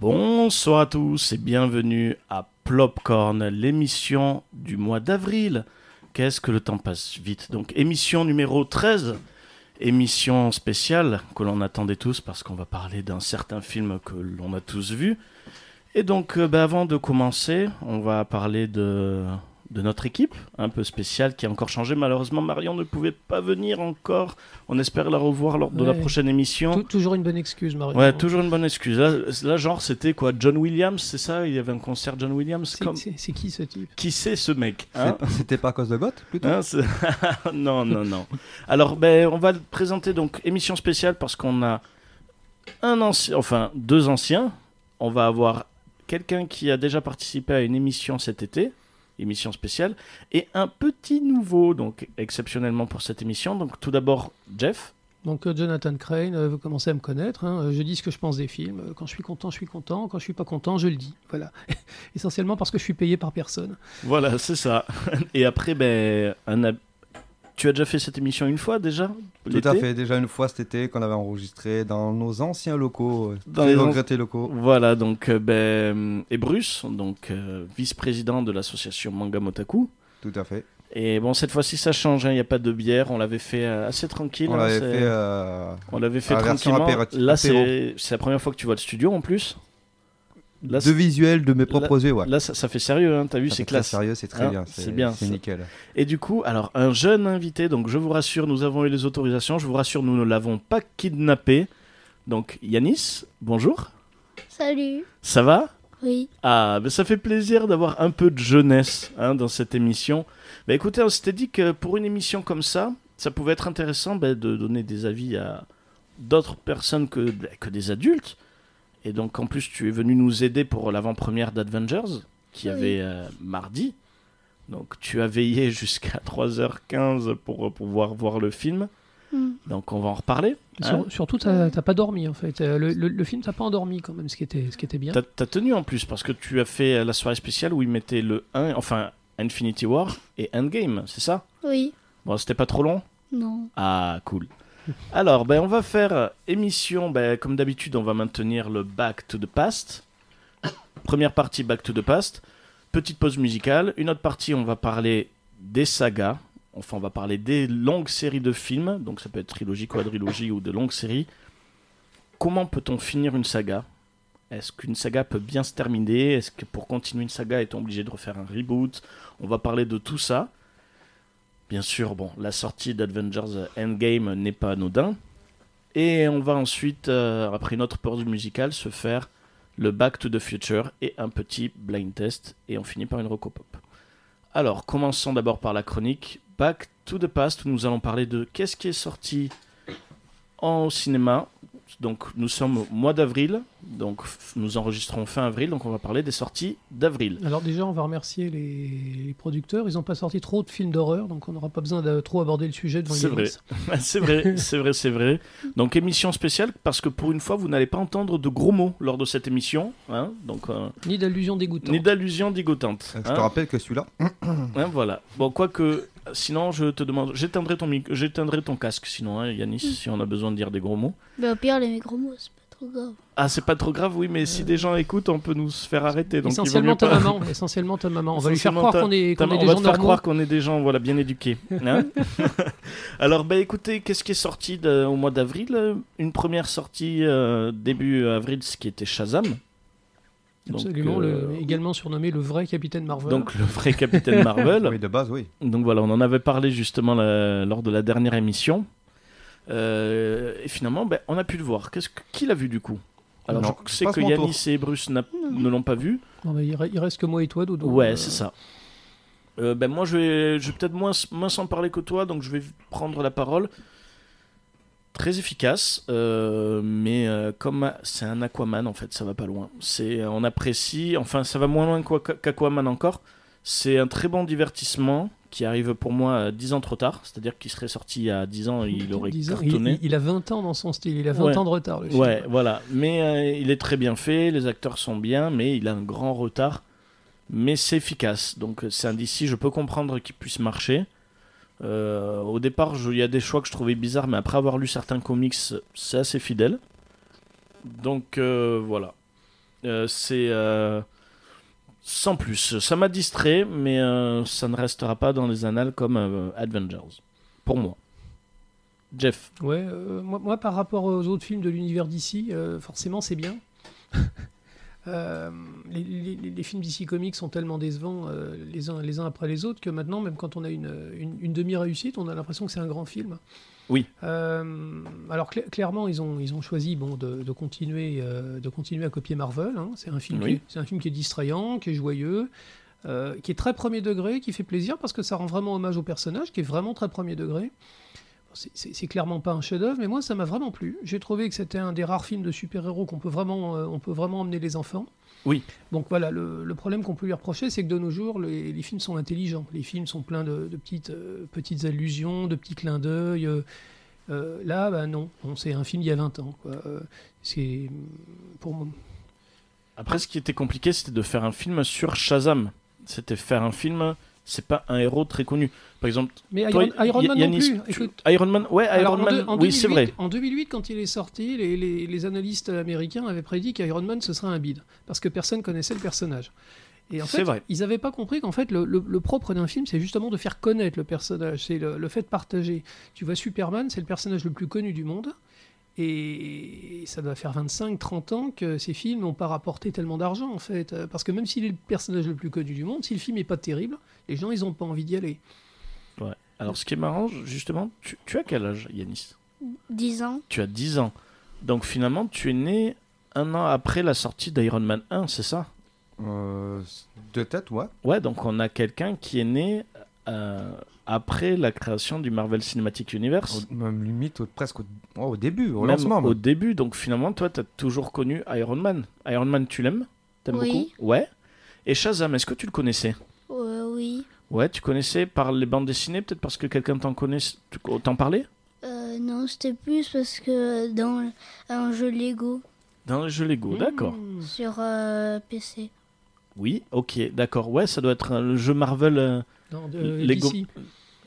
Bonsoir à tous et bienvenue à Plopcorn, l'émission du mois d'avril. Qu'est-ce que le temps passe vite. Donc émission numéro 13, émission spéciale que l'on attendait tous parce qu'on va parler d'un certain film que l'on a tous vu. Et donc euh, bah, avant de commencer, on va parler de, de notre équipe un peu spéciale qui a encore changé. Malheureusement, Marion ne pouvait pas venir encore. On espère la revoir lors de la Ouais. prochaine émission. Tou- toujours une bonne excuse, Mario. Ouais, toujours une bonne excuse. Là, là, genre, c'était quoi John Williams, c'est ça Il y avait un concert John Williams C'est comme... c'est- c'est qui ce type Qui c'est ce mec hein C'est- C'était pas à cause de Goth plutôt Hein, c'est- Non, non, non. Alors, ben, on va le présenter donc émission spéciale parce qu'on a un ancien, enfin deux anciens. On va avoir quelqu'un qui a déjà participé à une émission cet été, émission spéciale, et un petit nouveau, donc exceptionnellement pour cette émission. Donc, tout d'abord, Jeff. Donc euh, Jonathan Crane, euh, vous commencez à me connaître. hein, euh, Je dis ce que je pense des films. Euh, Quand je suis content, je suis content. Quand je suis pas content, je le dis. Voilà. Essentiellement parce que je suis payé par personne. Voilà, c'est ça. Et après, ben, un ab- tu as déjà fait cette émission une fois déjà Tout à l'été fait, déjà une fois cet été qu'on avait enregistré dans nos anciens locaux, euh, Dans très les ans- regrettés locaux. Voilà, donc, euh, ben, et Bruce, donc euh, vice-président de l'association Manga Motaku. Tout à fait. Et bon, cette fois-ci, ça change, hein, il n'y a pas de bière, on l'avait fait euh, assez tranquille. On hein, l'avait c'est- fait. euh, on l'avait fait en version tranquillement. apérati- Là, apéro. c'est c'est la première fois que tu vois le studio en plus. Là, de c'est- visuel de mes propres yeux, ouais. là, ça, ça fait sérieux, hein, t'as vu, Ça c'est fait très classe. sérieux, c'est très Hein, bien. c'est bien, C'est ça. nickel. Et du coup, alors un jeune invité, donc je vous rassure, nous avons eu les autorisations, je vous rassure, nous ne l'avons pas kidnappé. Donc Yanis, bonjour, Salut. ça va Oui. Ah, ben ça fait plaisir d'avoir un peu de jeunesse hein, dans cette émission. Bah écoutez, on s'était dit que pour une émission comme ça, ça pouvait être intéressant ben, de donner des avis à d'autres personnes que, que des adultes. Et donc en plus, tu es venu nous aider pour l'avant-première d'Avengers, qui Oui. avait euh, mardi. Donc tu as veillé jusqu'à 3h15 pour euh, pouvoir voir le film. Mm. Donc on va en reparler. Mais hein. sur- surtout, t'as t'as pas dormi en fait. Euh, Le, le- le film t'a pas endormi quand même, ce qui était, ce qui était bien. T'as t'as tenu en plus parce que tu as fait euh, la soirée spéciale où ils mettaient le 1, enfin Infinity War et Endgame, c'est ça Oui. Bon, c'était pas trop long Non. Ah, cool. Alors, ben, on va faire euh, émission, ben, comme d'habitude, on va maintenir le Back to the Past. Première partie Back to the Past, petite pause musicale. Une autre partie, on va parler des sagas. Enfin, on va parler des longues séries de films, donc ça peut être trilogie, quadrilogie ou de longues séries. Comment peut-on finir une saga Est-ce qu'une saga peut bien se terminer Est-ce que pour continuer une saga, est-on obligé de refaire un reboot On va parler de tout ça. Bien sûr, bon, la sortie d'Avengers Endgame n'est pas anodin. Et on va ensuite, euh, après une autre pause musicale, se faire le Back to the Future et un petit blind test. Et on finit par une recopop. Alors, commençons d'abord par la chronique Back to the Past, où nous allons parler de qu'est-ce qui est sorti en cinéma. Donc, nous sommes au mois d'avril, donc f- nous enregistrons fin avril, donc on va parler des sorties d'avril. Alors déjà, on va remercier les, les producteurs. Ils ont pas sorti trop de films d'horreur, donc on n'aura pas besoin de trop aborder le sujet devant C'est Yannis. vrai. Ah, c'est vrai, c'est vrai, c'est vrai. Donc émission spéciale parce que pour une fois vous n'allez pas entendre de gros mots lors de cette émission, hein, donc euh, Ni d'allusion dégoûtante. ni d'allusions dégoûtantes. Je te hein, rappelle que celui-là, hein, voilà. Bon quoique, sinon je te demande, j'éteindrai ton mic- j'éteindrai ton casque sinon, hein, Yanis, si on a besoin de dire des gros mots. Mais au pire, les gros mots, c'est pas trop grave. Ah c'est pas trop grave, oui, mais si des gens écoutent, on peut nous faire arrêter. Donc il vaut essentiellement mieux ta pas. maman. Essentiellement ta maman. On va lui faire Essentiellement croire ta- qu'on est, qu'on Tamam, est on des va gens te faire normaux. croire qu'on est des gens voilà, bien éduqués. hein. Alors, bah, écoutez, qu'est-ce qui est sorti de- au mois d'avril euh, Une première sortie euh, début avril, ce qui était Shazam. Donc, Absolument, euh, le- également surnommé le vrai Capitaine Marvel. Donc, le vrai Capitaine Marvel. oui, de base, oui. Donc voilà, on en avait parlé justement la- lors de la dernière émission. Euh, et finalement, ben, on a pu le voir. Qu'est-ce que- qui l'a vu du coup Alors, Non, je sais passe que mon tour. Yanis et Bruce n'a- ne l'ont pas vu. Bon, bah, il, re- il reste que moi et toi, Dodo. Ouais, Euh, c'est ça. Euh, ben moi, je vais, je vais peut-être moins, moins s'en parler que toi, donc je vais prendre la parole. Très efficace, euh, mais euh, comme c'est un Aquaman en fait, ça va pas loin. C'est, on apprécie, enfin ça va moins loin qu'Aqua- qu'Aquaman encore. C'est un très bon divertissement qui arrive pour moi euh, 10 ans trop tard, c'est-à-dire qu'il serait sorti il y a 10 ans, il aurait disons, il- cartonné. Il, il a 20 ans dans son style, il a 20 Ouais. ans de retard. Le film. Ouais, voilà. Mais euh, il est très bien fait, les acteurs sont bien, mais il a un grand retard. Mais c'est efficace. Donc euh, c'est un DC, je peux comprendre qu'il puisse marcher. Euh, au départ, je- il y a des choix que je trouvais bizarres, mais après avoir lu certains comics, c'est assez fidèle. Donc euh, voilà. Euh, c'est euh, sans plus. Ça m'a distrait, mais euh, ça ne restera pas dans les annales comme euh, Avengers. Pour moi. Jeff. Ouais, euh, moi, moi, par rapport aux autres films de l'univers d'ici, forcément c'est bien. Euh, les, les- les- les films d'ici comics sont tellement décevants euh, les, uns, les uns après les autres que maintenant, même quand on a une, une, une demi-réussite, on a l'impression que c'est un grand film. Oui. Euh, alors cla- clairement, ils ont, ils ont choisi bon, de, de continuer, euh, de continuer à copier Marvel. hein. C'est un, film qui Oui. est- c'est un film qui est distrayant, qui est joyeux, euh, qui est très premier degré, qui fait plaisir parce que ça rend vraiment hommage au personnage, qui est vraiment très premier degré. C'est- C'est c'est clairement pas un chef-d'œuvre, mais moi ça m'a vraiment plu. J'ai trouvé que c'était un des rares films de super-héros qu'on peut vraiment, euh, on peut vraiment emmener les enfants. Oui. Donc voilà, le, le problème qu'on peut lui reprocher, c'est que de nos jours, les, les films sont intelligents. Les films sont pleins de, de petites, euh, petites allusions, de petits clins d'œil. euh, euh, là, bah non, Bon, c'est un film il y a 20 ans. quoi. Euh, c'est pour moi. Après, ce qui était compliqué, c'était de faire un film sur Shazam. C'était faire un film. C'est pas un héros très connu. Par exemple, Mais toi, Iron, Iron Y- Man Yanis, non plus. tu- Écoute, Iron Man, ouais, Iron Alors, en Man, deux- en oui, c'est 2008 vrai. En 2008, quand il est sorti, les, les- les analystes américains avaient prédit qu'Iron Man ce serait un bide, parce que personne connaissait le personnage. Et en C'est fait, vrai. ils n'avaient pas compris qu'en fait, le, le- le propre d'un film, c'est justement de faire connaître le personnage, c'est le, le fait de partager. Tu vois, Superman, c'est le personnage le plus connu du monde, et ça doit faire 25-30 ans que ces films n'ont pas rapporté tellement d'argent, en fait. Euh, Parce que même s'il est le personnage le plus connu du monde, si le film n'est pas terrible, les gens, ils n'ont pas envie d'y aller. Alors, ce qui est marrant, justement, tu, tu as quel âge, Yanis 10 ans. Tu as 10 ans. Donc, finalement, tu es né un an après la sortie d'Iron Man 1, c'est ça Euh, de tête, ouais. Ouais, donc on a quelqu'un qui est né euh, après la création du Marvel Cinematic Universe. Au- même limite, au- presque au, ouais, au début, au Même lancement. au début, donc finalement, toi, t'as toujours connu Iron Man. Iron Man, tu l'aimes T'aimes Oui. beaucoup Ouais. Et Shazam, est-ce que tu le connaissais Ouais, oui. Ouais, tu connaissais par les bandes dessinées, peut-être parce que quelqu'un t'en connaissait, tu- t'en parlait Euh, non, c'était plus parce que dans un jeu Lego Dans les jeux Lego, Oh, d'accord. Mmh. sur euh, PC. Oui, ok, d'accord. Ouais, ça doit être un jeu Marvel. euh, Non, de- Lego. DC.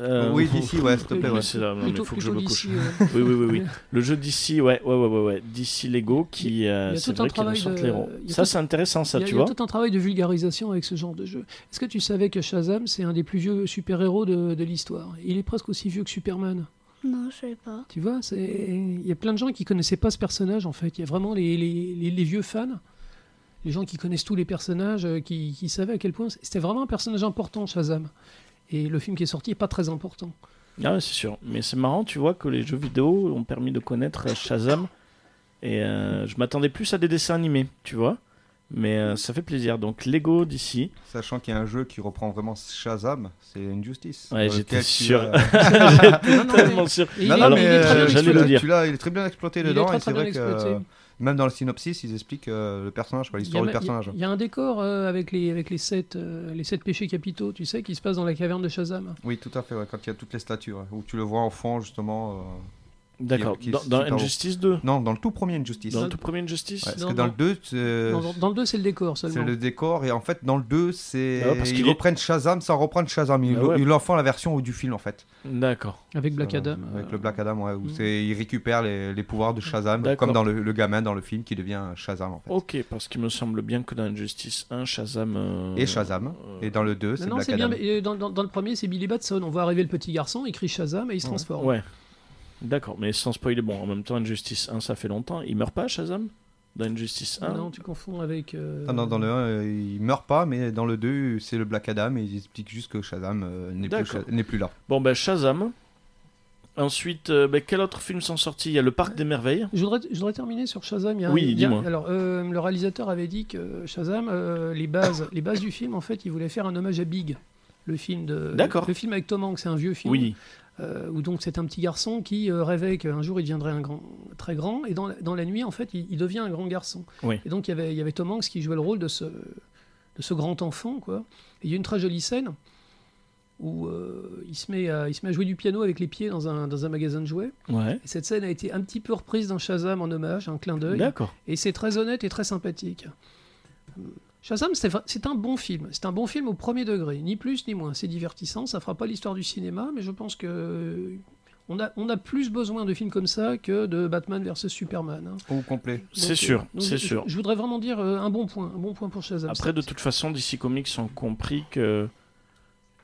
euh, oui, faut- d'ici, ouais, s'il te plaît. Mais ouais. c'est là, non, mais Plutôt- faut que je plutôt me couche. d'ici, euh, ouais. Oui, oui, oui, oui. Le jeu d'ici, ouais, ouais, ouais, ouais, ouais. d'ici Lego qui, euh, Il y a c'est tout un vrai qu'il nous travail sortent de- les héros. il y a Ça, tout- c'est intéressant, ça, il y a, tu il y a vois. tout un travail de vulgarisation avec ce genre de jeu. Est-ce que tu savais que Shazam, c'est un des plus vieux super-héros de, de l'histoire Il est presque aussi vieux que Superman. Non, je sais pas. Tu vois, c'est- il y a plein de gens qui connaissaient pas ce personnage, en fait. Il y a vraiment les, les- les- les vieux fans, les gens qui connaissent tous les personnages, euh, qui, qui savaient à quel point... C'était vraiment un personnage important, Shazam. Et le film qui est sorti est pas très important. Ah, ouais, c'est sûr. Mais c'est marrant, tu vois, que les jeux vidéo ont permis de connaître euh, Shazam. Et euh, je m'attendais plus à des dessins animés, tu vois. Mais euh, ça fait plaisir. Donc, Lego d'ici. Sachant qu'il y a un jeu qui reprend vraiment Shazam, c'est Injustice. Ouais, Dans j'étais lequel tu sûr. as- Non, non, Tellement mais- sûr. et il non, est- non, Alors, il mais est très euh, bien j'allais exploité. le dire. Celui-là, il est très bien exploité Il est dedans. très, et très c'est bien vrai que exploité. euh, même dans le synopsis, ils expliquent euh, le personnage, quoi, l'histoire Il y du a- il y a- personnage. Il y, a un décor euh, avec, les, avec les, sept, euh, les sept péchés capitaux, tu sais, qui se passe dans la caverne de Shazam. Oui, tout à fait, ouais, quand il y a toutes les statues, ouais, où tu le vois en fond, justement. euh, D'accord. qui- Dans, qui- dans qui- pardon. Injustice 2. Non, dans le tout premier Injustice. Dans Ouais, le tout premier Injustice. parce Non, que dans non. le 2, c'est dans, dans le 2, c'est le décor Euh, c'est seulement. le décor, et en fait, dans le 2, c'est. Ah ouais, parce qu'il ils est- reprennent Shazam sans reprendre Shazam. Ils, Ah ouais. ils en font la version du film, en fait. D'accord. Avec Black Euh, Adam. Avec euh, le Black Adam, ouais, où Mm. c'est- ils récupèrent les, les pouvoirs de Shazam, Ah. D'accord. Oh. comme dans le, le gamin dans le film qui devient Shazam, en fait. Ok, parce qu'il me semble bien que dans Injustice 1, Shazam. euh, Et Shazam. euh, Et dans le 2, c'est Non, non, Black c'est Adam. bien. mais, euh, Dans, dans- dans le premier, c'est Billy Batson. On voit arriver le petit garçon, il crie Shazam et il se Ouais. transforme. Ouais. D'accord, mais sans spoiler, bon, en même temps, Injustice 1, ça fait longtemps. Il meurt pas, Shazam Dans Injustice 1 Ah, Non, tu confonds avec. euh, Ah non, dans le 1, euh, il meurt pas, mais dans le 2, c'est le Black Adam et ils expliquent juste que Shazam euh, n'est plus, D'accord. Shaz- n'est plus là. Bon, ben, Shazam. Ensuite, euh, ben, quel autre film sont sortis Il y a Le Parc des Merveilles. Je voudrais, je voudrais terminer sur Shazam. Il y a un- Oui, il y a- dis-moi. Alors, euh, le réalisateur avait dit que Shazam, euh, les bases, les bases du film, en fait, il voulait faire un hommage à Big, le film de. D'accord. Le film avec Tom Hanks, c'est un vieux film. Oui, euh, où donc c'est un petit garçon qui euh, rêvait qu'un jour il deviendrait un grand, très grand, et dans la, dans la nuit, en fait, il, il devient un grand garçon. Oui. Et donc il y, avait, il y avait Tom Hanks qui jouait le rôle de ce, de ce grand enfant, quoi. Et il y a une très jolie scène où euh, il, se met à, il se met à jouer du piano avec les pieds dans un, dans un magasin de jouets. ouais. Et cette scène a été un petit peu reprise dans Shazam en hommage, un clin d'œil. D'accord. Et c'est très honnête et très sympathique. Shazam, c'est vra- c'est un bon film. C'est un bon film au premier degré, ni plus ni moins. C'est divertissant, ça fera pas l'histoire du cinéma, mais je pense que euh, On a, on a plus besoin de films comme ça que de Batman versus Superman. hein. Ou complet. C'est Donc, sûr, euh, donc c'est je- sûr. Je, je voudrais vraiment dire euh, un bon point, un bon point pour Shazam. Après, de toute façon, DC Comics ont compris que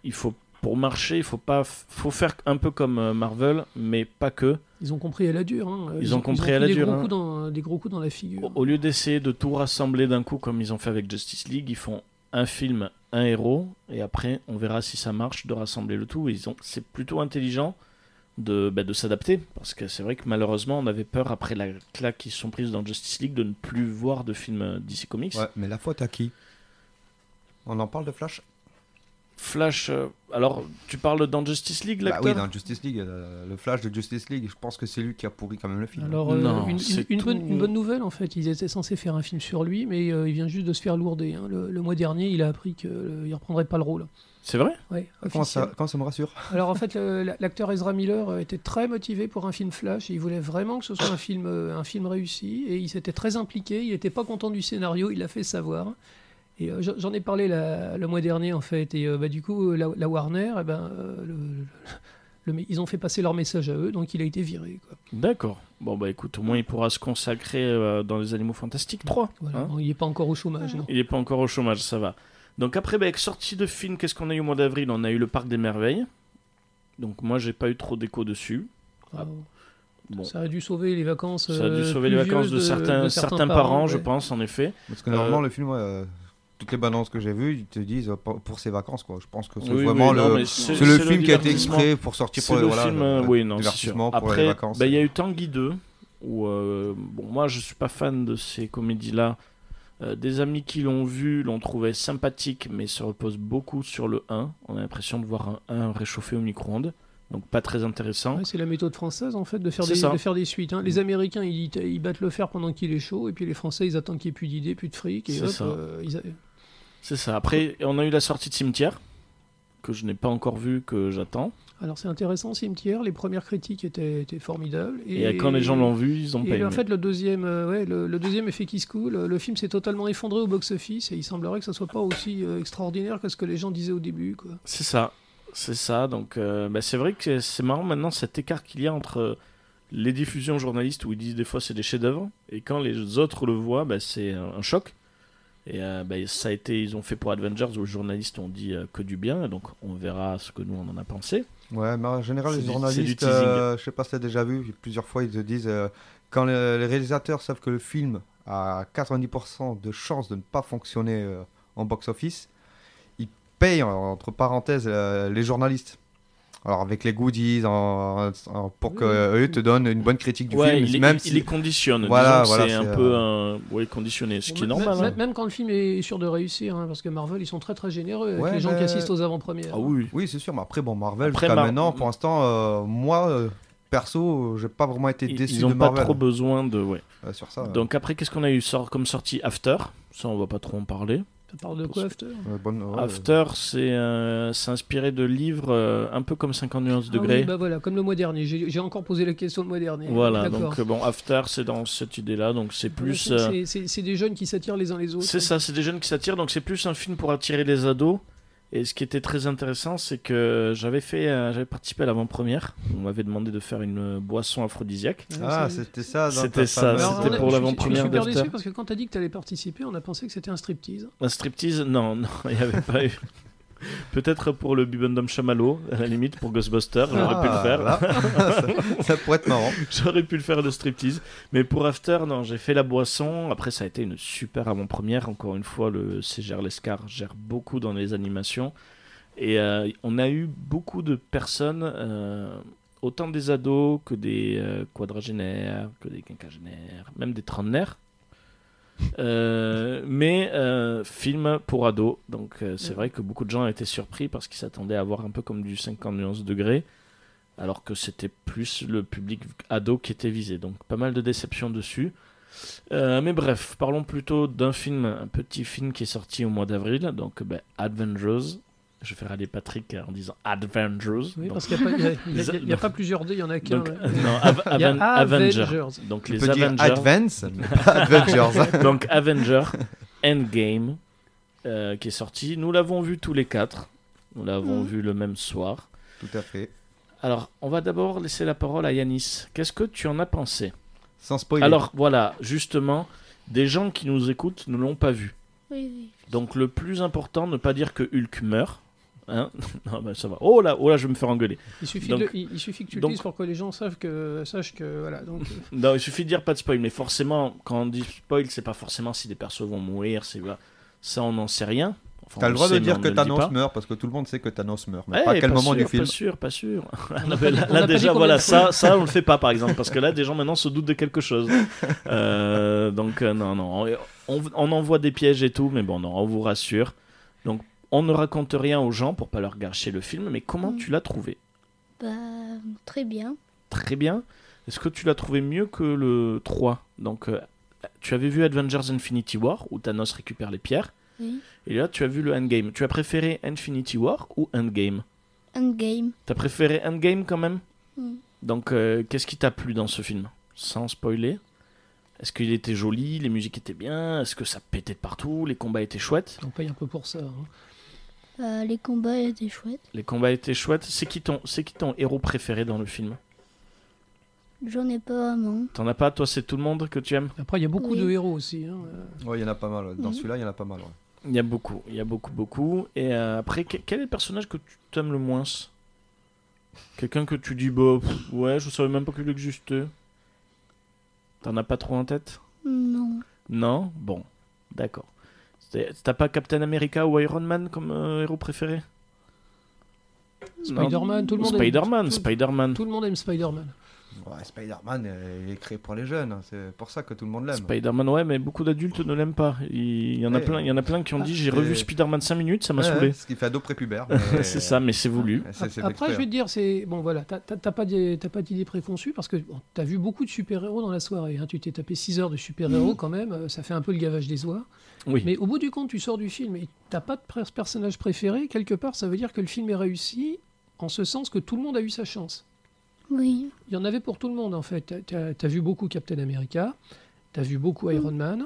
il faut, pour marcher, il faut pas, faut faire un peu comme euh, Marvel, mais pas que. Ils ont compris à la dure. hein. Ils ont compris pris à la des dure, Gros hein. coups dans, des gros coups dans la figure. Au au lieu d'essayer de tout rassembler d'un coup comme ils ont fait avec Justice League, ils font un film, un héros, et après on verra si ça marche de rassembler le tout. Ils ont, c'est plutôt intelligent de, bah, de s'adapter parce que c'est vrai que malheureusement on avait peur après la claque qu'ils se sont prises dans Justice League de ne plus voir de films euh, DC Comics. Ouais, mais la faute à qui On en parle de Flash Bah Flash, euh, alors tu parles dans Justice League Bah l'acteur oui, dans Justice League, euh, le Flash de Justice League, je pense que c'est lui qui a pourri quand même le film. Alors, euh, Non, une, une- c'est une tout. bonne, une bonne nouvelle en fait, ils étaient censés faire un film sur lui, mais euh, il vient juste de se faire lourder. hein. Le, le mois dernier, il a appris qu'il ne reprendrait pas le rôle. C'est vrai Ouais, Quand officiel. Euh, ça, quand ça me rassure Alors en fait, le- la- l'acteur Ezra Miller euh, était très motivé pour un film Flash. Il voulait vraiment que ce soit un film, euh, un film réussi et il s'était très impliqué. Il n'était pas content du scénario, il l'a fait savoir. Et euh, j'en- j'en ai parlé la- le mois dernier en fait. Et euh, bah, du coup, la, la Warner, eh ben, euh, le- le- le mé- ils ont fait passer leur message à eux, donc il a été viré. quoi. D'accord. Bon bah écoute, au moins il pourra se consacrer euh, dans les Animaux Fantastiques 3. Voilà. hein. Bon, il n'est pas encore au chômage. Non. Il n'est pas encore au chômage, ça va. Donc après, bah, avec sortie de film, qu'est-ce qu'on a eu au mois d'avril On a eu le Parc des Merveilles. Donc moi, j'ai pas eu trop d'écho dessus. Ah, Bon, Ça a dû sauver les vacances. ça a dû euh, sauver les vacances pluvieuses de, certains, certains parents, je ouais. pense, en effet. Parce que Euh, normalement, le film, ouais, euh, toutes les balances que j'ai vues, ils te disent euh, pour pour ses vacances, quoi. Je pense que c'est Oui, vraiment oui, le. non, mais c'est- C'est le c'est film qui a été divertissement. exprès pour sortir C'est pour le les voilà, film, le- euh, oui, non, c'est sûr. divertissement pour Après, les bah, vacances. il y a eu Tanguy 2, où, euh, bon, moi, je suis pas fan de ces comédies-là. Euh, des amis qui l'ont vu l'ont trouvé sympathique, mais se repose beaucoup sur le 1. On a l'impression de voir un 1 réchauffé au micro-ondes, donc pas très intéressant. Ouais, c'est la méthode française en fait de faire, C'est des, ça. Mm. de faire des suites. hein. Les Américains ils, ils battent le fer pendant qu'il est chaud et puis les Français ils attendent qu'il n'y ait plus d'idées, plus de fric et C'est hop, ça. euh, ils a- C'est ça. Après, on a eu la sortie de Cimetière, que je n'ai pas encore vu, que j'attends. Alors c'est intéressant Cimetière, les premières critiques étaient, étaient formidables. Et, quand les gens l'ont vu, ils ont pas Et aimé. en fait le deuxième, euh, ouais, le, le deuxième effet qui se coule, euh, le film s'est totalement effondré au box-office et il semblerait que ça soit pas aussi euh, extraordinaire que ce que les gens disaient au début. Quoi. C'est ça. C'est ça. Donc, euh, bah, c'est vrai que c'est marrant maintenant cet écart qu'il y a entre euh, les diffusions journalistes où ils disent des fois c'est des chefs-d'œuvre, et quand les autres le voient, bah, c'est un, un choc. Et euh, bah, ça a été, ils ont fait pour Avengers où les journalistes ont dit euh, que du bien, donc on verra ce que nous on en a pensé. Ouais, mais en général, C'est les du- c'est du journalistes, teasing. euh, je sais pas si t'as déjà vu, plusieurs fois, ils te disent euh, quand le- les réalisateurs savent que le film a 90% de chances de ne pas fonctionner euh, en box-office, ils payent, en- entre parenthèses, euh, les journalistes. Alors, avec les goodies, en- en- pour que euh, Oui. eux te donnent une bonne critique du ouais, film, il, même il, si. il les conditionne. Voilà, Disons que voilà, c'est un c'est, euh, peu un- ouais, conditionné, ce qui est Même- normal. hein. Même, même quand le film est sûr de réussir, hein, parce que Marvel ils sont très très généreux avec Ouais, les gens mais- qui assistent aux avant-premières. bah, Ah oui. Oui, c'est sûr, mais après, bon, Marvel, Après, jusqu'à Mar- maintenant, pour l'instant, euh, moi, euh, perso, euh, j'ai pas vraiment été Ils- déçu Ils de n'ont pas Marvel trop besoin de. ouais. euh, sur ça. Donc après, qu'est-ce qu'on a eu sort- comme sortie After Ça, on va pas trop en parler. Ça parle de Ah quoi After Euh, bonne- ouais, After, c'est euh, c'est inspiré de livres euh, un peu comme 50 nuances Ah de oui, Grey. bah voilà, comme le mois dernier. J'ai j'ai encore posé la question le mois dernier. voilà, D'accord. Ah, donc euh, bon, After, c'est dans cette idée-là, donc c'est plus. C'est- euh, c'est- hein. C'est c'est des jeunes qui s'attirent les uns les autres. C'est ça, c'est des jeunes qui s'attirent, donc c'est plus un film pour attirer les ados. Et ce qui était très intéressant, c'est que j'avais fait, euh, j'avais participé à l'avant-première. On m'avait demandé de faire une euh, boisson aphrodisiaque. Ouais, Ah, c'est- c'était ça. dans C'était ta ça, fameuse- Alors, Ah, c'était on a- pour je suis- l'avant-première Je suis super d'After. déçu parce que quand t'as dit que t'allais participer, on a pensé que c'était un striptease. Un striptease Non, non, il n'y avait pas eu. Peut-être pour le Bibendum Chamallow, à la limite, pour Ghostbuster, j'aurais pu le Ah, faire. là. ça, ça pourrait être marrant. J'aurais pu le faire le striptease. Mais pour After, non, j'ai fait la boisson. Après, ça a été une super avant-première. Encore une fois, le CGR Lescar gère beaucoup dans les animations. Et euh, on a eu beaucoup de personnes, euh, autant des ados que des euh, quadragénaires, que des quinquagénaires, même des trentenaires. Euh, mais euh, film pour ados, donc euh, c'est Ouais. vrai que beaucoup de gens étaient surpris parce qu'ils s'attendaient à voir un peu comme du 50 nuances degrés, alors que c'était plus le public ado qui était visé, donc pas mal de déceptions dessus. Euh, mais bref, parlons plutôt d'un film, un petit film qui est sorti au mois d'avril, donc ben, Avengers. Je vais faire aller Patrick en disant Avengers. Oui, Donc, parce qu'il n'y a, pas- il y a- il y a- il y a Non. pas plusieurs dés, il y en a qu'un. donc, ouais. non, Av- Il y a Aven- Avenger. Avengers. Donc Tu les peux dire Avengers. Advance, mais pas Avengers. Donc Avenger Endgame euh, qui est sorti. Nous l'avons vu tous les quatre. Nous l'avons Mhm. vu le même soir. Tout à fait. Alors, on va d'abord laisser la parole à Yanis. Qu'est-ce que tu en as pensé Sans spoiler. Alors, voilà, justement, des gens qui nous écoutent ne l'ont pas vu. Oui, oui. Donc, le plus important, ne pas dire que Hulk meurt. Hein non, bah, ça va. Oh là, oh là, je vais me faire engueuler. Il suffit, Donc- de- il, il suffit que tu donc- le dises pour que les gens savent que, sachent que. Voilà, donc. euh, Non, il suffit de dire pas de spoil, mais forcément, quand on dit spoil, c'est pas forcément si des persos vont mourir, c'est voilà. ça on n'en sait rien. Enfin, T'as on le droit sait, de mais on dire que ne le dit pas. Thanos meurt parce que tout le monde sait que Thanos meurt. Mais Eh, pas à quel moment sûr, du film. Pas sûr, pas sûr. on Non, a mais pas- là, on là, a pas dit déjà, combien voilà, de ça, ça, on le fait pas, par exemple, parce que là, des gens maintenant se doutent de quelque chose. Euh, donc, euh, non, non. On, on envoie des pièges et tout, mais bon, non, on vous rassure. Donc, on ne raconte rien aux gens pour pas leur gâcher le film, mais comment Mm. tu l'as trouvé Bah, très bien. Très bien. Est-ce que tu l'as trouvé mieux que le 3 Donc, euh, tu avais vu Avengers Infinity War, où Thanos récupère les pierres, Oui. et là, tu as vu le Endgame. Tu as préféré Infinity War ou Endgame Endgame. T'as préféré Endgame quand même Mm. Donc, euh, qu'est-ce qui t'a plu dans ce film Sans spoiler. Est-ce qu'il était joli Les musiques étaient bien Est-ce que ça pétait de partout Les combats étaient chouettes On paye un peu pour ça. hein. Euh, les combats étaient chouettes. Les combats étaient chouettes. C'est qui ton, c'est qui ton héros préféré dans le film J'en ai pas vraiment. T'en as pas Toi, c'est tout le monde que tu aimes Après, il y a beaucoup Oui. de héros aussi. hein. Euh, Ouais, il y en a pas mal. ouais. Dans Mhm. celui-là, il y en a pas mal. ouais. Il y a beaucoup. Il y a beaucoup, beaucoup. Et euh, après, que- quel est le personnage que tu t'aimes le moins Quelqu'un que tu dis, bah, pff, ouais, je savais même pas qu'il existait. T'en as pas trop en tête Non. Non Bon, d'accord. C'est- T'as pas Captain America ou Iron Man comme euh, héros préféré Non. Spider-Man, tout le monde aime- Spider-Man, tout- Spider-Man. Tout le monde aime Spider-Man. Ouais, Spider-Man, euh, il est créé pour les jeunes. hein. C'est pour ça que tout le monde l'aime. Spider-Man, ouais, mais beaucoup d'adultes ne l'aiment pas. Il il y en a Eh. plein, il y en a plein qui ont Ah, dit j'ai c'est- revu Spider-Man 5 minutes, ça m'a Ouais, saoulé. ouais, ce qui fait ado prépubère. c'est ça, mais c'est voulu. Après, je vais te dire, c'est. Bon, voilà, t'as- t'as t'as pas d'idée t'as pas d'idée préconçue parce que bon, t'as vu beaucoup de super-héros dans la soirée. hein. Tu t'es tapé 6 heures de super-héros quand même. euh, Ça fait un peu le gavage des oies. Oui. Mais au bout du compte, tu sors du film et t'as pas de pres- personnage préféré. Quelque part, ça veut dire que le film est réussi en ce sens que tout le monde a eu sa chance. Oui. Il y en avait pour tout le monde, en fait. T'as as vu beaucoup Captain America, t'as vu beaucoup Iron Man,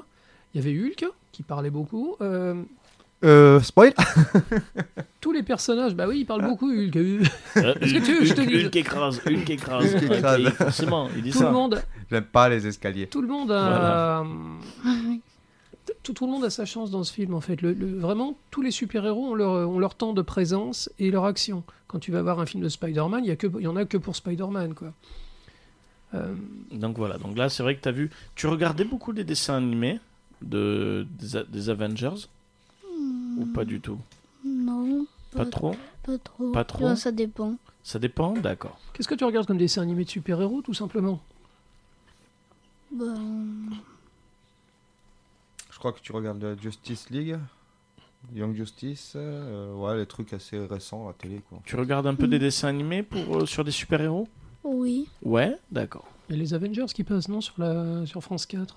il y avait Hulk qui parlait beaucoup. Euh, spoil tous les personnages, bah oui, ils Ah. parlent beaucoup, Hulk. tout Euh, Est-ce que tu veux que je te Hulk- dise Hulk écrase, Hulk écrase. Hulk Ouais, écrase. et Forcément, il dit le ça. monde, J'aime pas les escaliers. tout le monde a... Tout, tout le monde a sa chance dans ce film, en fait. Le- le- vraiment, tous les super-héros ont leur, ont leur temps de présence et leur action. Quand tu vas voir un film de Spider-Man, il y a que- il y en a que pour Spider-Man, quoi. Euh, Donc voilà, donc là c'est vrai que t'as vu. Tu regardais beaucoup des dessins animés de, des, A- des Avengers ou pas du tout Non. Pas trop Pas trop. Pas trop. Enfin, ça dépend. Ça dépend, d'accord. Qu'est-ce que tu regardes comme dessin animé de super-héros, tout simplement Ben, Je crois que tu regardes euh, Justice League, Young Justice, euh, ouais, les trucs assez récents à la télé. Quoi. Tu regardes un peu Hmm. des dessins animés pour, euh, sur des super-héros oui. Ouais, d'accord. Il y a les Avengers qui passent, non, sur, la, sur France 4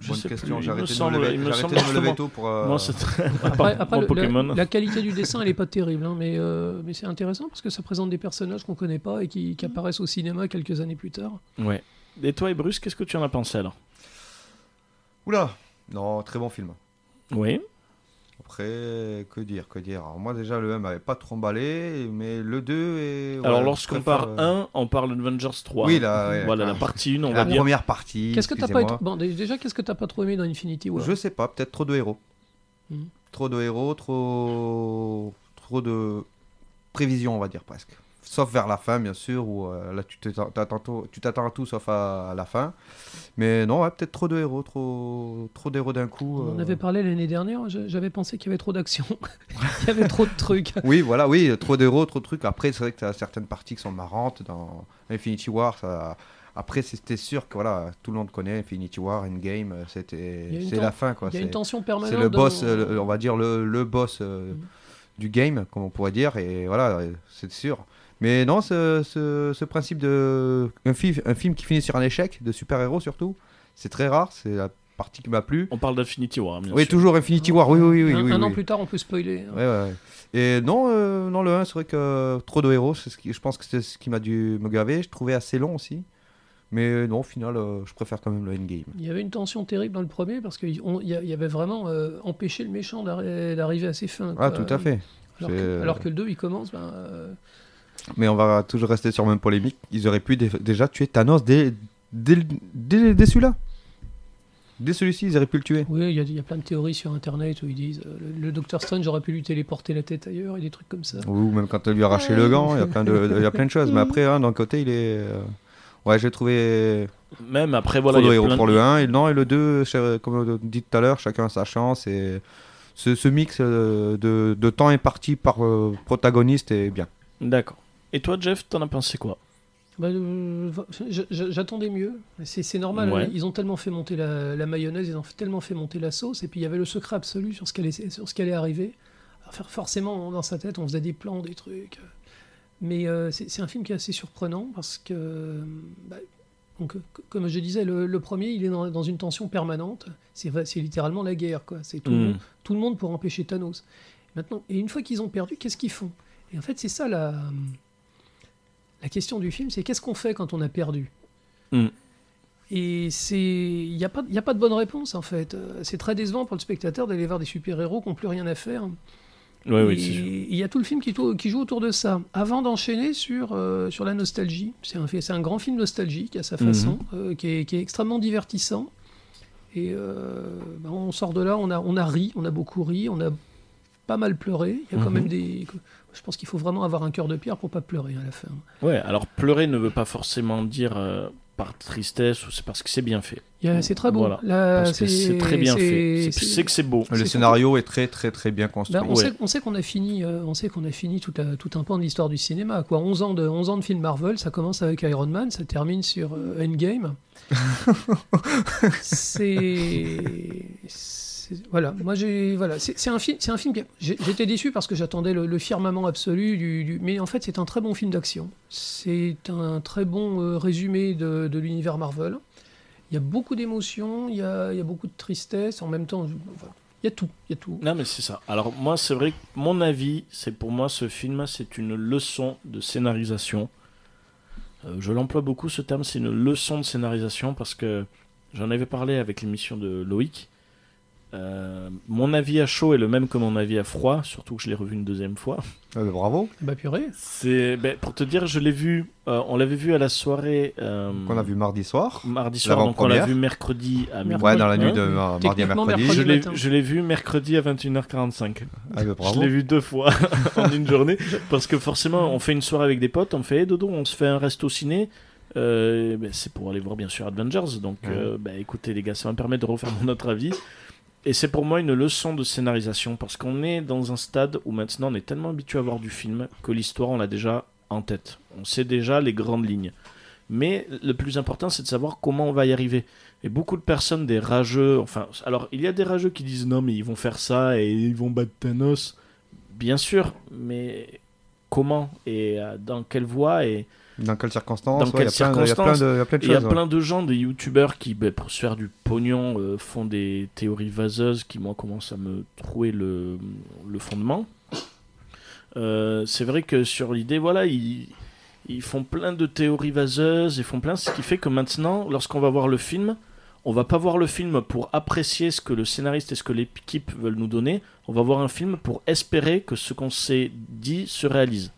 Je Bonne sais question, plus, j'ai il me arrêté de semble, me lever, il j'ai me arrêté semble de me lever justement. tôt pour. euh, Moi, c'est très- Après, Par- après, mon le- Pokémon. La, la qualité du dessin, elle n'est pas terrible, hein, mais, euh, mais c'est intéressant parce que ça présente des personnages qu'on connaît pas et qui, qui apparaissent au cinéma quelques années plus tard. Ouais. Et toi et Bruce, qu'est-ce que tu en as pensé alors Oula Non, très bon film. Oui. Après, que dire, que dire Alors, Moi déjà, le 1 m'avait pas trop emballé, mais le 2 est... alors ouais, lorsqu'on je préfère, parle euh, 1, on parle d'Avengers 3. Oui, là, ouais, Voilà, ah, la partie 1, on va la dire. première partie, Qu'est-ce que t'as pas été... excusez-moi. bon, dé- déjà qu'est-ce que t'as pas trop aimé dans Infinity War Je sais pas, peut-être trop de héros. Mhm. Trop de héros, trop... trop de prévisions, on va dire presque. Sauf vers la fin, bien sûr, où euh, là, tu t'attends- t'attends tout- tu t'attends à tout sauf à, à la fin. Mais non, ouais, peut-être trop de héros, trop, trop d'héros d'un coup. On en euh. avait parlé l'année dernière, je- j'avais pensé qu'il y avait trop d'action, il y avait trop de trucs. Oui, voilà, oui, trop d'héros, trop de trucs. Après, c'est vrai que t'as certaines parties qui sont marrantes dans Infinity War. Ça... Après, c'était sûr que voilà, tout le monde connaît Infinity War, Endgame, Il y euh, a c'était, une c'est ten- la fin quoi. Il y a C'est- une tension C'est permanente. le boss, dans- euh, le- on va dire le, le boss euh, Mhm. du game, comme on pourrait dire, et voilà, euh, c'est sûr. Mais non, ce, ce- ce principe de un, fi- un film qui finit sur un échec de super-héros surtout, c'est très rare. C'est la partie qui m'a plu. On parle d'Infinity War, bien oui, sûr. toujours Infinity War. Oui, oui, oui, un oui. un an oui. plus tard, on peut spoiler. hein. Ouais, ouais, ouais. Et non, euh, non, le 1, c'est vrai que euh, trop de héros, c'est ce qui, je pense que c'est ce qui m'a dû me gaver. Je trouvais assez long aussi. Mais non, au final, euh, je préfère quand même le endgame. Il y avait une tension terrible dans le premier parce qu'il y, a- il y avait vraiment euh, empêché le méchant d'arri- d'arriver à ses fins. quoi. Ah, tout à fait. Alors C'est- que, alors que le 2, il commence. ben, euh, Mais on va toujours rester sur la même polémique. Ils auraient pu dé- déjà tuer Thanos dès, dès, le- dès- dès celui-là. Dès celui-ci, ils auraient pu le tuer. Oui, il y, a- il y a plein de théories sur Internet où ils disent euh, le, le Dr Strange aurait pu lui téléporter la tête ailleurs et des trucs comme ça. Ou même quand elle lui a arraché le gant, il y a plein de, il y a plein de choses. Mais après, hein, d'un côté, il est. euh, Ouais, j'ai trouvé Même après, voilà. il trop de y a héros plein de- pour le 1 et le non et le 2 cher- comme on dit tout à l'heure chacun a sa chance et ce, ce mix euh, de, de temps imparti par euh, protagoniste est bien D'accord. Et toi, Jeff, t'en as pensé quoi Bah, euh, je- je- J'attendais mieux. C'est c'est normal. Ouais. hein. Ils ont tellement fait monter la, la mayonnaise, ils ont tellement fait monter la sauce, et puis il y avait le secret absolu sur ce qu'elle est, sur ce qu'elle est arrivée. Alors, for- forcément, dans sa tête, on faisait des plans, des trucs. euh, Mais euh, c'est c'est un film qui est assez surprenant parce que, euh, bah, donc, euh, co- comme je disais, le, le premier, il est dans, dans une tension permanente. C'est vrai- c'est littéralement la guerre, quoi. C'est tout le monde Hmm. tout le monde pour empêcher Thanos. Maintenant, et une fois qu'ils ont perdu, qu'est-ce qu'ils font Et en fait, c'est ça la, la question du film, c'est qu'est-ce qu'on fait quand on a perdu Mm. Et c'est, il n'y a, pas- y a pas de bonne réponse en fait. Euh, C'est très décevant pour le spectateur d'aller voir des super-héros qui n'ont plus rien à faire. Ouais, Et oui, c'est sûr. Il y a tout le film qui, tou- qui joue autour de ça. Avant d'enchaîner sur, euh, sur la nostalgie, c'est un, fait- c'est un grand film nostalgique à sa Mhm. façon, euh, qui, est, qui est extrêmement divertissant. Et euh, bah, on sort de là, on a, on a ri, on a beaucoup ri, on a pas mal pleuré. Il y a quand Mhm. même des. Je pense qu'il faut vraiment avoir un cœur de pierre pour pas pleurer à la fin. Ouais, alors pleurer ne veut pas forcément dire euh, par tristesse ou c'est parce que c'est bien fait. Il y a- C'est très beau. Voilà. Là, parce que Euh, c'est très bien fait. C'est- C'est que c'est beau. le C'est scénario est très très très bien construit Ben, on, Ouais. sait, on sait qu'on a fini, euh, on sait qu'on a fini tout, un- tout un pan de l'histoire du cinéma. Quoi. 11, ans de, 11 ans de film Marvel, ça commence avec Iron Man, ça termine sur euh, Endgame. c'est. c'est- Voilà, moi j'ai. Voilà, c'est c'est un film. C'est un film. qui- j'ai- J'étais déçu parce que j'attendais le, le firmament absolu du, du- Mais en fait, c'est un très bon film d'action. C'est un très bon euh, résumé de, de l'univers Marvel. Il y a beaucoup d'émotions, il y a, il y a beaucoup de tristesse. En même temps, je- voilà. il y a tout, il y a tout. Non, mais c'est ça. Alors, moi, c'est vrai que mon avis, c'est pour moi, ce film, c'est une leçon de scénarisation. Euh, je l'emploie beaucoup, ce terme, c'est une leçon de scénarisation, parce que j'en avais parlé avec l'émission de Loïc. Euh, mon avis à chaud est le même que mon avis à froid, surtout que je l'ai revu une deuxième fois. Ah, ben, bravo Bah purée. C'est ben, pour te dire, je l'ai vu. euh, on l'avait vu à la soirée. euh, qu'on a vu mardi soir Mm. mardi soir, donc on l'a l'avant-première. vu mercredi à Ah, Mercredi. midi. ouais dans la nuit Hein de Oui. mar- mardi à Techniquement, mercredi Je mercredi. l'ai, matin. je l'ai vu mercredi à 21h45. Ah, ben, bravo. Je l'ai vu deux fois en une journée. Parce que forcément, on fait une soirée avec des potes, on fait hey, Dodo, on se fait un resto ciné. Euh, ben, c'est pour aller voir bien sûr Avengers. Donc Ouais. euh, ben, écoutez les gars, ça va me permettre de refaire mon autre avis. Et c'est pour moi une leçon de scénarisation parce qu'on est dans un stade où maintenant on est tellement habitué à voir du film que l'histoire on l'a déjà en tête. On sait déjà les grandes lignes. Mais le plus important c'est de savoir comment on va y arriver. Et beaucoup de personnes, des rageux, enfin, alors il y a des rageux qui disent non mais ils vont faire ça et ils vont battre Thanos. Bien sûr, mais comment et euh, dans quelle voie et dans quelles circonstances Dans ouais, quelles il y a plein de- il y a plein de- et il y il y a plein de a choses ouais. plein de gens, des youtubeurs qui, ben, pour se faire du pognon, euh, font des théories vaseuses qui, moi, commencent à me trouer le, le fondement. Euh, c'est vrai que sur l'idée, voilà, ils, ils font plein de théories vaseuses, ils font plein, ce qui fait que maintenant, lorsqu'on va voir le film, on va pas voir le film pour apprécier ce que le scénariste et ce que l'équipe veulent nous donner, on va voir un film pour espérer que ce qu'on s'est dit se réalise.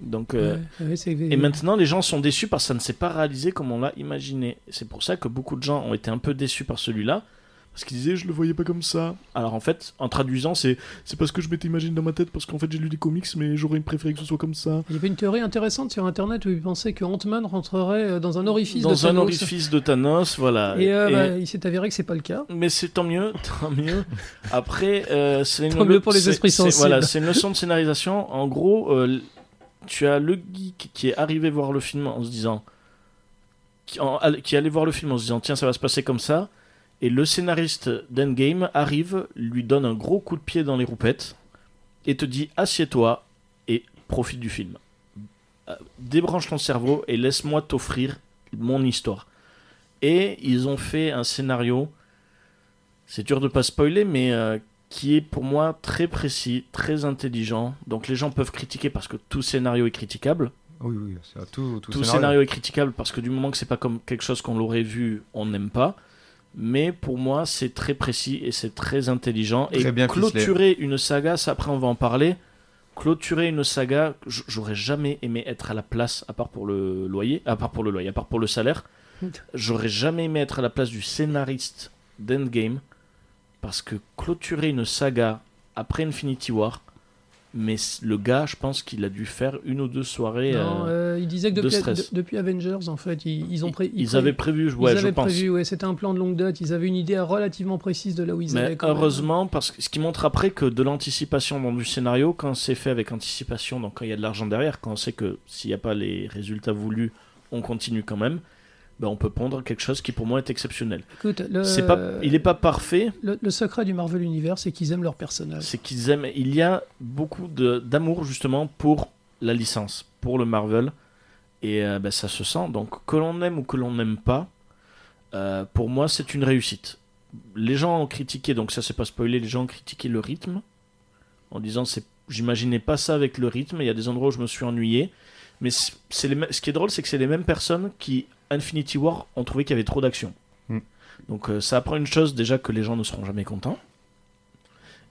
Donc, euh, Ah Ouais, ouais, c'est- et maintenant, les gens sont déçus parce que ça ne s'est pas réalisé comme on l'a imaginé. C'est pour ça que beaucoup de gens ont été un peu déçus par celui-là. Parce qu'ils disaient, je le voyais pas comme ça. Alors en fait, en traduisant, c'est c'est parce que je m'étais imaginé dans ma tête, parce qu'en fait j'ai lu des comics, mais j'aurais préféré que ce soit comme ça. Il y avait une théorie intéressante sur Internet où il pensait que Ant-Man rentrerait euh, dans un orifice de Dans un Thanos. orifice de Thanos, voilà. Et, euh, Et- bah, il s'est avéré que c'est pas le cas. Mais c'est tant mieux, tant mieux. Après, euh, c'est une Tant mieux pour les c'est- esprits c'est- sensibles. Voilà, c'est une leçon de scénarisation. En gros, euh, l- tu as le geek qui est arrivé voir le film en se disant, qui, en- all- qui est allé voir le film en se disant, tiens, ça va se passer comme ça. Et le scénariste d'Endgame arrive, lui donne un gros coup de pied dans les roupettes et te dit, assieds-toi et profite du film. Euh, Débranche ton cerveau et laisse-moi t'offrir mon histoire. Et ils ont fait un scénario c'est dur de pas spoiler, mais euh, qui est pour moi très précis, très intelligent. Donc les gens peuvent critiquer parce que tout scénario est critiquable. oui oui c'est tout Tout, scénario est critiquable parce que du moment que c'est pas comme quelque chose qu'on l'aurait vu, on n'aime pas. Mais pour moi, c'est très précis et c'est très intelligent. Très et bien ficelé. clôturer une saga, ça après on va en parler. clôturer une saga, j- j'aurais jamais aimé être à la place, à part pour le loyer, à part pour le loyer, à part pour le salaire, j'aurais jamais aimé être à la place du scénariste d'Endgame, parce que clôturer une saga après Infinity War, mais c- le gars, je pense qu'il a dû faire une ou deux soirées. Non, euh, euh, il disait que de depuis, stress. de- depuis Avengers, en fait, ils, ils ont pré- ils pré- avaient prévu, ils ouais, je avaient pense. prévu, ouais, c'était un plan de longue date. Ils avaient une idée relativement précise de là où ils allaient. Mais quand même. heureusement, parce que ce qui montre après que de l'anticipation dans du scénario, quand c'est fait avec anticipation, donc quand il y a de l'argent derrière, quand on sait que s'il n'y a pas les résultats voulus, on continue quand même, ben on peut pondre quelque chose qui pour moi est exceptionnel. Écoute, le, C'est pas, Euh, il n'est pas parfait, le, le secret du Marvel Universe, c'est qu'ils aiment leurs personnages. c'est qu'ils aiment. Il y a beaucoup de- d'amour justement pour la licence, pour le Marvel, et euh, ben, ça se sent. Donc que l'on aime ou que l'on n'aime pas, euh, pour moi c'est une réussite. Les gens ont critiqué, donc ça c'est pas spoilé, les gens ont critiqué le rythme en disant c'est, j'imaginais pas ça avec le rythme. Il y a des endroits où je me suis ennuyé, mais c'est c'est les mêmes- ce qui est drôle c'est que c'est les mêmes personnes qui Infinity War ont trouvé qu'il y avait trop d'action. Mm. Donc euh, ça apprend une chose déjà que les gens ne seront jamais contents.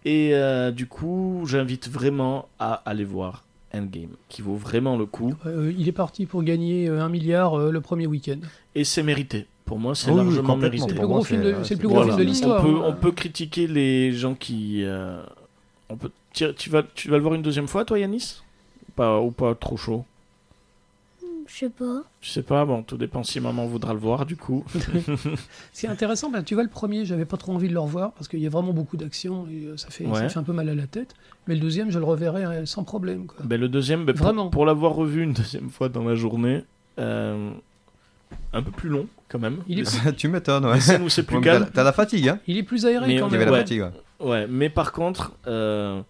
Et euh, du coup, j'invite vraiment à aller voir Endgame, qui vaut vraiment le coup. Euh, il est parti pour gagner euh, un milliard euh, le premier week-end. Et c'est mérité. Pour moi, c'est Ah Oui, oui, largement complètement. mérité. C'est le Pour plus moi, gros film de- c'est- c'est le plus c'est- gros Voilà. film de l'histoire. on, peut, hein. on peut critiquer les gens qui. euh, on peut... Tu, tu vas, tu vas le voir une deuxième fois, toi, Yanis pas, Ou pas trop chaud Je sais pas. Je sais pas, bon, tout dépend si maman voudra le voir, du coup. C'est intéressant, ben, tu vois, le premier, j'avais pas trop envie de le revoir parce qu'il y a vraiment beaucoup d'action et euh, ça fait, ça Ouais. fait un peu mal à la tête. Mais le deuxième, je le reverrai euh, sans problème. Quoi. Ben, le deuxième, ben, pour- Vraiment. pour, l'avoir revu une deuxième fois dans la journée, euh, un peu plus long, quand même. Il est- Les- tu m'étonnes, ouais. les scènes où c'est plus Ouais, mais calme. T'as t'as la fatigue, hein Il est plus aéré Mais quand on Il même. y avait la Ouais. fatigue, hein. ouais. Ouais, mais par contre, euh,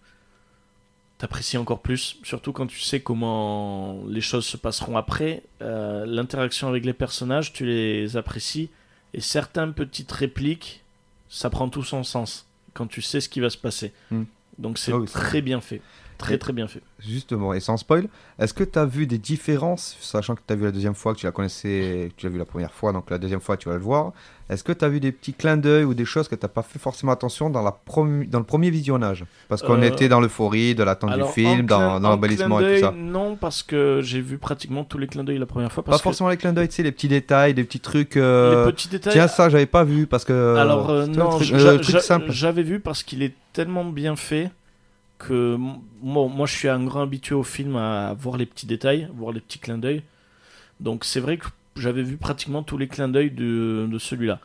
t'apprécies encore plus, surtout quand tu sais comment les choses se passeront après. Euh, L'interaction avec les personnages, tu les apprécies. Et certaines petites répliques, ça prend tout son sens quand tu sais ce qui va se passer. Hmm. Donc c'est Ah oui, c'est très bien fait. Très Et- très bien fait. Justement, et sans spoil, est-ce que tu as vu des différences, sachant que tu as vu la deuxième fois, que tu la connaissais, que tu l'as vu la première fois, donc la deuxième fois tu vas le voir, est-ce que tu as vu des petits clins d'œil ou des choses que tu pas fait forcément attention dans, la promu- dans le premier visionnage Parce qu'on Euh, était dans l'euphorie, de l'attente du Alors, en film, clin- dans, dans en l'embellissement clin et tout ça. d'œil, Non, parce que j'ai vu pratiquement tous les clins d'œil la première fois. Pas Parce que forcément les clins d'œil, tu sais, les petits détails, des petits trucs... euh, les petits détails. Tiens, ça, j'avais pas vu parce que. Alors euh, c'est non, un truc, je- euh, j'a- truc j'a- simple. j'avais vu parce qu'il est tellement bien fait que m- moi, moi je suis un grand habitué au film à voir les petits détails, voir les petits clins d'œil. Donc c'est vrai que j'avais vu pratiquement tous les clins d'œil de, de celui-là.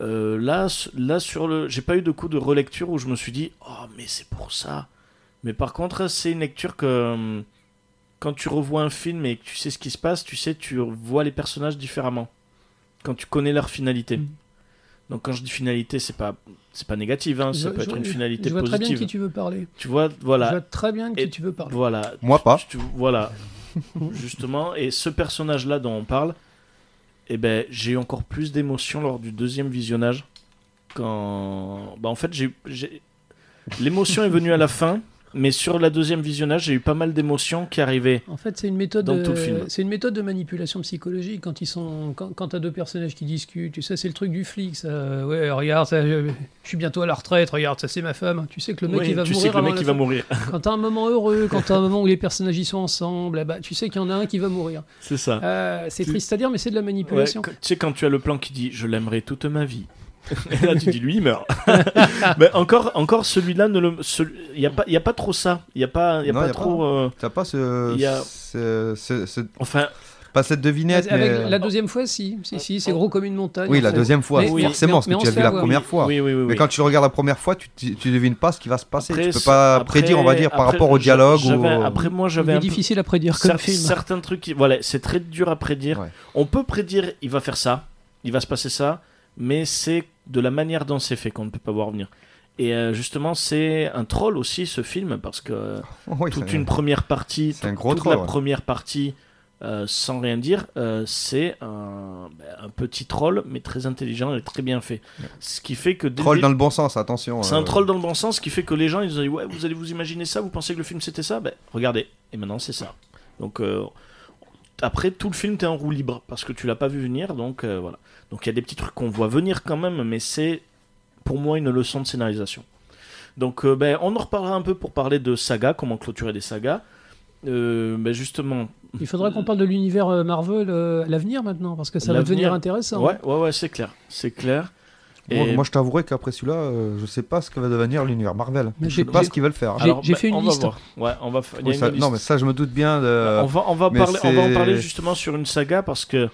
Euh, là, s- là sur le, j'ai pas eu de coup de relecture où je me suis dit oh mais c'est pour ça. Mais par contre c'est une lecture que hum, quand tu revois un film et que tu sais ce qui se passe, tu sais tu vois les personnages différemment quand tu connais leur finalité. Mhm. Donc quand je dis finalité, c'est pas c'est pas négatif, hein, ça Je- peut je- être une finalité Je vois très bien de positive. qui tu... tu veux parler. vois, Je voilà, vois très bien de qui Et- tu veux parler. voilà. Moi, pas. Tu- tu- voilà, justement. Et ce personnage-là dont on parle, eh ben j'ai eu encore plus d'émotion lors du deuxième visionnage. Quand, bah, en fait, j'ai j'ai- l'émotion est venue à la fin, mais sur la deuxième visionnage, j'ai eu pas mal d'émotions qui arrivaient. En fait, c'est une méthode. Dans de- tout le film. C'est une méthode de manipulation psychologique quand ils sont, quand, quand t'as deux personnages qui discutent. Tu sais, c'est le truc du flic. ça. Euh, Ouais, regarde, ça, je, je suis bientôt à la retraite. Regarde, ça c'est ma femme. Tu sais que le mec Oui, il va tu mourir. sais que le avant mec la il va fin. mourir. Quand t'as un moment heureux, quand t'as un moment où les personnages y sont ensemble, ah bah, tu sais qu'il y en a un qui va mourir. C'est ça. Euh, c'est Tu- triste à dire, mais c'est de la Ouais, manipulation. quand- tu sais, quand tu as le plan qui dit je l'aimerai toute ma vie. Et là, tu dis lui, il meurt. Mais encore, encore celui-là, ne le- celui- il n'y a, pas- il y a pas trop ça. Il n'y a pas, il y a Non, pas il y a trop. euh, T'as pas ce. Il y a- ce- ce- ce- enfin, Pas cette devinette, Avec mais. euh, la deuxième fois, si, si, si, c'est gros comme une montagne. Oui, en la fait. deuxième fois, Mais- mais- forcément, parce mais que on tu as se vu fait la avoir. première fois. Oui, oui, oui. Mais oui. quand tu regardes la première fois, tu, tu, tu devines pas ce qui va se passer. Après, tu peux c'est- pas après- prédire, on va dire, par après, rapport au j'a- dialogue. ou... j'avais- Après, moi, Il j'avais est un peu- difficile à prédire comme cer- film. certains trucs. qui- Voilà, c'est très dur à prédire. Ouais. On peut prédire, il va faire ça, il va se passer ça, mais c'est de la manière dont c'est fait qu'on ne peut pas voir venir. Et euh, justement, c'est un troll aussi ce film parce que. euh, Oui, toute c'est- une première partie, c'est un tout- gros toute troll, la ouais. première partie, euh, sans rien dire, euh, c'est un, ben, un petit troll, mais très intelligent et très bien fait. Ce qui fait que dès le Troll dé- dans le bon sens, attention. c'est euh, un troll dans le bon sens, ce qui fait que les gens ils ont dit ouais, vous allez vous imaginer ça, vous pensez que le film c'était ça, ben regardez, et maintenant c'est ça. Donc euh, après tout le film t'es en roue libre parce que tu l'as pas vu venir, donc euh, voilà. Donc il y a des petits trucs qu'on voit venir quand même, mais c'est pour moi une leçon de scénarisation. Donc, euh, ben, on en reparlera un peu pour parler de saga, comment clôturer des sagas. Euh, ben, justement, Il faudra qu'on parle de l'univers euh, Marvel euh, à l'avenir maintenant, parce que ça va L'avenir. devenir intéressant. ouais, ouais, ouais, c'est clair, c'est clair. Moi, Et- moi, je t'avouerai qu'après celui-là, euh, je sais pas ce que va devenir l'univers Marvel. Mais je j'ai- sais pas j'ai- ce qu'ils veulent faire. j'ai- Alors, ben, fait une on va liste. voir. Ouais, on va. faire- il y a Oui, une ça- liste. non, mais ça, je me doute bien. De... Bah, on va, on va Euh, mais parler, on va en c'est- parler justement sur une saga parce que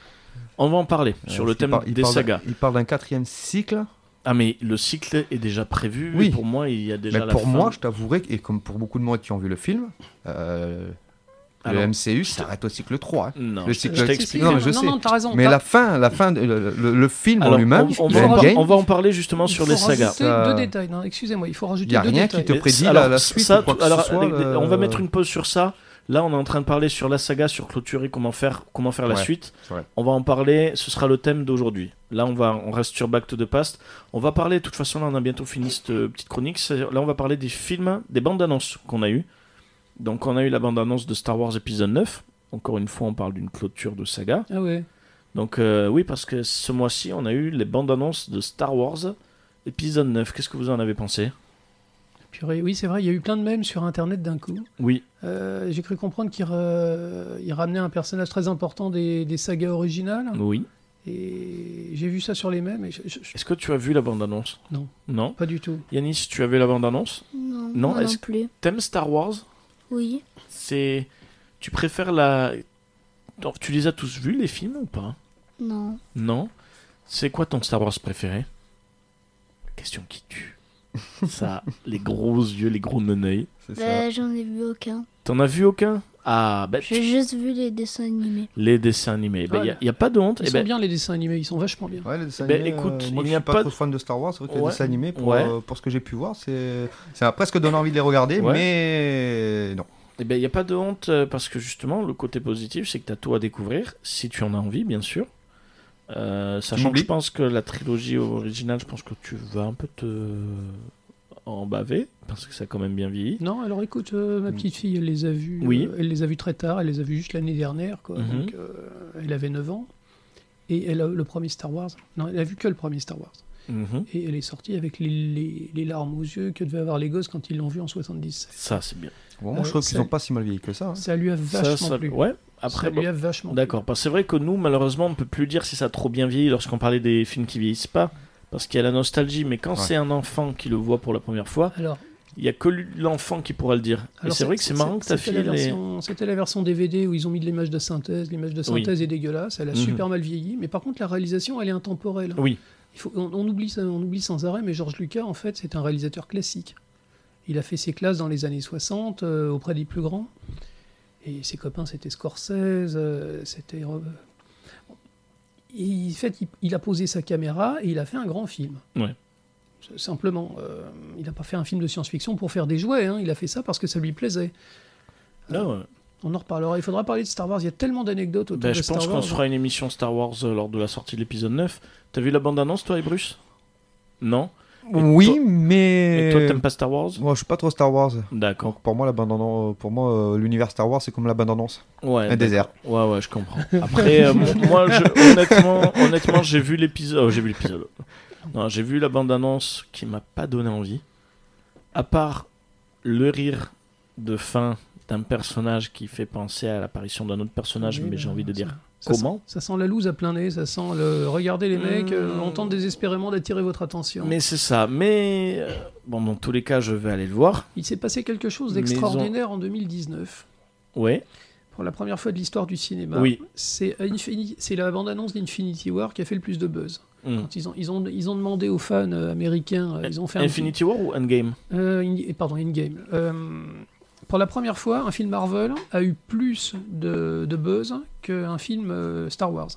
on va en parler sur Euh, le il thème par- il des parle d'un- sagas. Il parle d'un quatrième cycle. Ah mais le cycle est déjà prévu. Oui. et Pour moi, il y a déjà mais la pour fin. moi, je t'avouerai, que- et comme pour beaucoup de monde qui ont vu le film, euh, Alors, le MCU je te- s'arrête au cycle 3. hein. non. le je- cycle- je Euh, t'explique. si, si, Non, mais je non, sais. non, t'as raison. Mais t'as- la fin, la fin de- le, le- le film Alors, en lui-même, on, on le va en par- Endgame, on va en parler justement sur il les faut sagas. rajouter Ça- deux détails. non, excusez-moi, il faut rajouter Y a deux rien qui détails. te Et prédit ça- la- alors, la ça- suite ça, ou quoi tout- que ce alors, soit, les- les- euh, on va mettre une pause sur ça. Là, on est en train de parler sur la saga, sur clôturer, comment faire, comment faire la Ouais, suite. c'est vrai. On va en parler. Ce sera le thème d'aujourd'hui. Là, on va, on reste sur Back to the Past. On va parler. De toute façon, là, on a bientôt fini cette euh, petite chronique. C'est- Là, on va parler des films, des bandes annonces qu'on a eu. Donc, on a eu la bande annonce de Star Wars épisode 9. Encore une fois, on parle d'une clôture de saga. Ah ouais. Donc, euh, oui, parce que ce mois-ci, on a eu les bandes annonces de Star Wars épisode 9. Qu'est-ce que vous en avez pensé Purée, oui, c'est vrai, il y a eu plein de mèmes sur Internet d'un coup. Oui, Euh, J'ai cru comprendre qu'il re- il ramenait un personnage très important des, des sagas originales. oui. Et j'ai vu ça sur les mêmes, et je- je- je- Est-ce que tu as vu la bande-annonce Non. Non. pas du tout. Yanis, tu as vu la bande-annonce Non, Non, moi est-ce- non plus. T'aimes Star Wars Oui. C'est. Tu préfères la. Non, Tu les as tous vus, les films, ou pas Non. Non. C'est quoi ton Star Wars préféré Question qui tue. Ça, les gros yeux, les gros neneuils. c'est ça. Bah, j'en ai vu aucun. T'en as vu aucun Ah, bah, J'ai juste vu les dessins animés. les dessins animés. Ah, Il n'y a, pas de honte. Ils Eh sont ben, bien les dessins animés, ils sont vachement bien. Ouais, les dessins Ben, animés, écoute, euh, moi, il je n'y a suis pas, pas trop fan de Star Wars, c'est vrai que Ouais. les dessins animés, pour, Ouais. euh, pour ce que j'ai pu voir, c'est, ça m'a presque donné envie de les regarder, Ouais. mais non. Eh ben, il n'y a pas de honte euh, parce que justement, le côté positif, c'est que tu as tout à découvrir, si tu en as envie, bien sûr. Euh, sachant que J'oublie. je pense que la trilogie originale, je pense que tu vas un peu te en baver parce que ça a quand même bien vieilli. Non, alors écoute, euh, ma petite fille, elle les a vus. Mm. Oui. euh, elle les a vus très tard. Elle les a vus juste l'année dernière, quoi. Mhm. Donc, euh, elle avait 9 ans. Et elle a le premier Star Wars. Non, elle a vu que le premier Star Wars. Mhm. Et elle est sortie avec les, les- les larmes aux yeux que devaient avoir les gosses quand ils l'ont vu en 70. Ça, c'est bien. Bon, moi, Euh, je trouve qu'ils c'est- ont pas si mal vieilli que ça. hein. Ça lui a Ça, vachement ça- plu. Ouais, après, ça bon, lui a vachement plu. d'accord. Parce que c'est vrai que nous, malheureusement, on ne peut plus dire si ça a trop bien vieilli lorsqu'on parlait des films qui vieillissent pas. Parce qu'il y a la nostalgie, mais quand Ouais. c'est un enfant qui le voit pour la première fois, Alors, il n'y a que lui- l'enfant qui pourra le dire. Et alors c'est vrai que c'est marrant que ta c'était fille. la elle ait- version- C'était la version DVD où ils ont mis de l'image de synthèse. L'image de synthèse est dégueulasse. Elle a Mhm. super mal vieilli. Mais par contre, la réalisation, elle est intemporelle. Oui. Il faut- on, on oublie ça- on oublie sans arrêt, mais Georges Lucas, en fait, c'est un réalisateur classique. Il a fait ses classes dans les années 60 euh, auprès des plus grands. Et ses copains, c'était Scorsese, euh, c'était. euh, il, en fait, il, il a posé sa caméra et il a fait un grand film. Ouais. S- Simplement, euh, il n'a pas fait un film de science-fiction pour faire des jouets, hein, il a fait ça parce que ça lui plaisait. Ah ouais. On en reparlera. Il faudra parler de Star Wars, il y a tellement d'anecdotes autour Ben, de je Star pense qu'on Wars. hein. se fera une émission Star Wars euh, lors de la sortie de l'épisode 9. T'as vu la bande-annonce, toi et Bruce Non Et oui, toi- mais. Et toi, t'aimes pas Star Wars Moi, je suis pas trop Star Wars. D'accord. Pour moi, l'abandon, pour moi, euh, l'univers Star Wars, c'est comme l'abandonnance. Ouais, Un désert. ouais, ouais, je comprends. Après, euh, mon- moi, je- honnêtement, honnêtement j'ai vu l'épisode. oh, j'ai vu l'épisode. Non, j'ai vu la bande-annonce qui m'a pas donné envie. À part le rire de fin d'un personnage qui fait penser à l'apparition d'un autre personnage, Oui, mais ben, j'ai envie de ça- dire ça sent- comment Ça sent la loose à plein nez, ça sent le. Regardez les mecs, Mmh. euh, on tente désespérément d'attirer votre attention. Mais c'est ça. Mais euh, bon, dans tous les cas, je vais aller le voir. Il s'est passé quelque chose Mais d'extraordinaire en 2019. Ouais. Pour la première fois de l'histoire du cinéma, Oui. c'est Infini- c'est la bande-annonce d'Infinity War qui a fait le plus de buzz. Hmm. Quand ils, ont, ils, ont, ils ont demandé aux fans euh, américains, euh, ils ont fait un film- Infinity War ou Endgame Euh, In- pardon, In-Game. Euh, pour la première fois, un film Marvel a eu plus de, de buzz qu'un film euh, Star Wars.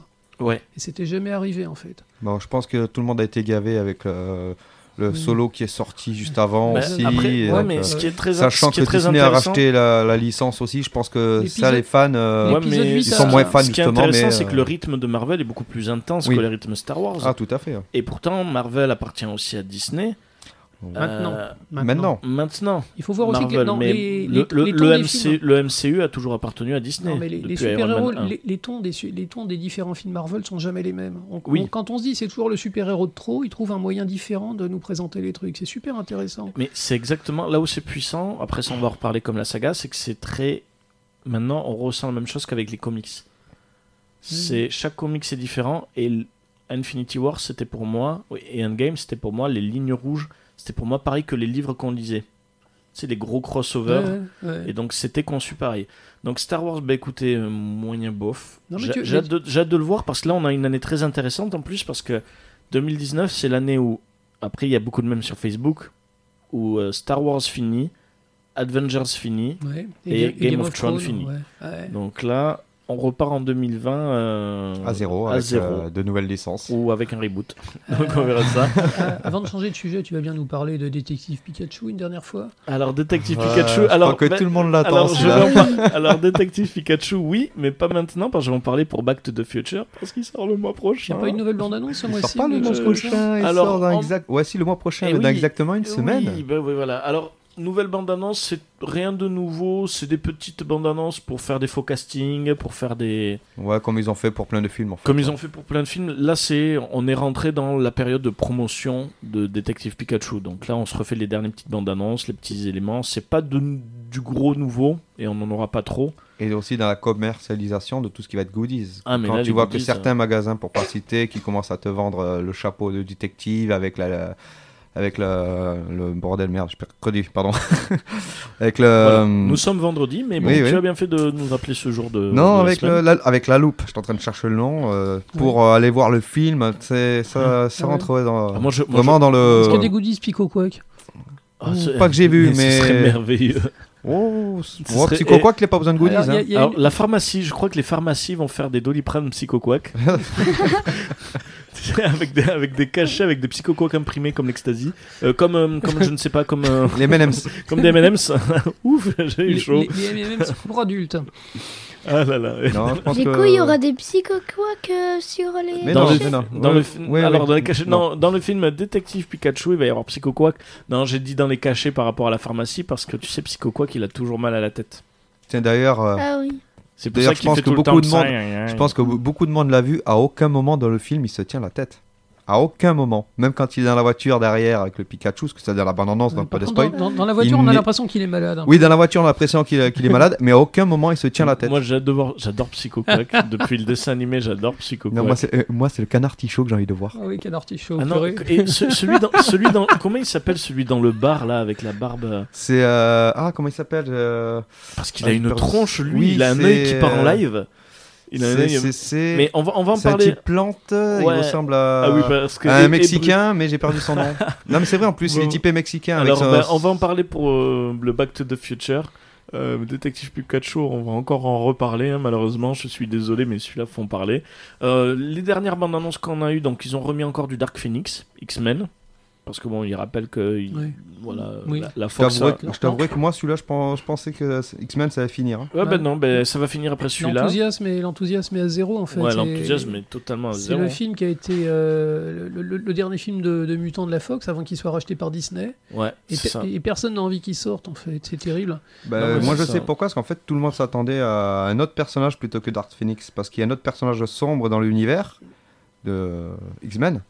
Ouais. Et c'était jamais arrivé en fait. Bon, je pense que tout le monde a été gavé avec euh, le Mm. solo qui est sorti juste avant Bah, aussi. après, et ouais, donc, mais euh, ce qui est très, Sachant ce qui est que très Disney a intéressant, racheté la, la licence aussi, je pense que ça, L'épisode- les fans. euh, Ouais, L'épisode mais huit, hein. ils ça- sont moins fans, ce qui est justement, intéressant, mais, c'est euh, que le rythme de Marvel est beaucoup plus intense oui. que le rythme Star Wars. Ah, tout à fait. Et pourtant, Marvel appartient aussi à Disney. Maintenant. Euh, Maintenant. maintenant. Il faut voir aussi que Marvel, les, non, mais les, le, le- les- les le tons des films- MCU, le MCU a toujours appartenu à Disney. Non, mais les, les depuis Iron super-héros, Man 1. les, les tons des, su- les tons des différents films Marvel sont jamais les mêmes. On- Oui. on- quand on se dit c'est toujours le super-héros de trop, ils trouvent un moyen différent de nous présenter les trucs. C'est super intéressant. Mais c'est exactement là où c'est puissant. Après, ça, on va en reparler comme la saga. C'est que c'est très. Maintenant, on ressent la même chose qu'avec les comics. Hmm. C'est chaque comics est différent et l- Infinity War c'était pour moi et Endgame c'était pour moi les lignes rouges. C'était pour moi pareil que les livres qu'on lisait. C'est des gros crossovers. Ouais, ouais. Et donc c'était conçu pareil. Donc Star Wars, bah écoutez, euh, moyen bof. Non, mais J'a- tu- J'ai hâte, de- j'ai hâte de le voir parce que là on a une année très intéressante en plus parce que 2019 c'est l'année où, après il y a beaucoup de mèmes sur Facebook, où euh, Star Wars finit, Avengers finit. Ouais. et Ga- Game of Thrones fini. ouais. Ouais. Donc là on repart en 2020 euh, À zéro, à avec zéro. euh, de nouvelles licences. ou avec un reboot. donc on verra ça. Ah, avant de changer de sujet, tu vas bien nous parler de Détective Pikachu une dernière fois Alors Détective Ouais, Pikachu. je alors crois que bah, tout le monde l'attend. Alors, je celui-là. vais en par- alors, Détective Pikachu, oui, mais pas maintenant, parce que je vais en parler pour Back to the Future, parce qu'il sort le mois Il prochain. n'y a pas une nouvelle bande-annonce ce Ah. Il sort mois-ci pas de- le mois je- prochain, il Alors, sort dans en- exact... Ouais, si, le mois prochain, Eh mais dans oui. exactement une Oui, semaine. bah oui, voilà. Alors, nouvelle bande-annonce, c'est rien de nouveau, c'est des petites bandes-annonces pour faire des faux castings, pour faire des... Ouais, comme ils ont fait pour plein de films, en fait. Comme ils ont fait pour plein de films, là, c'est... On est rentré dans la période de promotion de Détective Pikachu. Donc là, on se refait les dernières petites bandes-annonces, les petits éléments. C'est pas de- du gros nouveau, et on n'en aura pas trop. Et aussi dans la commercialisation de tout ce qui va être goodies. Ah, mais Quand là, tu les vois que goodies, certains magasins, pour pas citer, qui commencent à te vendre euh, le chapeau de détective avec la... la- Avec le, le bordel, merde, je perds crédit, pardon. avec le. Voilà. Nous sommes vendredi, mais bon, Euh, oui, tu oui. as bien fait de nous rappeler ce jour de. de Non, la avec, semaine. le- la, avec la loupe, je suis en train de chercher le nom, euh, pour euh, aller voir le film, tu sais, ça, ça Ah ouais. rentre ouais, dans, Ah, moi, je- moi, vraiment dans le... Euh. Est-ce qu'il y a des goodies Pico Quack Ah, c'est- Pas que j'ai vu, Ce mais- serait merveilleux. Oh, c'est- Ce oh, serait- Psycho et- Quack, il n'a pas besoin de goodies. Alors, Ah, il y a- il y hein. a Alors, une- la pharmacie, je crois que les pharmacies vont faire des doliprane psychoquac. avec, des, avec des cachets, avec des psychoquacs imprimés comme l'ecstasy. Euh, comme, euh, comme, je ne sais pas, comme, euh, Les M&M's. comme des MM's. Ouf, j'ai eu les- chaud. les- les M&M sont pour adultes. Ah là là. Non, je pense Du que- coup, il y aura des psychoquacs euh, sur les. Mais dans non, le, mais non. dans Ouais, le fi- ouais, alors ouais. dans les cachets- non, dans le film Détective Pikachu, il va y avoir Psycho Quack. Non, j'ai dit dans les cachets par rapport à la pharmacie parce que tu sais Psycho Quack, il a toujours mal à la tête. Tiens, d'ailleurs, euh, Ah oui. C'est pour D'ailleurs, ça je qu'il pense fait que tout le beaucoup temps de ça. monde- je pense que beaucoup de monde l'a vu. À aucun moment dans le film, il se tient la tête. À aucun moment. Même quand il est dans la voiture derrière avec le Pikachu, parce que c'est dans la bande-annonce, donc pas Par de contre, spoil. dans, dans- dans la voiture, Il on a n'est- l'impression qu'il est malade. Oui, dans la voiture, on a l'impression qu'il qu'il est malade, mais à aucun moment il se tient la tête. Moi, j'adore, j'adore Psycho Quack. Depuis le dessin animé, j'adore Psycho Non, Quack. moi, c'est euh, moi, c'est le canard tichot que j'ai envie de voir. Ah oui, quel artichaut. Ah non, purée. et ce- celui dans, celui dans, comment il s'appelle celui dans le bar là avec la barbe euh, C'est. euh, Ah, comment il s'appelle euh, Parce qu'il a Ah, une pardon. tronche lui, Oui, il a un c'est, œil qui part en euh, live. Il a un C'est. œil. euh, c'est- C'est Mais on va, on va en c'est un parler. type plante, il Ouais. ressemble à. Ah oui, parce que à et- un et- Mexicain, mais j'ai perdu son nom. non, mais c'est vrai, en plus, il est Bon. typé Mexicain. Alors, avec son- ben, on va en parler pour euh, le Back to the Future. Euh, Détective Pikachu, on va encore en reparler, hein, malheureusement. Je suis désolé, mais celui-là, faut en parler. Euh, les dernières bandes annonces qu'on a eues, donc ils ont remis encore du Dark Phoenix, X-Men. Parce que bon, ils rappellent que il- Oui. voilà, Oui. la, la Je Fox. t'avouerai a- que- je t'avouerai que moi, celui-là, je, pense- je pensais que X-Men, ça allait finir. hein. Ouais, ben non, ben, ça va finir après celui-là. L'enthousiasme est, l'enthousiasme est à zéro, en fait. Ouais, Et- l'enthousiasme est totalement à C'est zéro. le film qui a été euh, le, le- le dernier film de, de mutants de la Fox avant qu'il soit racheté par Disney. Ouais, Et, c'est pe- ça. et personne n'a envie qu'il sorte en fait, c'est terrible. Bah, Non, mais moi, c'est je ça. sais pourquoi, parce qu'en fait, tout le monde s'attendait à un autre personnage plutôt que Dark Phoenix, parce qu'il y a un autre personnage sombre dans l'univers de X-Men.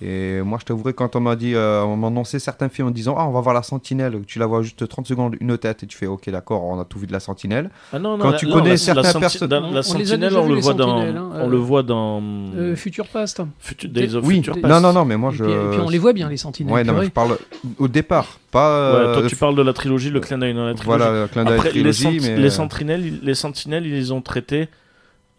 Et moi, je t'avouerai, quand on m'a dit, euh, on m'a annoncé certains films en disant, ah, on va voir la Sentinelle, tu la vois juste 30 secondes, une tête, et tu fais, ok, d'accord, on a tout vu de la Sentinelle. Ah non, non, Quand la- tu non, connais la- certains la, senti- perso- dans- On- on la les a sentinelle, déjà on vus, le les voit dans, sentinelles, hein, on le euh, voit dans Euh, Future Past. Futu- Days of oui, Future Past. Non, non, non, mais moi, et, je. puis, et puis on les voit bien les sentinelles. Ouais, non, mais purée. je parle au départ, pas. Ouais, euh, toi, tu parles de la trilogie, le euh, clin d'œil dans la trilogie. Voilà, euh, clin d'œil Après, les, trilogie, senti- mais. euh, les sentinelles, ils- les sentinelles, ils les ont traités.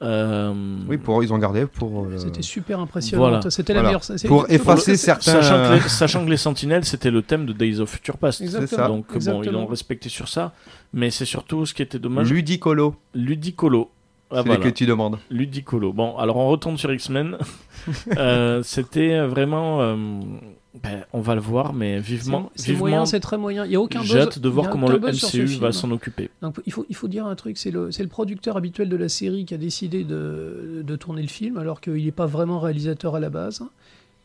euh, Oui, pour, ils ont gardé pour. euh, C'était super impressionnant. Voilà. C'était la Voilà. meilleure. c'est- Pour c'est- effacer c'est- certains. Sachant, que euh, les, sachant que les sentinelles, c'était le thème de Days of Future Past. Exactement. C'est ça. Donc, bon, ils Exactement. l'ont respecté sur ça. Mais c'est surtout ce qui était dommage. Ludicolo, Ludicolo. Ah, celui voilà. que tu demandes. Ludicolo. Bon, alors on retourne sur X-Men. Euh, C'était vraiment. euh, ben, on va le voir, mais C'est vivement. c'est vivement moyen, c'est très moyen. Il n'y a aucun buzz. J'ai hâte de il y voir a comment aucun le buzz sur ce MCU va film. s'en occuper. Donc, il, faut, il faut dire un truc, c'est le, c'est le producteur habituel de la série qui a décidé de, de tourner le film, alors qu'il n'est pas vraiment réalisateur à la base.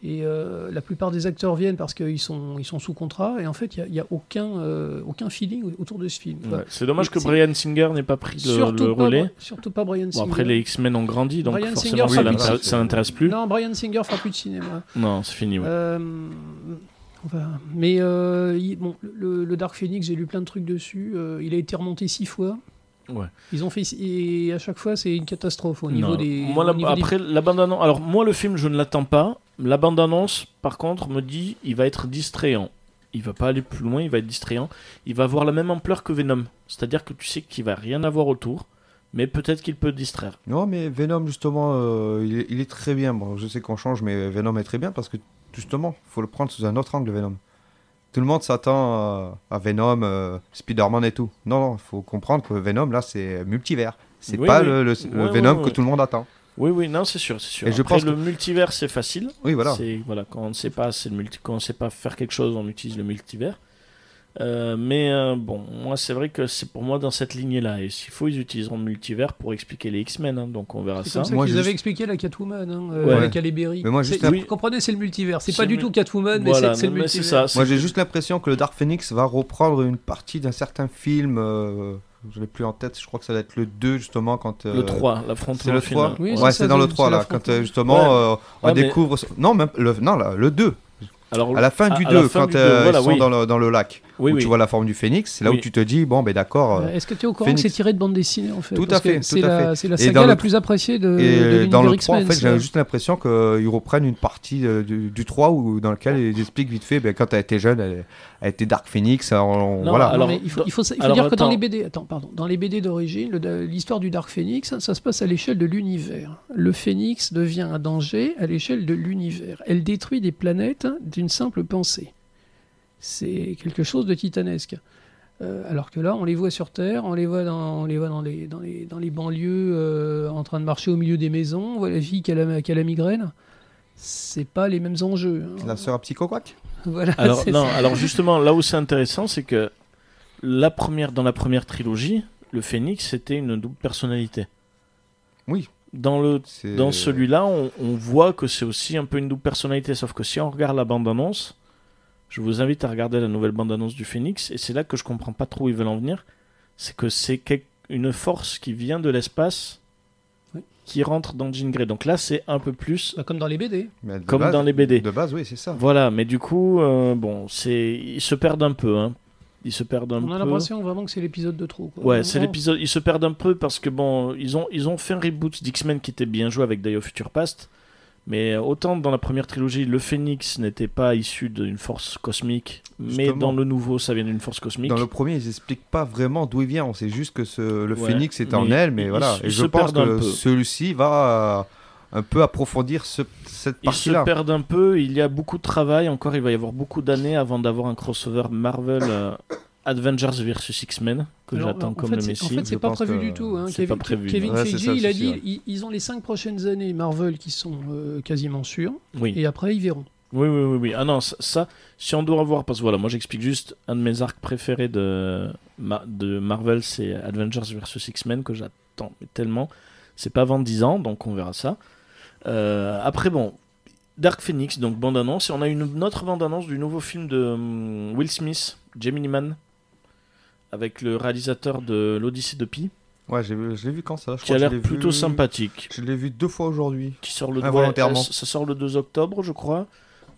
Et euh, la plupart des acteurs viennent parce qu'ils sont, ils sont sous contrat. Et en fait, il n'y a, il y a aucun, euh, aucun feeling autour de ce film. Enfin, Ouais. C'est dommage que c'est- Brian Singer n'ait pas pris le, surtout, le pas, relais. surtout pas Brian Bon, Singer. après, les X-Men ont grandi, donc Bryan forcément, Singer, ça oui, l'intér- oui. ça n'intéresse plus. Non, Non, Brian Singer fera plus de cinéma. c'est fini. ouais. Euh, on va- mais euh, il- bon, le, le Dark Phoenix, j'ai lu plein de trucs dessus. euh, il a été remonté six fois. Ouais. Ils ont fait et à chaque fois c'est une catastrophe au niveau Non. des. Moi, au la- niveau des- après, la bande-annonce. Alors, moi, le film, je ne l'attends pas. La bande-annonce, par contre, me dit il va être distrayant. Il va pas aller plus loin, il va être distrayant. Il va avoir la même ampleur que Venom. C'est-à-dire que tu sais qu'il va rien avoir autour, mais peut-être qu'il peut distraire. Non, mais Venom, justement, euh, il, est, il est très bien. Bon, je sais qu'on change, mais Venom est très bien parce que, justement, faut le prendre sous un autre angle, Venom. Tout le monde s'attend euh, à Venom, euh, Spider-Man et tout. Non, non, faut comprendre que Venom, là, c'est multivers. C'est Oui, pas oui. le, le- Ouais, le ouais, Venom ouais, que ouais. tout le monde attend. Oui, oui, non, c'est sûr, c'est sûr. Et je Après, pense que- le multivers, c'est facile. Oui, voilà. C'est voilà quand on ne sait pas, c'est le multi, quand on sait pas faire quelque chose, on utilise le multivers. Euh, mais euh, bon, moi c'est vrai que c'est pour moi dans cette lignée là. Et s'il faut, ils utiliseront le multivers pour expliquer les X-Men. hein, donc on verra C'est ça. comme ça Moi, qu'ils juste- avaient expliqué la Catwoman, hein, euh, Ouais. avec Halle Berry. Mais moi, juste C'est- après- Vous comprenez, c'est le multivers. C'est C'est pas du le- tout Catwoman, mais Voilà, c'est- c'est le mais c'est multivers. ça. c'est- Moi, j'ai juste l'impression que le Dark Phoenix va reprendre une partie d'un certain film. euh, je l'ai plus en tête, je crois que ça va être le 2, justement, quand. euh, Le 3, l'affrontement C'est le final. 3 Oui, Ouais. c'est Ouais, ça, c'est dans le c'est- 3, c'est la là, quand frontière. euh, justement Ouais. euh, on Ouais, mais- découvre. Non, même le, non, là, le 2. Alors À la fin du à- à 2, la fin quand du euh, deux, voilà, ils sont oui. dans, le, dans le lac, oui, où oui. tu vois la forme du phénix, c'est là Oui. où tu te dis, bon, ben d'accord. euh, Euh, Est-ce que tu es au courant Phoenix. que c'est tiré de bande dessinée en fait Tout à Parce que fait, tout C'est à la, c'est la Et saga dans le- la plus appréciée de, Euh, de et dans l'univers le 3, en X-Men. fait, ça. j'ai juste l'impression qu'ils reprennent une partie euh, du, du 3 où, dans lequel ils expliquent vite fait, ben, quand elle était jeune, elle, elle était Dark Phoenix, hein, on- on- Non, voilà. Non, Alors, mais il faut, il faut- il faut alors, dire que dans attends. les BD, attends, pardon, dans les BD d'origine, le- de- l'histoire du Dark Phoenix, ça, ça se passe à l'échelle de l'univers. Le Phoenix devient un danger à l'échelle de l'univers. Elle détruit des planètes d'une simple pensée. C'est quelque chose de titanesque. Euh, alors que là, on les voit sur Terre, on les voit dans, on les, voit dans, les, dans, les, dans les banlieues euh, en train de marcher au milieu des maisons, on voit la fille qui a la, qui a la migraine. C'est pas les mêmes enjeux. hein. La sœur à Psycho Quack Voilà, Alors, c'est non, ça. alors justement, là où c'est intéressant, c'est que la première, dans la première trilogie, le Phénix, c'était une double personnalité. Oui. Dans, le, C'est- dans celui-là, on, on voit que c'est aussi un peu une double personnalité, sauf que si on regarde la bande-annonce, je vous invite à regarder la nouvelle bande-annonce du Phénix, et c'est là que je comprends pas trop où ils veulent en venir, c'est que c'est quel- une force qui vient de l'espace Oui. qui rentre dans Jean Grey. Donc là, c'est un peu plus euh, Bah, Comme dans les BD. mais de comme base- dans les BD. De base, oui, c'est ça. Voilà, mais du coup, euh, bon, c'est ils se perdent un peu, hein. Ils se perdent un On a peu. l'impression vraiment que c'est l'épisode de trop. quoi. Bah, Ouais, c'est Vraiment. l'épisode. Ils se perdent un peu parce que bon, ils ont ils ont fait un reboot d'X-Men qui était bien joué avec Day of Future Past, mais autant dans la première trilogie, le Phénix n'était pas issu d'une force cosmique, mais Justement. dans le nouveau, ça vient d'une force cosmique. Dans le premier, ils expliquent pas vraiment d'où il vient. On sait juste que ce- le Ouais, phénix est en mais elle, mais il- voilà. il se- Et il je se pense perd un que peu. celui-ci va euh, un peu approfondir ce- cette Ils se partie-là. perdent un peu, il y a beaucoup de travail encore, il va y avoir beaucoup d'années avant d'avoir un crossover Marvel euh, Avengers versus X-Men que Alors, j'attends en comme fait, le c'est- messie. En fait, c'est je pas pense prévu que du tout. hein. c'est Kevin, pas prévu. Kevin Ouais, c'est Feige, ça le il a souci, dit, ouais. ils, ils ont les cinq prochaines années Marvel qui sont euh, quasiment sûres, Oui. et après ils verront. Oui, oui, oui, oui. Ah non, ça, ça, si on doit avoir, parce que voilà, moi j'explique juste, un de mes arcs préférés de, Ma- de Marvel, c'est Avengers vs X-Men, que j'attends mais tellement. C'est pas avant 10 ans, donc on verra ça. Euh, après, bon, Dark Phoenix, donc bande-annonce, et on a une, une autre bande-annonce du nouveau film de hum, Will Smith, Gemini Man, avec le réalisateur de L'Odyssée de Pi, Ouais, j'ai vu- je l'ai vu quand ça Je qui crois a que l'air je l'ai plutôt vu- sympathique. Je l'ai vu deux fois aujourd'hui. qui sort le Involontairement. ouais, ça- ça sort le 2 octobre, je crois.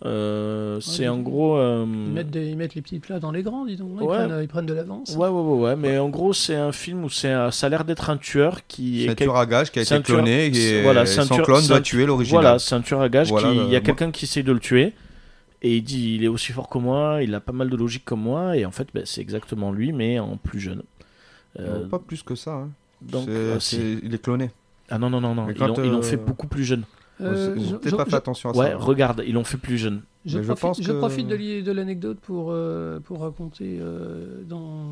Euh, c'est Ouais, en mais- gros. euh, Ils, mettent des- ils mettent les petits plats dans les grands, dis donc. hein. Ils, Ouais. prennent, euh, ils prennent de l'avance. Ouais, ouais, ouais, ouais, mais en gros, c'est un film où c'est un- ça a l'air d'être un tueur qui C'est un est. quel- tueur à gage qui a c'est un été tueur- cloné c'est- et, voilà, et c'est un son tueur- clone c'est doit un- tuer l'original. Voilà, c'est un tueur à gage. Voilà, qui... le- Il y a moi- quelqu'un qui essaie de le tuer et il dit il est aussi fort que moi, il a pas mal de logique comme moi, et en fait, ben, c'est exactement lui, mais en plus jeune. Euh, Pas plus que ça. hein. donc, C'est- ah, c'est- si. Il est cloné. ah non, non, non, non, Mais ils quand, l'ont ils l'ont euh, fait beaucoup plus jeune. Euh, Ils je- ont peut-être je- pas je- fait attention à Ouais, ça. hein. regarde, ils l'ont fait plus jeune. Je Mais je profite, pense je que- profite de l'i- de l'anecdote pour, euh, pour raconter euh, dans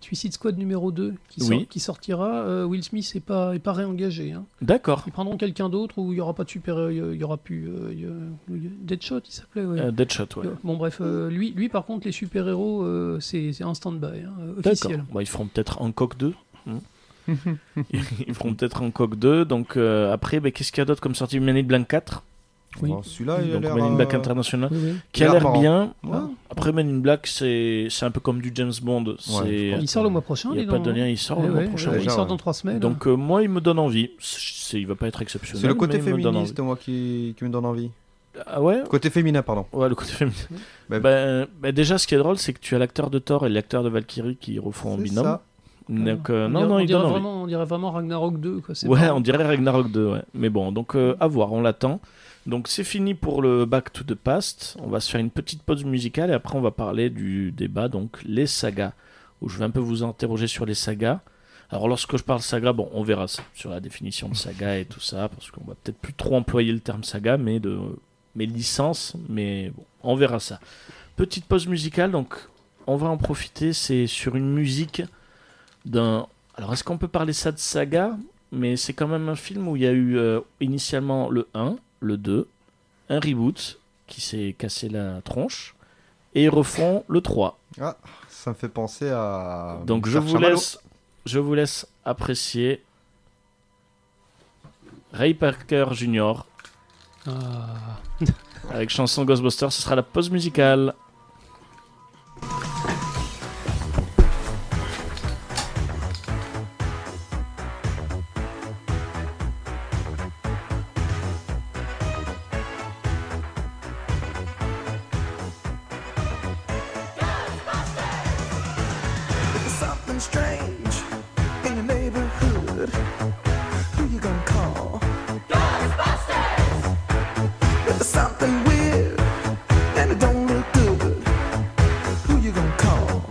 Suicide Squad numéro 2 qui, sort- Oui. qui sortira. euh, Will Smith n'est pas, est pas réengagé. hein. D'accord. Ils prendront quelqu'un d'autre où il n'y aura pas de super. euh, Il y aura plus. euh, il y a- le- Deadshot, il s'appelait. ouais. Euh, Deadshot, ouais. Bon, bref, euh, lui, lui, par contre, les super-héros, euh, c'est c'est un stand-by hein, euh, D'accord. officiel. Bah, ils feront peut-être Hancock 2. hein. ils feront peut-être Hancock 2. Donc euh, après, bah, qu'est-ce qu'il y a d'autre comme sortie Manit Blanc 4 Oui. Bon, Celui-là, il a Donc l'air. Men in Black euh, International, Oui, oui. qui a l'air marrant. bien. Ouais. Après, Men in Black, c'est c'est un peu comme du James Bond. je c'est pense. Il sort le mois prochain. Il n'y dis a pas donc. de lien, il sort Eh le mois ouais, prochain. ouais, oui. Il déjà, sort ouais. dans trois semaines. Donc euh, moi, il me donne envie. C'est- Il va pas être exceptionnel. C'est le côté mais il me donne féministe, moi, qui, qui me donne envie. envie. Ah ouais Côté féminin, pardon. Ouais, le côté féministe. Bah- Bah, bah, déjà, ce qui est drôle, c'est que tu as l'acteur de Thor et l'acteur de Valkyrie qui refont en C'est binôme. ça. hein. Donc, euh, On non, dirait- non, on il dirait donne envie. vraiment, on dirait vraiment Ragnarok 2. Quoi. c'est Ouais, marrant. on dirait Ragnarok 2, ouais. Mais bon, donc euh, à voir, on l'attend. Donc c'est fini pour le Back to the Past. On va se faire une petite pause musicale et après on va parler du débat, donc les sagas, où je vais un peu vous interroger sur les sagas. Alors lorsque je parle saga, bon, on verra ça, sur la définition de saga et tout ça, parce qu'on va peut-être plus trop employer le terme saga, mais de mais licence, mais bon, on verra ça. Petite pause musicale, donc on va en profiter, c'est sur une musique d'un... Alors est-ce qu'on peut parler ça de saga mais c'est quand même un film où il y a eu euh, initialement le 1, le 2, un reboot qui s'est cassé la tronche, et ils refont le 3. Ah, ça me fait penser à. Ah, Donc je Serge vous, Chamallow. laisse, je vous laisse apprécier Ray Parker Jr. Ah. avec chanson Ghostbusters, ce sera la pause musicale. something strange in your neighborhood. Who you gonna call? Ghostbusters! There's something weird and it don't look good. Who you gonna call?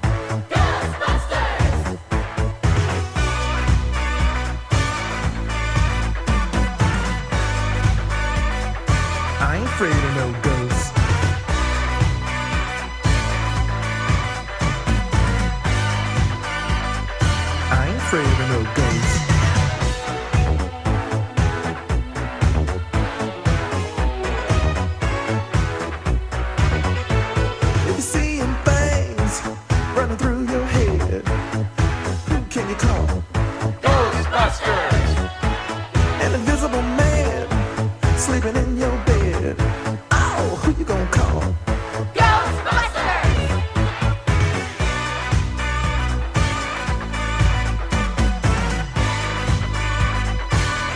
Ghostbusters! I ain't afraid of no ghosts. I ain't afraid of no ghosts. If you're seeing things running through your head, who can you call? Ghostbusters! An invisible man sleeping in your bed. Oh, who you gonna call?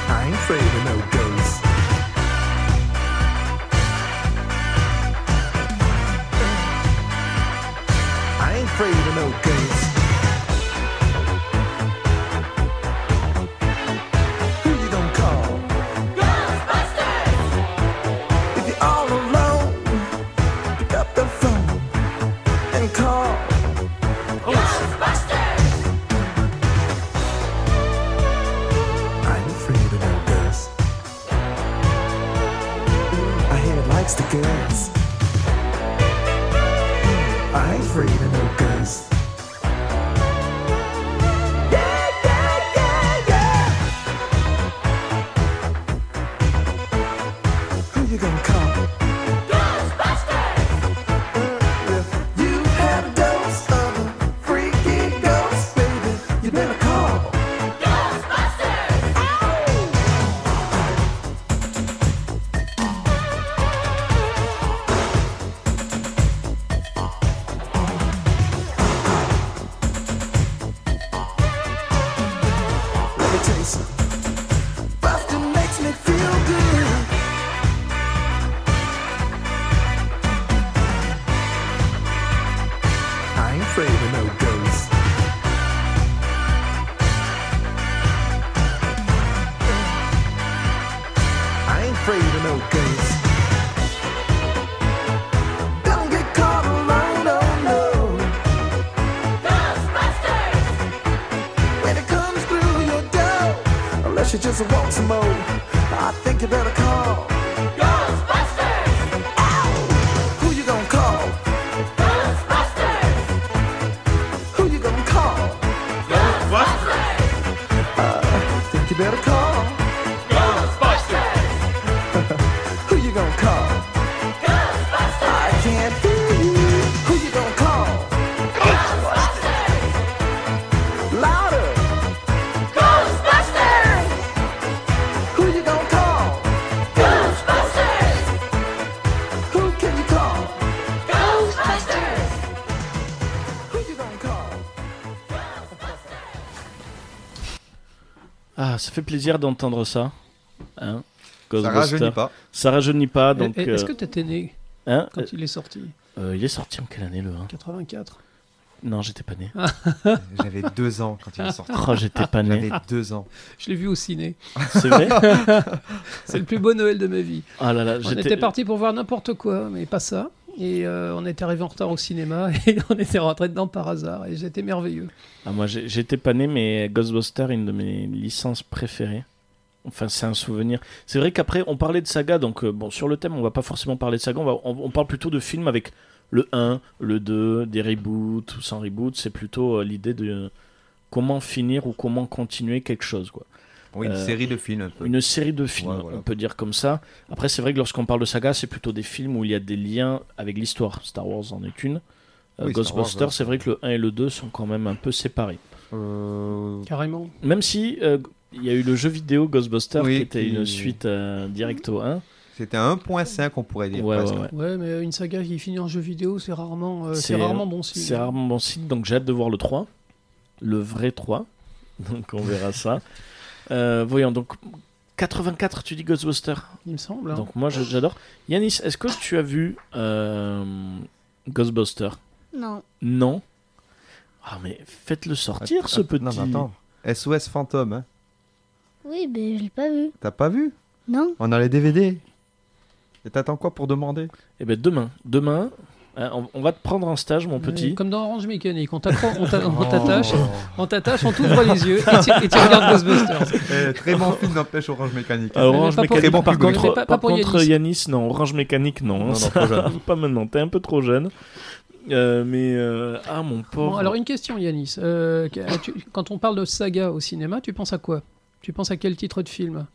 I ain't afraid of no ghosts. I ain't afraid of no ghosts. Who you gonna call? Ghostbusters! If you're all alone, pick up the phone and call. I ain't afraid of no girls. I hear it likes the girls. I ain't afraid of no girls. Yeah, yeah, yeah, yeah. Who you gonna call? Ghostbusters! If you had a dose of a freaky ghost, baby, you better call. Let me tell you something. Bustin' makes me feel good. I ain't afraid of no ghosts. I ain't afraid of no ghosts. Don't get caught alone, oh no. when it comes through your door. Unless you just want some more, I think you better call. Ghostbusters! Ow! Who you gonna call? Ghostbusters! Who you gonna call? Ghostbusters! Uh, I think you better call. Ghostbusters! Who you gonna call? Ghostbusters! I can't hear you. Who you gonna call? Ghostbusters! Louder! Ghostbusters! Who you gonna call? Ghostbusters! Ah, ça fait plaisir d'entendre ça. Hein Ça Ghostbusters. rajeunit pas. Ça rajeunit pas, Eh, donc. eh, Est-ce euh, que t'étais né hein quand il est sorti Euh, il est sorti en quelle année le 1 84. Non, j'étais pas né. J'avais deux ans quand il est sorti. Oh, j'étais pas né. J'avais deux ans. Je l'ai vu au ciné. C'est vrai C'est le plus beau Noël de ma vie. Ah là là, On j'étais. était parti pour voir n'importe quoi, mais pas ça. Et euh, on était arrivé en retard au cinéma et on était rentré dedans par hasard. Et c'était merveilleux. Ah, moi, j'ai- j'étais pas né, mais Ghostbusters, une de mes licences préférées. Enfin, c'est un souvenir. C'est vrai qu'après, on parlait de saga, donc euh, bon, sur le thème, on va pas forcément parler de saga, on, va- on- on parle plutôt de films avec le 1, le 2, des reboots ou sans reboot. C'est plutôt euh, l'idée de comment finir ou comment continuer quelque chose, quoi. Oui, une Euh, série de films un peu. Une série de films, Ouais, voilà. on peut dire comme ça. Après, c'est vrai que lorsqu'on parle de saga, c'est plutôt des films où il y a des liens avec l'histoire. Star Wars en est une. Euh, Oui, Star Ghostbusters, Wars, ouais. c'est vrai que le 1 et le 2 sont quand même un peu séparés. Euh, Carrément. Même si euh, il y a eu le jeu vidéo Ghostbusters Oui, qui était qui- une suite euh, directe au 1. C'était un 1.5, on pourrait Ouais, dire. ouais, presque. ouais. Ouais, mais une saga qui finit en jeu vidéo, c'est rarement, euh, c'est C'est- rarement bon signe. C'est rarement bon site, donc j'ai hâte de voir le 3. Le vrai 3. Donc on verra ça. Euh, voyons, donc 84, tu dis Ghostbusters Il me semble. hein. Donc moi je- j'adore. Yanis, est-ce que tu as vu euh, Ghostbuster Non. Non. Ah mais faites-le sortir ce petit. Non, mais attends. SOS Fantôme, hein. Oui, mais je l'ai pas vu. t'as pas vu Non. On a les DVD. Et t'attends quoi pour demander Eh ben demain, demain, hein, on, on va te prendre en stage mon Ouais, petit. Comme dans Orange Mécanique, on t'accro- on t'a- on Oh. t'attache, on t'attache, on t'ouvre les yeux et tu, et tu regardes Ghostbusters. Eh, très bon film n'empêche Orange Mécanique. hein. Ah, Orange Mais pas pour- Mécanique, mais par pas- contre, mais pas- par pas pour contre, Yanis, non, Orange Mécanique, non. hein, Non, non, ça- trop jeune. pas maintenant, t'es un peu trop jeune. Euh, mais, euh, ah mon pauvre. Bon, alors une question, Yanis. Euh, que- tu- quand on parle de saga au cinéma, tu penses à quoi Tu penses à quel titre de film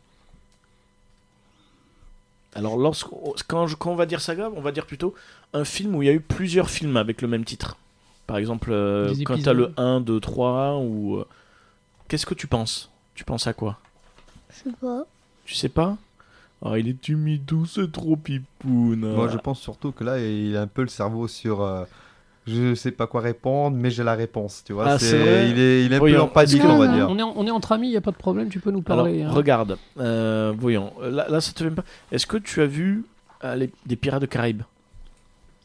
Alors, lorsque, quand, je- quand on va dire saga, on va dire plutôt un film où il y a eu plusieurs films avec le même titre. Par exemple, euh, Des quand épisodes. t'as le 1, 2, 3, ou. euh, Qu'est-ce que tu penses Tu penses à quoi Je sais pas. Tu sais pas Ah, il est timidou, c'est trop hein. pipoune. Moi, je pense surtout que là, il a un peu le cerveau sur. euh, je sais pas quoi répondre, mais j'ai la réponse. Tu vois, Ah, c'est vrai il est, il est un Voyons. peu en panique, Est-ce que- on va Non, dire. Ah, on est, en- on est entre amis, il n'y a pas de problème, tu peux nous Alors, parler. hein. regarde, euh, voyons, là, là, ça te vient pas. Est-ce que tu as vu euh, les- des Pirates des Caraïbes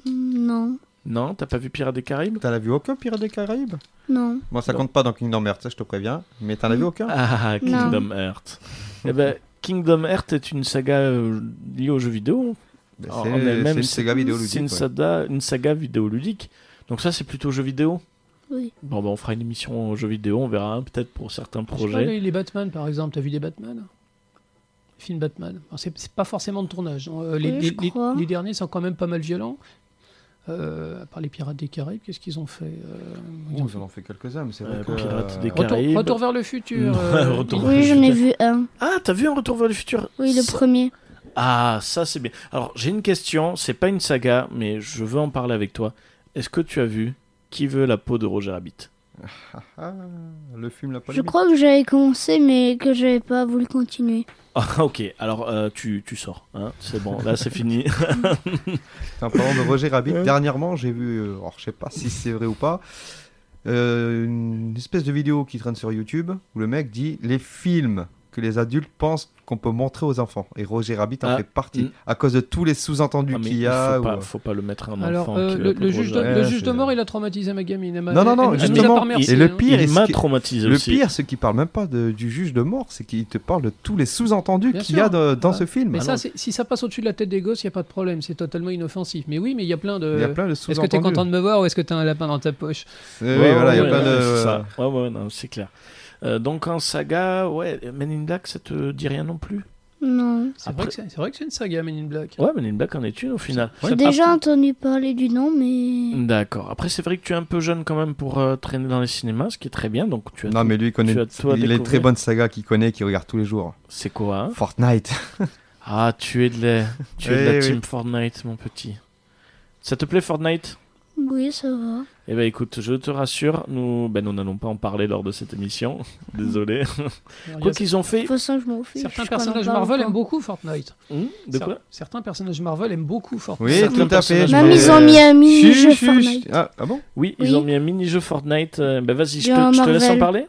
Non. Non, t'as pas vu Pirates des Caraïbes T'en as vu aucun Pirates des Caraïbes Non. Bon, ça Non. compte pas dans Kingdom Hearts, ça, je te préviens. Mais t'en as vu aucun Ah, Kingdom Hearts. eh ben, Kingdom Hearts est une saga euh, liée aux jeux vidéo. Ben, en- en C'est elle-même, c'est une Oh, c'est- Sega vidéo C'est une, saga- une saga vidéoludique. Donc ça, c'est plutôt jeux vidéo. Oui. Bon, ben, on fera une émission jeux vidéo, on verra hein, peut-être pour certains Je sais pas, projets. les- les Batman, par exemple, t'as vu des Batman Les films Batman. Alors, C'est c'est pas forcément de tournage. Euh, les, Oui, les- je crois. les- les derniers sont quand même pas mal violents. Euh, à part les Pirates des Caraïbes, qu'est-ce qu'ils ont fait Euh, ils ont Ils en ont fait quelques-uns, mais c'est vrai Euh, que. Pirates des euh, Caraïbes. Retour, Retour vers le futur. Non, euh, Retour Oui, j'en ai vu un. Ah, t'as vu un Retour vers le futur Oui, le Ça- premier. Ah, ça c'est bien. Alors, j'ai une question, c'est pas une saga, mais je veux en parler avec toi. Est-ce que tu as vu Qui veut la peau de Roger Rabbit ah, ah, le film l'a pas Je crois que j'avais commencé, mais que j'avais pas voulu continuer. Ah, ok, alors euh, tu, tu sors. hein. C'est bon, là c'est fini. Ah, En parlant de Roger Rabbit, dernièrement, j'ai vu, euh, alors je sais pas si c'est vrai ou pas, euh, une espèce de vidéo qui traîne sur YouTube où le mec dit les films que les adultes pensent qu'on peut montrer aux enfants. Et Roger Rabbit en Ah, fait partie, mm. à cause de tous les sous-entendus Ah, mais qu'il il y a. faut, ou- euh. pas, faut pas le mettre à un Alors, enfant. euh, qui veut le, la peau le de juge de, Roger Ouais, le Rabbit. juge de c'est- mort, il a traumatisé ma gamine. Elle m'a- Non, non, non, elle- elle nous a justement, pas remercié, et le hein. pire- Il m'a est-ce que- traumatisé Le aussi. pire, c'est qu'il parle même pas de- du juge de mort, c'est qu'il te parle de tous les sous-entendus Bien qu'il y a sûr. de- dans Ah. ce film. Mais Ah ça, non, c'est- si ça passe au-dessus de la tête des gosses, il n'y a pas de problème, c'est totalement inoffensif. Mais oui, mais il y a plein de. il y a plein euh, de Est-ce que t'es sous-entendus. content de me voir ou est-ce que t'as un lapin dans ta poche Eh Ouais, oui, voilà, il y a ouais, plein ouais, de- c'est ça. Ouais, ouais, non, c'est clair. Euh, donc en saga, ouais, Men in Black, ça te dit rien non plus Non. C'est Après- vrai que c'est- c'est vrai que c'est une saga, Men in Black. Ouais, Men in Black en est une au final. J'ai déjà entendu parler du nom, mais. D'accord. Après, c'est vrai que tu es un peu jeune quand même pour euh, traîner dans les cinémas, ce qui est très bien. Donc tu as. Non, mais lui, il connaît. tu as tout à Il est découvrir. très bonne saga qu'il connaît, qu'il regarde tous les jours. C'est quoi hein Fortnite. Ah, tu es de la, tu es de la Eh oui. team Fortnite, mon petit. Ça te plaît Fortnite Mm. Oui, ça va. Eh ben écoute, je te rassure, nous, ben nous n'allons pas en parler lors de cette émission. Désolé. Alors, il y a Quoi qu'ils ont De fait. toute façon, je m'en fiche. Certains je crois qu'on en personnages parle Marvel pas. aiment beaucoup Fortnite. Hmm de Cer- quoi Certains personnages Marvel aiment beaucoup Fortnite. Oui, Certains tout à fait. personnages Même Mais- ils Euh, ont mis un Chut, mini-jeu chut, chut. Fortnite. Ah, ah bon Oui, Oui. ils ont mis un mini-jeu Fortnite. euh, ben vas-y, je Bien, te, je te laisse en Marvel. parler.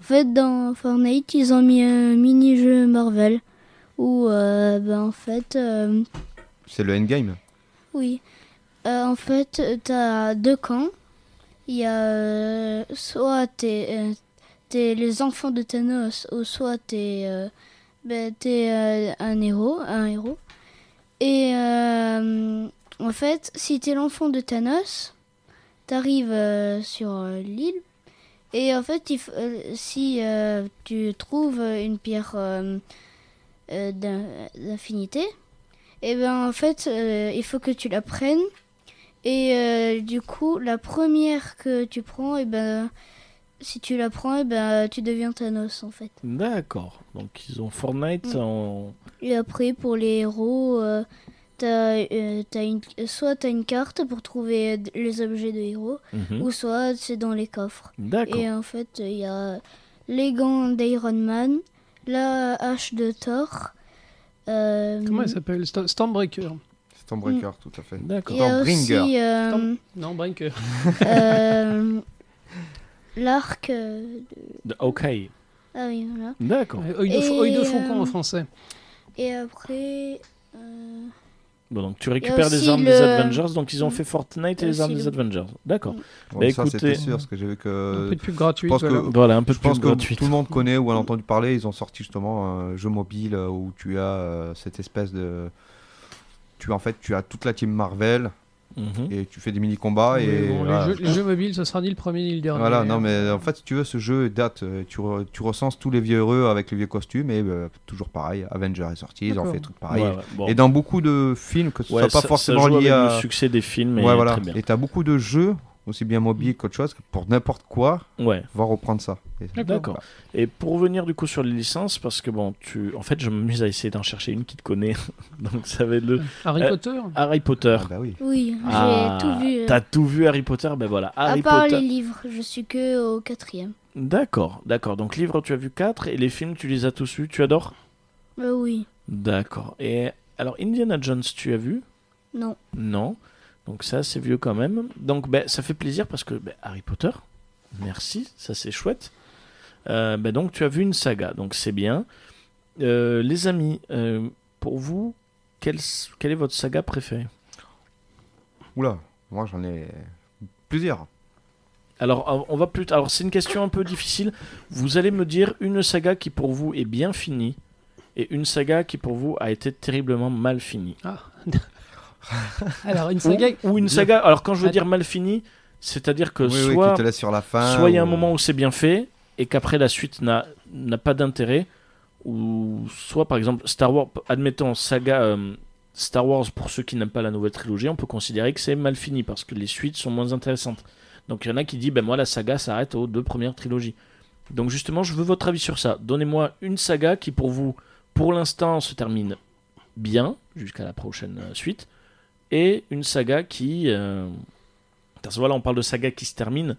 En fait, dans Fortnite, ils ont mis un mini-jeu Marvel où, euh, ben, en fait, euh, C'est le endgame. oui, Euh, en fait, t'as deux camps. Il y a euh, soit t'es euh, t'es les enfants de Thanos ou soit t'es euh, ben, t'es, euh, un héros, un héros. Et euh, en fait, si t'es l'enfant de Thanos, t'arrives euh, sur euh, l'île. Et en fait, il f- euh, si euh, tu trouves une pierre euh, euh, d'in- d'infinité, et ben en fait, euh, il faut que tu la prennes. Et euh, du coup, la première que tu prends, et ben si tu la prends, et ben tu deviens Thanos en fait. D'accord. Donc ils ont Mm. Fortnite en. Et après, pour les héros, euh, t'as, euh, t'as une, soit t'as une carte pour trouver d- les objets de héros, Mhm. Mmh. ou soit c'est dans les coffres. D'accord. Et en fait, il y a les gants d'Iron Man, la hache de Thor. euh, Comment elle s'appelle Sto- Stormbreaker. Stormbreaker, tout à fait. Bah, il D'accord. y a Stormbringer. aussi euh, Storm- Non, Breaker. euh, l'arc. euh, Ok. Ah oui, voilà. D'accord. Ouais, Œil de, fo- Et, œil de faucon euh, en français. Et après. euh, Bon, donc tu Il y récupères a les aussi armes des le- Avengers, donc ils ont Mm. fait Fortnite et Il y a les armes aussi des le- Mm. Avengers. D'accord. Bon, Bah, ça, écoutez- c'était sûr, parce que j'ai vu Un que. peu de pub gratuite. pense que- voilà. Voilà, un peu de Euh, Je pense pub que gratuite. tout le monde connaît ou a entendu parler. Ils ont sorti justement un jeu mobile euh, où tu as euh, cette espèce de. Tu en fait, tu as toute la team Marvel Mhm. et tu fais des mini combats Mm. Oui, Ah, et. bon, voilà. les, hein. jeux, les jeux mobiles, ce sera ni le premier ni le dernier. Voilà, non mais en fait, si tu veux, ce jeu date. euh, Tu, re- tu recenses tous les vieux heureux avec les vieux costumes et euh, toujours pareil. Avenger est sorti, ils ont D'accord. fait tout pareil. Ouais, ouais, bon. Et dans beaucoup de films, que ce Ouais, soit pas ça- ça forcément joue lié avec à. le succès des films. Et ouais, voilà. Très bien. Mm. Et t'as beaucoup de jeux, aussi bien mobiles qu'autre chose, que pour n'importe quoi, Ouais. va reprendre ça. Et- D'accord. Et pour revenir du coup sur les licences, parce que bon, tu, en fait, je m'amuse à essayer d'en chercher une qui te connaît. donc ça va être le Harry Euh, Potter Harry Potter. Ah bah oui. oui, Ah, j'ai tout vu. euh, T'as tout vu Harry Potter, ben voilà. À Harry part Potter. les livres, je suis que au quatrième. D'accord, d'accord. Donc livre, tu as vu 4 et les films, tu les as tous vus. Tu adores Euh, oui, D'accord. Et alors Indiana Jones, tu as vu non. Non. Donc ça, c'est vieux quand même. Donc ben, ça fait plaisir parce que ben, Harry Potter, merci, ça c'est chouette. Euh, ben, donc tu as vu une saga, donc c'est bien. Euh, les amis, euh, pour vous, quelle, s- quelle est votre saga préférée Oula, moi j'en ai plusieurs. alors, euh, on va plus. Alors, c'est une question un peu difficile. Vous allez me dire une saga qui pour vous est bien finie et une saga qui pour vous a été terriblement mal finie. Ah. Alors, une Ou, saga. ou une Bien. saga. Alors, quand je veux Attends. dire mal finie, c'est-à-dire que Oui, oui, soit qui te laisse sur la fin. soit il y a un ou- moment où c'est bien fait et qu'après la suite n'a n'a pas d'intérêt, ou soit par exemple Star Wars, admettons saga euh, Star Wars pour ceux qui n'aiment pas la nouvelle trilogie, on peut considérer que c'est mal fini parce que les suites sont moins intéressantes. Donc il y en a qui disent ben moi la saga s'arrête aux deux premières trilogies. Donc justement je veux votre avis sur ça. Donnez-moi une saga qui pour vous pour l'instant se termine bien jusqu'à la prochaine euh, suite et une saga qui euh... Putain, ça, voilà on parle de saga qui se termine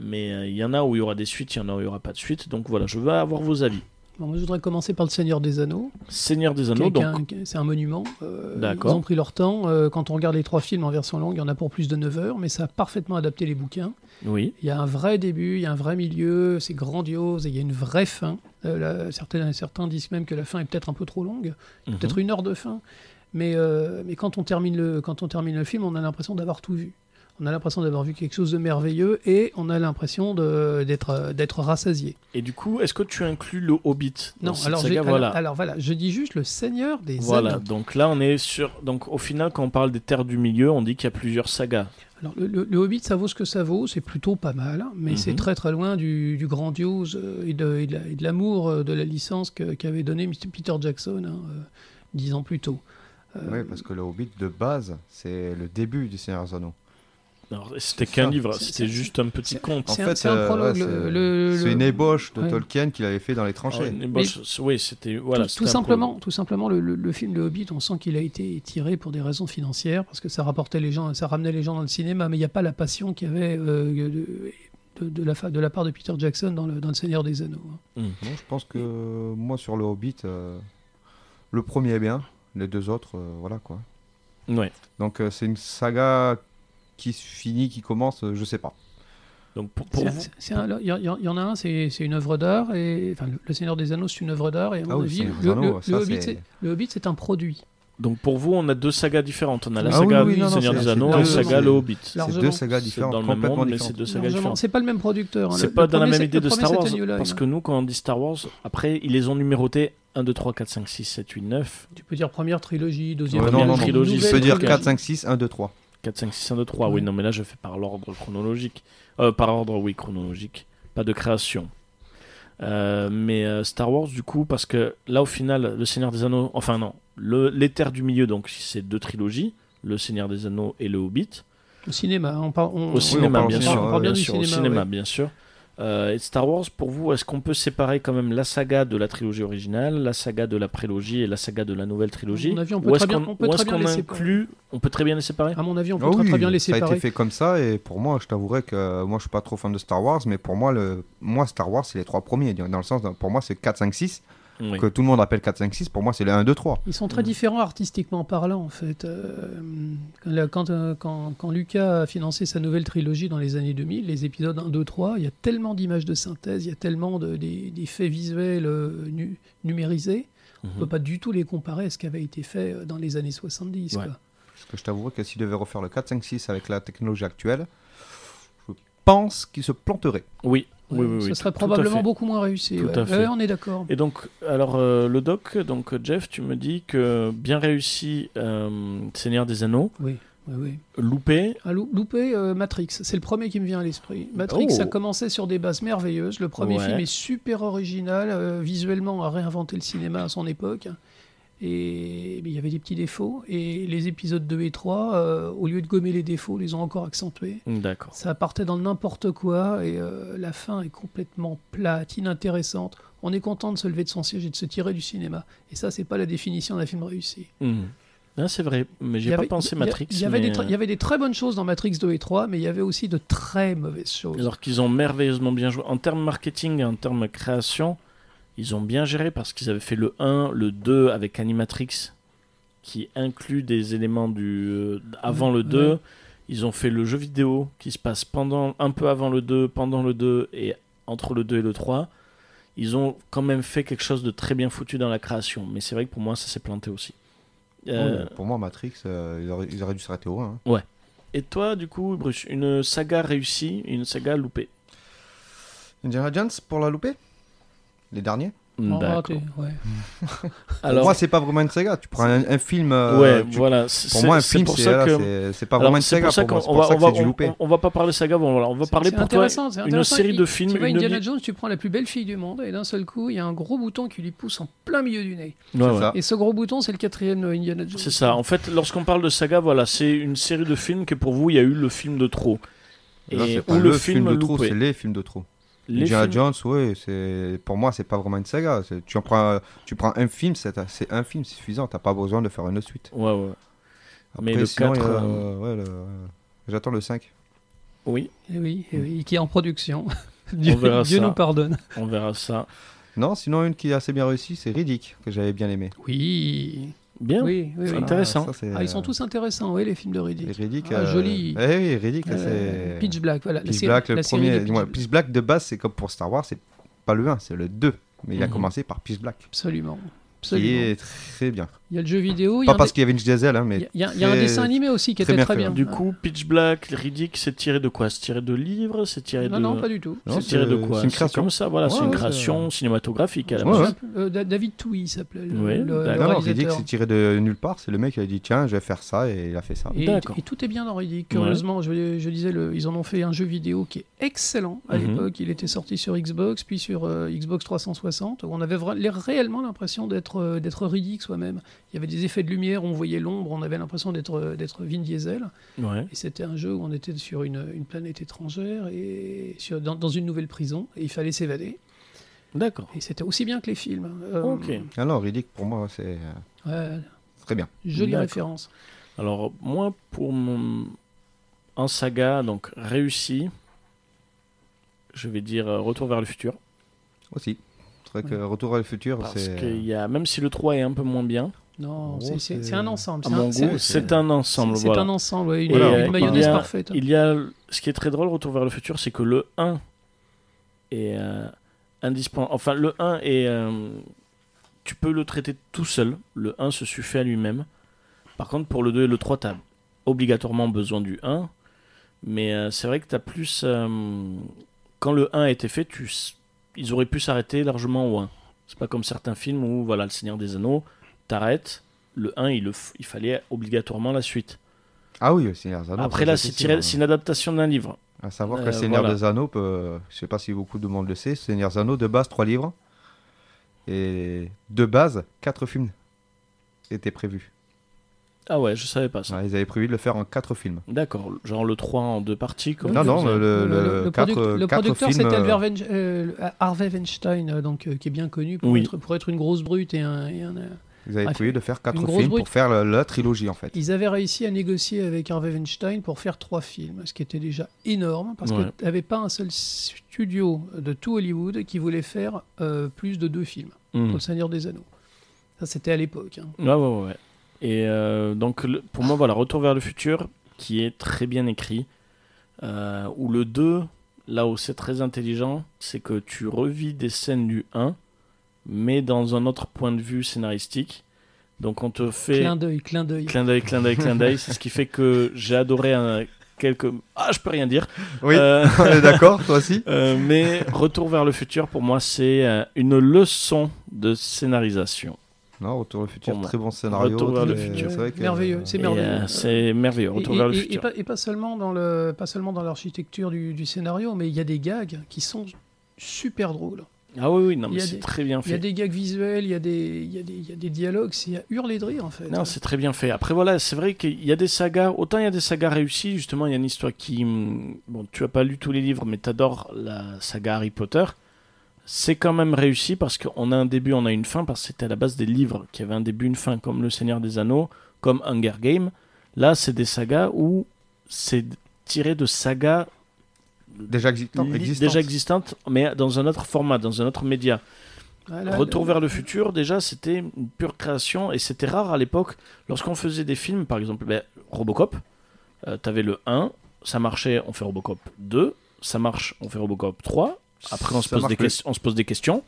mais euh, il y en a où il y aura des suites, il y en a où il n'y aura pas de suite. Donc voilà, je veux avoir vos avis. Bon, moi, je voudrais commencer par le Seigneur des Anneaux. Seigneur des qui- Anneaux, qui donc. est un- qui est- C'est un monument. euh, ils D'accord. ont pris leur temps. euh, quand on regarde les trois films en version longue, il y en a pour plus de 9 heures, mais ça a parfaitement adapté les bouquins. Oui. Il y a un vrai début, il y a un vrai milieu, c'est grandiose, et il y a une vraie fin. Euh, la- certains, certains disent même que la fin est peut-être un peu trop longue, Mhm. peut-être une heure de fin. Mais, euh, mais quand, on termine le, quand on termine le film, on a l'impression d'avoir tout vu. On a l'impression d'avoir vu quelque chose de merveilleux et on a l'impression de- d'être euh, d'être rassasié. Et du coup, est-ce que tu inclus le Hobbit dans Non, cette alors, j'ai- saga alors- voilà. alors voilà, je dis juste le Seigneur des voilà. Anneaux. Donc là, on est sur. Donc au final, quand on parle des terres du milieu, on dit qu'il y a plusieurs sagas. Alors, le, le- le Hobbit, ça vaut ce que ça vaut, c'est plutôt pas mal, hein, mais Mhm. c'est très très loin du, du grandiose euh, et de, et de la- et de l'amour euh, de la licence que- qu'avait donné Mr. Peter Jackson hein, euh, dix ans plus tôt. Euh, Oui, parce que le Hobbit de base, c'est le début du Seigneur des Anneaux. Alors, c'était C'est qu'un ça. livre, C'est- c'était c'est- juste un petit c'est- conte. En C'est un- fait, c'est un euh, prologue, ouais, le- c'est- le- c'est le- une ébauche de ouais. Tolkien qu'il avait fait dans les tranchées. Ah, une ébauche, Oui, c'était. Voilà, tout, c'était tout un simplement, tout simplement le, le- le film Le Hobbit, on sent qu'il a été tiré pour des raisons financières, parce que ça rapportait les gens, ça ramenait les gens dans le cinéma, mais il n'y a pas la passion qu'il y avait euh, de, de- de la, fa- de la part de Peter Jackson dans le, dans le Seigneur des Anneaux. hein. Non, je Mhm. pense que euh, moi sur le Hobbit, euh, le premier est bien, les deux autres, euh, voilà quoi. prologue. Ouais. Donc euh, c'est une saga qui se finit, qui commence, euh, je sais pas. Donc pour, pour C'est- vous, c'est- c'est un- Il y, il y en a un, c'est c'est une œuvre d'art, et enfin, le- le Seigneur des Anneaux, c'est une œuvre d'art, et à mon Ah oui, avis, Seigneur des le, Anneaux, le- ça, le Hobbit, c'est- c'est- le Hobbit, c'est un produit. donc pour vous, on a deux sagas différentes. On a la Ah oui, saga oui, non, non, Seigneur c'est- des c'est Anneaux et la largement- saga Le Hobbit. C'est Largement. deux sagas C'est dans différentes, le même complètement monde, mais c'est différentes. deux sagas Largement. différentes. C'est pas le même producteur. hein. C'est Le- pas le dans la premier, même c'est- idée le de premier, Star Wars. c'était New Line, Parce hein. que nous, quand on dit Star Wars, après, ils les ont numérotés 1, 2, 3, 4, 5, 6, 7, 8, 9. Tu peux dire première trilogie, deuxième Euh, Ouais, non, trilogie. non, non. trilogie. Tu Je peux peux dire truc, 4, 5, 6, 1, 2, 3. 4, 5, 6, 1, 2, 3. Oui, Ouais. non, mais là, je fais par l'ordre chronologique. Euh, par ordre, oui, chronologique. Pas de création. Euh, mais euh, Star Wars, du coup, parce que là, au final, Le Seigneur des Anneaux. Enfin, non. Le, les Terres du Milieu, donc, c'est deux trilogies. Le Seigneur des Anneaux et le Hobbit. Au cinéma, hein, on parle. on- Au cinéma, parle au bien cinéma, sûr. ouais, bien ouais. sûr, Cinéma, au cinéma, ouais. bien sûr. Euh, et Star Wars, pour vous, est-ce qu'on peut séparer quand même la saga de la trilogie originale, la saga de la prélogie et la saga de la nouvelle trilogie À mon avis, on peut Ou est-ce très bien- qu'on on peut ou très est-ce bien qu'on les séparer. inclut On peut très bien les séparer À mon avis, on peut Ah très, oui, très bien les ça a été séparer. fait comme ça et pour moi, je t'avouerai que euh, moi je suis pas trop fan de Star Wars, mais pour moi, le... moi Star Wars c'est les trois premiers. Dans le sens, d'un- pour moi c'est 4, 5, 6, Oui. que tout le monde appelle 4, 5, 6, pour moi c'est les 1, 2, 3. Ils sont très différents artistiquement parlant, en fait. Euh, quand la- quand, euh, quand- quand Lucas a financé sa nouvelle trilogie dans les années 2000, les épisodes 1, 2, 3, il y a tellement d'images de synthèse, il y a tellement de, des, des faits visuels euh, nu- numérisés, on Mhm. ne peut pas du tout les comparer à ce qui avait été fait euh, dans les années 70. Ouais. quoi. Parce que je t'avouerai que s'ils devaient refaire le 4, 5, 6 avec la technologie actuelle, je pense qu'ils se planteraient. Oui, oui, oui, Ouais, oui, ce tout- serait tout à probablement fait. beaucoup moins réussi. Tout ouais. à fait. Ouais, on est d'accord. Et donc, alors euh, le doc, donc euh, Jeff, tu me dis que bien réussi euh, Seigneur des Anneaux, Oui, oui, oui. loupé. Ah, lou- loupé, euh, Matrix, c'est le premier qui me vient à l'esprit. Matrix, Oh. ça commençait sur des bases merveilleuses. Le premier Ouais. film est super original, euh, visuellement a réinventé le cinéma à son époque. Et mais il y avait des petits défauts. Et les épisodes 2 et 3, euh, au lieu de gommer les défauts, les ont encore accentués. D'accord. Ça partait dans le n'importe quoi et euh, la fin est complètement plate, inintéressante. On est content de se lever de son siège et de se tirer du cinéma. Et ça, c'est pas la définition d'un film réussi. Mhm. Ah, c'est vrai, mais Il y j'ai pas avait- pensé il y a- Matrix. Il y, avait mais- euh, des tr- il y avait des très bonnes choses dans Matrix 2 et 3, mais il y avait aussi de très mauvaises choses. Alors qu'ils ont merveilleusement bien joué. En termes marketing et en termes création, ils ont bien géré parce qu'ils avaient fait le 1, le 2 avec Animatrix, qui inclut des éléments du euh, avant le Ouais, 2. ouais. Ils ont fait le jeu vidéo qui se passe pendant un peu avant le 2, pendant le 2 et entre le 2 et le 3. Ils ont quand même fait quelque chose de très bien foutu dans la création. Mais c'est vrai que pour moi, ça s'est planté aussi. Euh, Ouais, Pour moi, Matrix, euh, ils, auraient, ils auraient dû s'arrêter au 1. hein. Et toi, du coup, Bruce, une saga réussie et une saga loupée Indiana Jones pour la louper Les derniers Oh, Hmm, D'accord. t'es- ouais. Pour moi, c'est pas vraiment une saga. Tu prends un, un film. euh, ouais, tu- voilà. c'est- Pour moi, un c'est film, pour c'est ça là, que. c'est- c'est pas Alors, vraiment une c'est saga. pour ça pour qu'on moi, c'est on va, pour on va- ça que c'est du on- loupé. on- on va pas parler saga. bon, voilà, on va C'est- parler c'est pour toi. intéressant, c'est une intéressant. série de Il- films, Tu vois une Indiana li- Jones, tu prends la plus belle fille du monde, et d'un seul coup, il y a un gros bouton qui lui pousse en plein milieu du nez. Ouais, ouais. ça. Et ce gros bouton, c'est le quatrième euh, Indiana Jones. Ah. C'est ça. En fait, lorsqu'on parle de saga, voilà, c'est une série de films que pour vous, il y a eu le film de trop. Et Là, c'est ou pas le, le film, film de trop, loupé. c'est les films de trop. Les Indiana films- Jones, oui, c'est pour moi c'est pas vraiment une saga. C'est- Tu en prends, tu prends un film, c'est c'est un film, c'est suffisant. T'as pas besoin de faire une suite. Ouais, ouais. Mais le il y a, 4, euh, ouais, le- j'attends le 5. Oui, Et oui, eh oui, qui est en production. Dieu, On verra Dieu ça. nous pardonne. on verra ça. Non, sinon une qui est assez bien réussie, c'est Riddick que j'avais bien aimé. Oui. Bien. Oui, oui, oui. C'est intéressant. Ah, ça, c'est, Ah, ils sont tous intéressants, oui, les films de euh, Riddick. Riddick. Ah, joli. eh oui, Riddick, Euh, c'est Pitch Black, voilà. la Pitch série- Black, le la série premier. des Pitch ouais, Black. Pitch Black de base, c'est comme pour Star Wars, c'est pas le 1, c'est le 2. Mais il a Mhm. commencé par Pitch Black, Absolument. qui Absolument. est très bien. Il y a le jeu vidéo, il y a Pas un parce qu'il y avait une Diesel, hein, Il mais y a- il y, a- il y a un très- dessin animé aussi qui très était bien très fait, bien. hein. Du coup, Pitch Black, Riddick, c'est tiré de quoi C'est tiré de livres C'est tiré non, de. non, pas du tout. Non, c'est tiré de quoi C'est une C'est création. Comme ça, voilà, Ouais, c'est une ouais, création cinématographique à la Ouais, base. ouais. Euh, Da- David Touy s'appelait le, Ouais, le- d'accord. le Non, non, Riddick, réalisateur. c'est tiré de nulle part. C'est le mec qui a dit tiens, je vais faire ça et il a fait ça. Et, D'accord. et tout est bien dans Riddick. Ouais. Curieusement, je, je disais, le- ils en ont fait un jeu vidéo qui est excellent à Mhm. l'époque. Il était sorti sur Xbox, puis sur euh, Xbox 360. où On avait vra- l'air- réellement l'impression d'être euh, d'être Riddick soi-même. Il y avait des effets de lumière, on voyait l'ombre, on avait l'impression d'être euh, d'être Vin Diesel. Ouais. Et c'était un jeu où on était sur une, une planète étrangère et sur- dans, dans une nouvelle prison, et il fallait s'évader. D'accord. Et c'était aussi bien que les films. Euh, Ok. Ah non, Riddick, pour moi, c'est euh, Ouais, très bien. jolie D'accord. référence. Alors, moi, pour mon. En saga, donc réussi, je vais dire euh, Retour vers le futur. Aussi. C'est vrai que Retour à le futur, Parce c'est. euh, qu'il y a, même si le 3 est un peu moins bien, Non, Oh, En c'est- gros, c'est c'est- c'est un ensemble. à c'est un- mon c'est- goût, c'est un ensemble. C'est c'est voilà. un ensemble, ouais, une, Et, une euh, mayonnaise il y a- parfaite. Il y a ce qui est très drôle, Retour vers le futur, c'est que le 1 est indispensable. Enfin, le 1 est. euh, tu peux le traiter tout seul. Le 1 se suffit à lui-même. Par contre, pour le 2 et le 3, tu as obligatoirement besoin du 1. Mais euh, c'est vrai que tu as plus. euh, quand le 1 a été fait, tu s- ils auraient pu s'arrêter largement au 1. C'est pas comme certains films où, voilà, Le Seigneur des Anneaux, t'arrêtes. Le 1, il, le f- il fallait obligatoirement la suite. Ah oui, le Seigneur des Anneaux. Après, ça, là, je c'est sais, tiré- hein. c'est une adaptation d'un livre. À savoir que Euh, le Seigneur voilà. des Anneaux, peut- je sais pas si beaucoup de monde le sait, Seigneur des Anneaux, de base, trois livres. Et de base, quatre films étaient prévus. Ah ouais, je savais pas ça. Ouais, ils avaient prévu de le faire en quatre films. D'accord, genre le 3 en deux parties. Comme Donc, non, tu non, euh, faisais. le, le, le quatre- produc- le quatre producteur, films, c'était euh, Albert Wen- euh, le- Harvey Weinstein, euh, donc, euh, qui est bien connu pour, Oui. être, pour être une grosse brute. Et un, et un, euh, Ils avaient Ah, prévu de faire quatre une grosse films brute. pour faire la, la trilogie, en fait. Ils avaient réussi à négocier avec Harvey Weinstein pour faire trois films, ce qui était déjà énorme, parce Ouais. qu'il n'y avait pas un seul studio de tout Hollywood qui voulait faire euh, plus de deux films Hmm. pour Le Seigneur des Anneaux. Ça, c'était à l'époque. hein. Ouais, ouais, ouais, ouais. Et euh, donc, le- pour moi, voilà, Retour vers le futur, qui est très bien écrit. euh, où le 2, là où c'est très intelligent, c'est que tu revis des scènes du 1, mais dans un autre point de vue scénaristique. Donc, on te fait. Clin d'œil, clin d'œil. Clin d'œil, clin d'œil, clin d'œil. C'est ce qui fait que j'ai adoré un, quelques. Ah, je peux rien dire. Oui, Euh, on est d'accord, toi aussi Euh, mais Retour vers le futur, pour moi, c'est euh, une leçon de scénarisation. Non, Retour vers le futur, Pour moi. très bon scénario. Retour vers le très- futur. c'est vrai que- Merveilleux, c'est Et, merveilleux. euh, C'est merveilleux, Et, Retour vers le et- et futur. pas, et pas seulement dans le, pas seulement dans l'architecture du, du scénario, mais il y a des gags qui sont super drôles. Ah oui, oui, non, il mais y a c'est des- très bien Il y a fait. des gags visuels, il y a des, il y a des, il y a des dialogues, c'est à hurler de rire en fait. Non, c'est très bien fait. Après, voilà, c'est vrai qu'il y a des sagas, autant il y a des sagas réussies, justement, il y a une histoire qui. hum, Bon, tu as pas lu tous les livres, mais t'adores la saga Harry Potter. C'est quand même réussi parce qu'on a un début, on a une fin, parce que c'était à la base des livres qui avaient un début, une fin, comme Le Seigneur des Anneaux, comme Hunger Game. Là, c'est des sagas où c'est tiré de sagas Déjà existant. li- existantes. déjà existantes, mais dans un autre format, dans un autre média. Ouais, Ah, là, Retour le- vers le futur, déjà, c'était une pure création et c'était rare à l'époque. Lorsqu'on faisait des films, par exemple, ben, Robocop, euh, t'avais le 1, ça marchait, on fait Robocop 2, ça marche, on fait Robocop 3, après on se, Ça pose marche des plus. ques- on se pose des questions.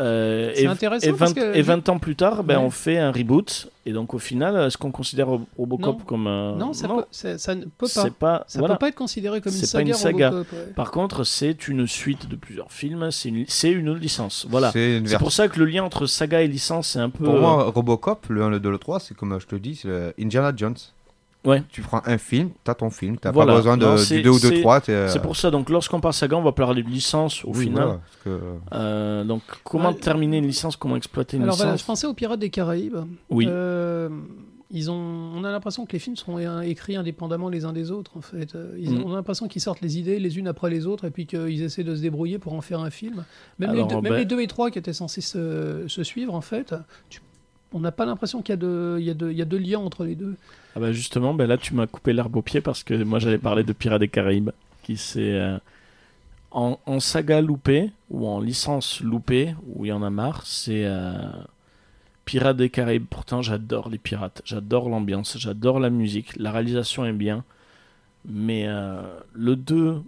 Euh, C'est et, intéressant et, parce 20, que- et 20 ans plus tard, ben, Ouais. on fait un reboot. Et donc au final, est-ce qu'on considère Rob- Robocop Non. comme un... Non, ça, Peut, ça, ça ne peut pas. c'est pas... Ça voilà. peut pas être considéré comme une C'est pas saga. une saga. Robocop, ouais. Par contre, c'est une suite de plusieurs films, c'est une, c'est une licence. Voilà. C'est une C'est version. pour ça que le lien entre saga et licence est un peu. Pour moi, Robocop, le 1, le 2, le 3, c'est comme euh, je te dis, c'est euh, Indiana Jones. Ouais. Tu prends un film, t'as ton film, t'as Voilà. pas besoin de, Non, c'est- du 2 ou de c'est- 3. euh, C'est pour ça, donc lorsqu'on parle saga, on va parler de licence au final. Euh, donc comment Ouais. terminer une licence, comment exploiter une Alors voilà, licence je pensais aux Pirates des Caraïbes. Oui, Euh, ils ont, on a l'impression que les films sont é- écrits indépendamment les uns des autres, en fait. Euh, ils- Mm. On a l'impression qu'ils sortent les idées les unes après les autres et puis qu'ils essaient de se débrouiller pour en faire un film. Même, Alors, les, deux, même ben- les deux et trois qui étaient censés se, se suivre, en fait, tu- on n'a pas l'impression qu'il y, a de- il y, a de- il y a de liens entre les deux. ah bah justement, bah là tu m'as coupé l'arbre au pied parce que moi j'allais parler de Pirates des Caraïbes, qui c'est euh, en, en saga loupée ou en licence loupée, où il y en a marre, c'est euh, Pirates des Caraïbes. Pourtant j'adore les pirates, j'adore l'ambiance, j'adore la musique, la réalisation est bien, mais euh, le 2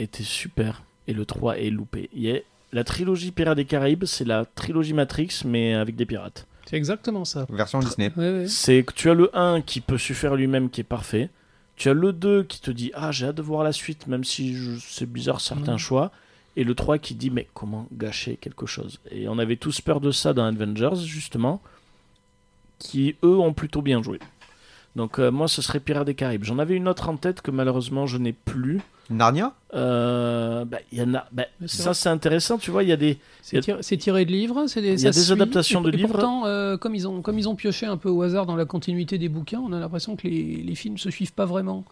était super et le 3 est loupé. Il y a- La trilogie Pirates des Caraïbes, c'est la trilogie Matrix, mais avec des pirates. C'est exactement ça. Version Disney. Ouais, ouais. C'est que tu as le 1 qui peut suffire lui-même, qui est parfait. Tu as le 2 qui te dit Ah, j'ai hâte de voir la suite, même si je- c'est bizarre certains Mhm. choix. Et le 3 qui dit Mais comment gâcher quelque chose Et on avait tous peur de ça dans Avengers, justement, qui eux ont plutôt bien joué. Donc, euh, moi, ce serait Pirates des Caraïbes. J'en avais une autre en tête que malheureusement je n'ai plus. Narnia Euh, bah, il y en a, bah, Mais c'est ça, c'est intéressant, tu vois. Il y a des. C'est tiré, c'est tiré de livres, c'est des, Il y ça a des suit, adaptations et- de et livres. Pourtant, euh, comme ils ont comme ils ont pioché un peu au hasard dans la continuité des bouquins, on a l'impression que les, les films se suivent pas vraiment.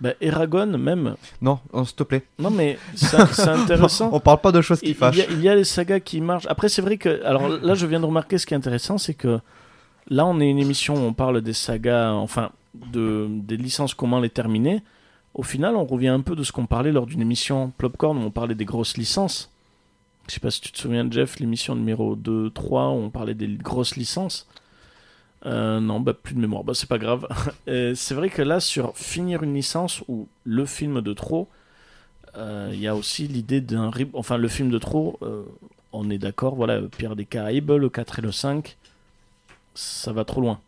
Bah, Eragon, même. Non, oh, s'il te plaît. Non, mais c'est c'est intéressant. On parle pas de choses qui Il, il fâchent. y a, il y a les sagas qui marchent. Après, c'est vrai que. Alors là, je viens de remarquer ce qui est intéressant, c'est que là, on est une émission où on parle des sagas, enfin, de, des licences, comment les terminer. Au final, on revient un peu de ce qu'on parlait lors d'une émission Plopcorn où on parlait des grosses licences. Je sais pas si tu te souviens, Jeff, l'émission numéro 2, 3, où on parlait des grosses licences. Euh, non, bah, plus de mémoire, bah, c'est pas grave. Euh, c'est vrai que là, sur finir une licence ou le film de trop, euh, il y a aussi l'idée d'un... re- Enfin, le film de trop, euh, on est d'accord, voilà, Pierre des Caraïbes, le 4 et le 5, ça va trop loin.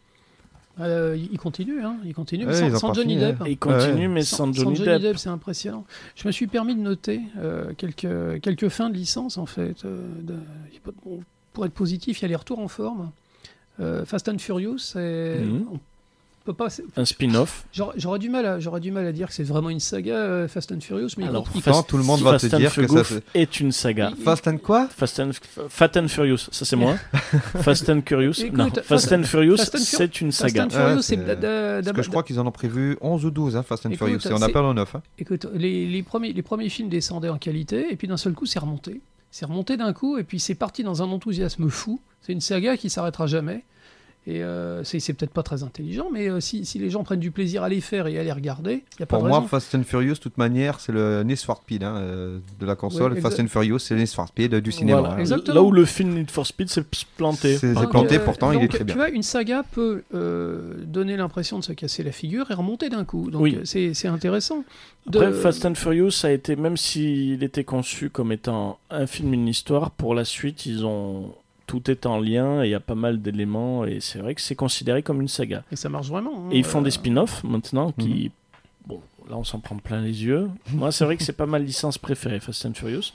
Euh, il il continue, hein, il continue, mais Ouais, ils sans, ont sans pas Johnny fini, Depp. hein. Et il continue, Ouais. mais sans, Johnny Depp. c'est impressionnant. Je me suis permis de noter euh, quelques, quelques fins de licence, en fait. euh, de- bon, pour être positif, il y a les retours en forme. Euh, Fast and Furious, c'est- Mhm. on peut pas. c'est- Un spin-off. j'aurais- J'aurais du, mal à- j'aurais du mal à dire que c'est vraiment une saga, euh, Fast and Furious, mais il Alors, continue. Pourtant, tout le monde va Ah Fast te and dire que ça. Fugoof c'est- est une saga. Fast and quoi Fast and, Fat and Furious, ça c'est moi. Fast and Curious, Écoute, non. Fast- Fast and Furious, Fast and Fur- c'est une Fast saga. and Furious, Ouais, c'est c'est- d'a- d'a- Parce que je d'abord- crois qu'ils en ont prévu 11 ou 12, hein, Fast and Écoute, Furious. Et on c'est- appelle au 9. Hein. Écoute, les, les premiers, les premiers films descendaient en qualité, et puis d'un seul coup, c'est remonté. C'est remonté d'un coup, et puis c'est parti dans un enthousiasme fou. C'est une saga qui s'arrêtera jamais. Et euh, c'est c'est peut-être pas très intelligent, mais euh, si, si les gens prennent du plaisir à les faire et à les regarder, il n'y a pas Pour de moi, raison. Fast and Furious, de toute manière, c'est le Need for Speed hein, euh, de la console. Ouais, Fast exact. and Furious, c'est le Need for Speed euh, du cinéma. Voilà. hein. Exact. Exactement. Là où le film Need for Speed s'est planté. C'est- Par Donc, c'est euh, contre. planté. pourtant, il est donc, très bien. Tu vois, une saga peut euh, donner l'impression de se casser la figure et remonter d'un coup. Donc Oui. euh, c'est c'est intéressant. De- Après, Fast and Furious a été, même s'il était conçu comme étant un film, une histoire, pour la suite, ils ont tout est en lien et il y a pas mal d'éléments et c'est vrai que c'est considéré comme une saga. Et ça marche vraiment. hein. Et ils font Euh, des spin-offs maintenant qui, bon, là on s'en prend plein les yeux. Moi, c'est vrai que c'est pas ma licence préférée, Fast and Furious.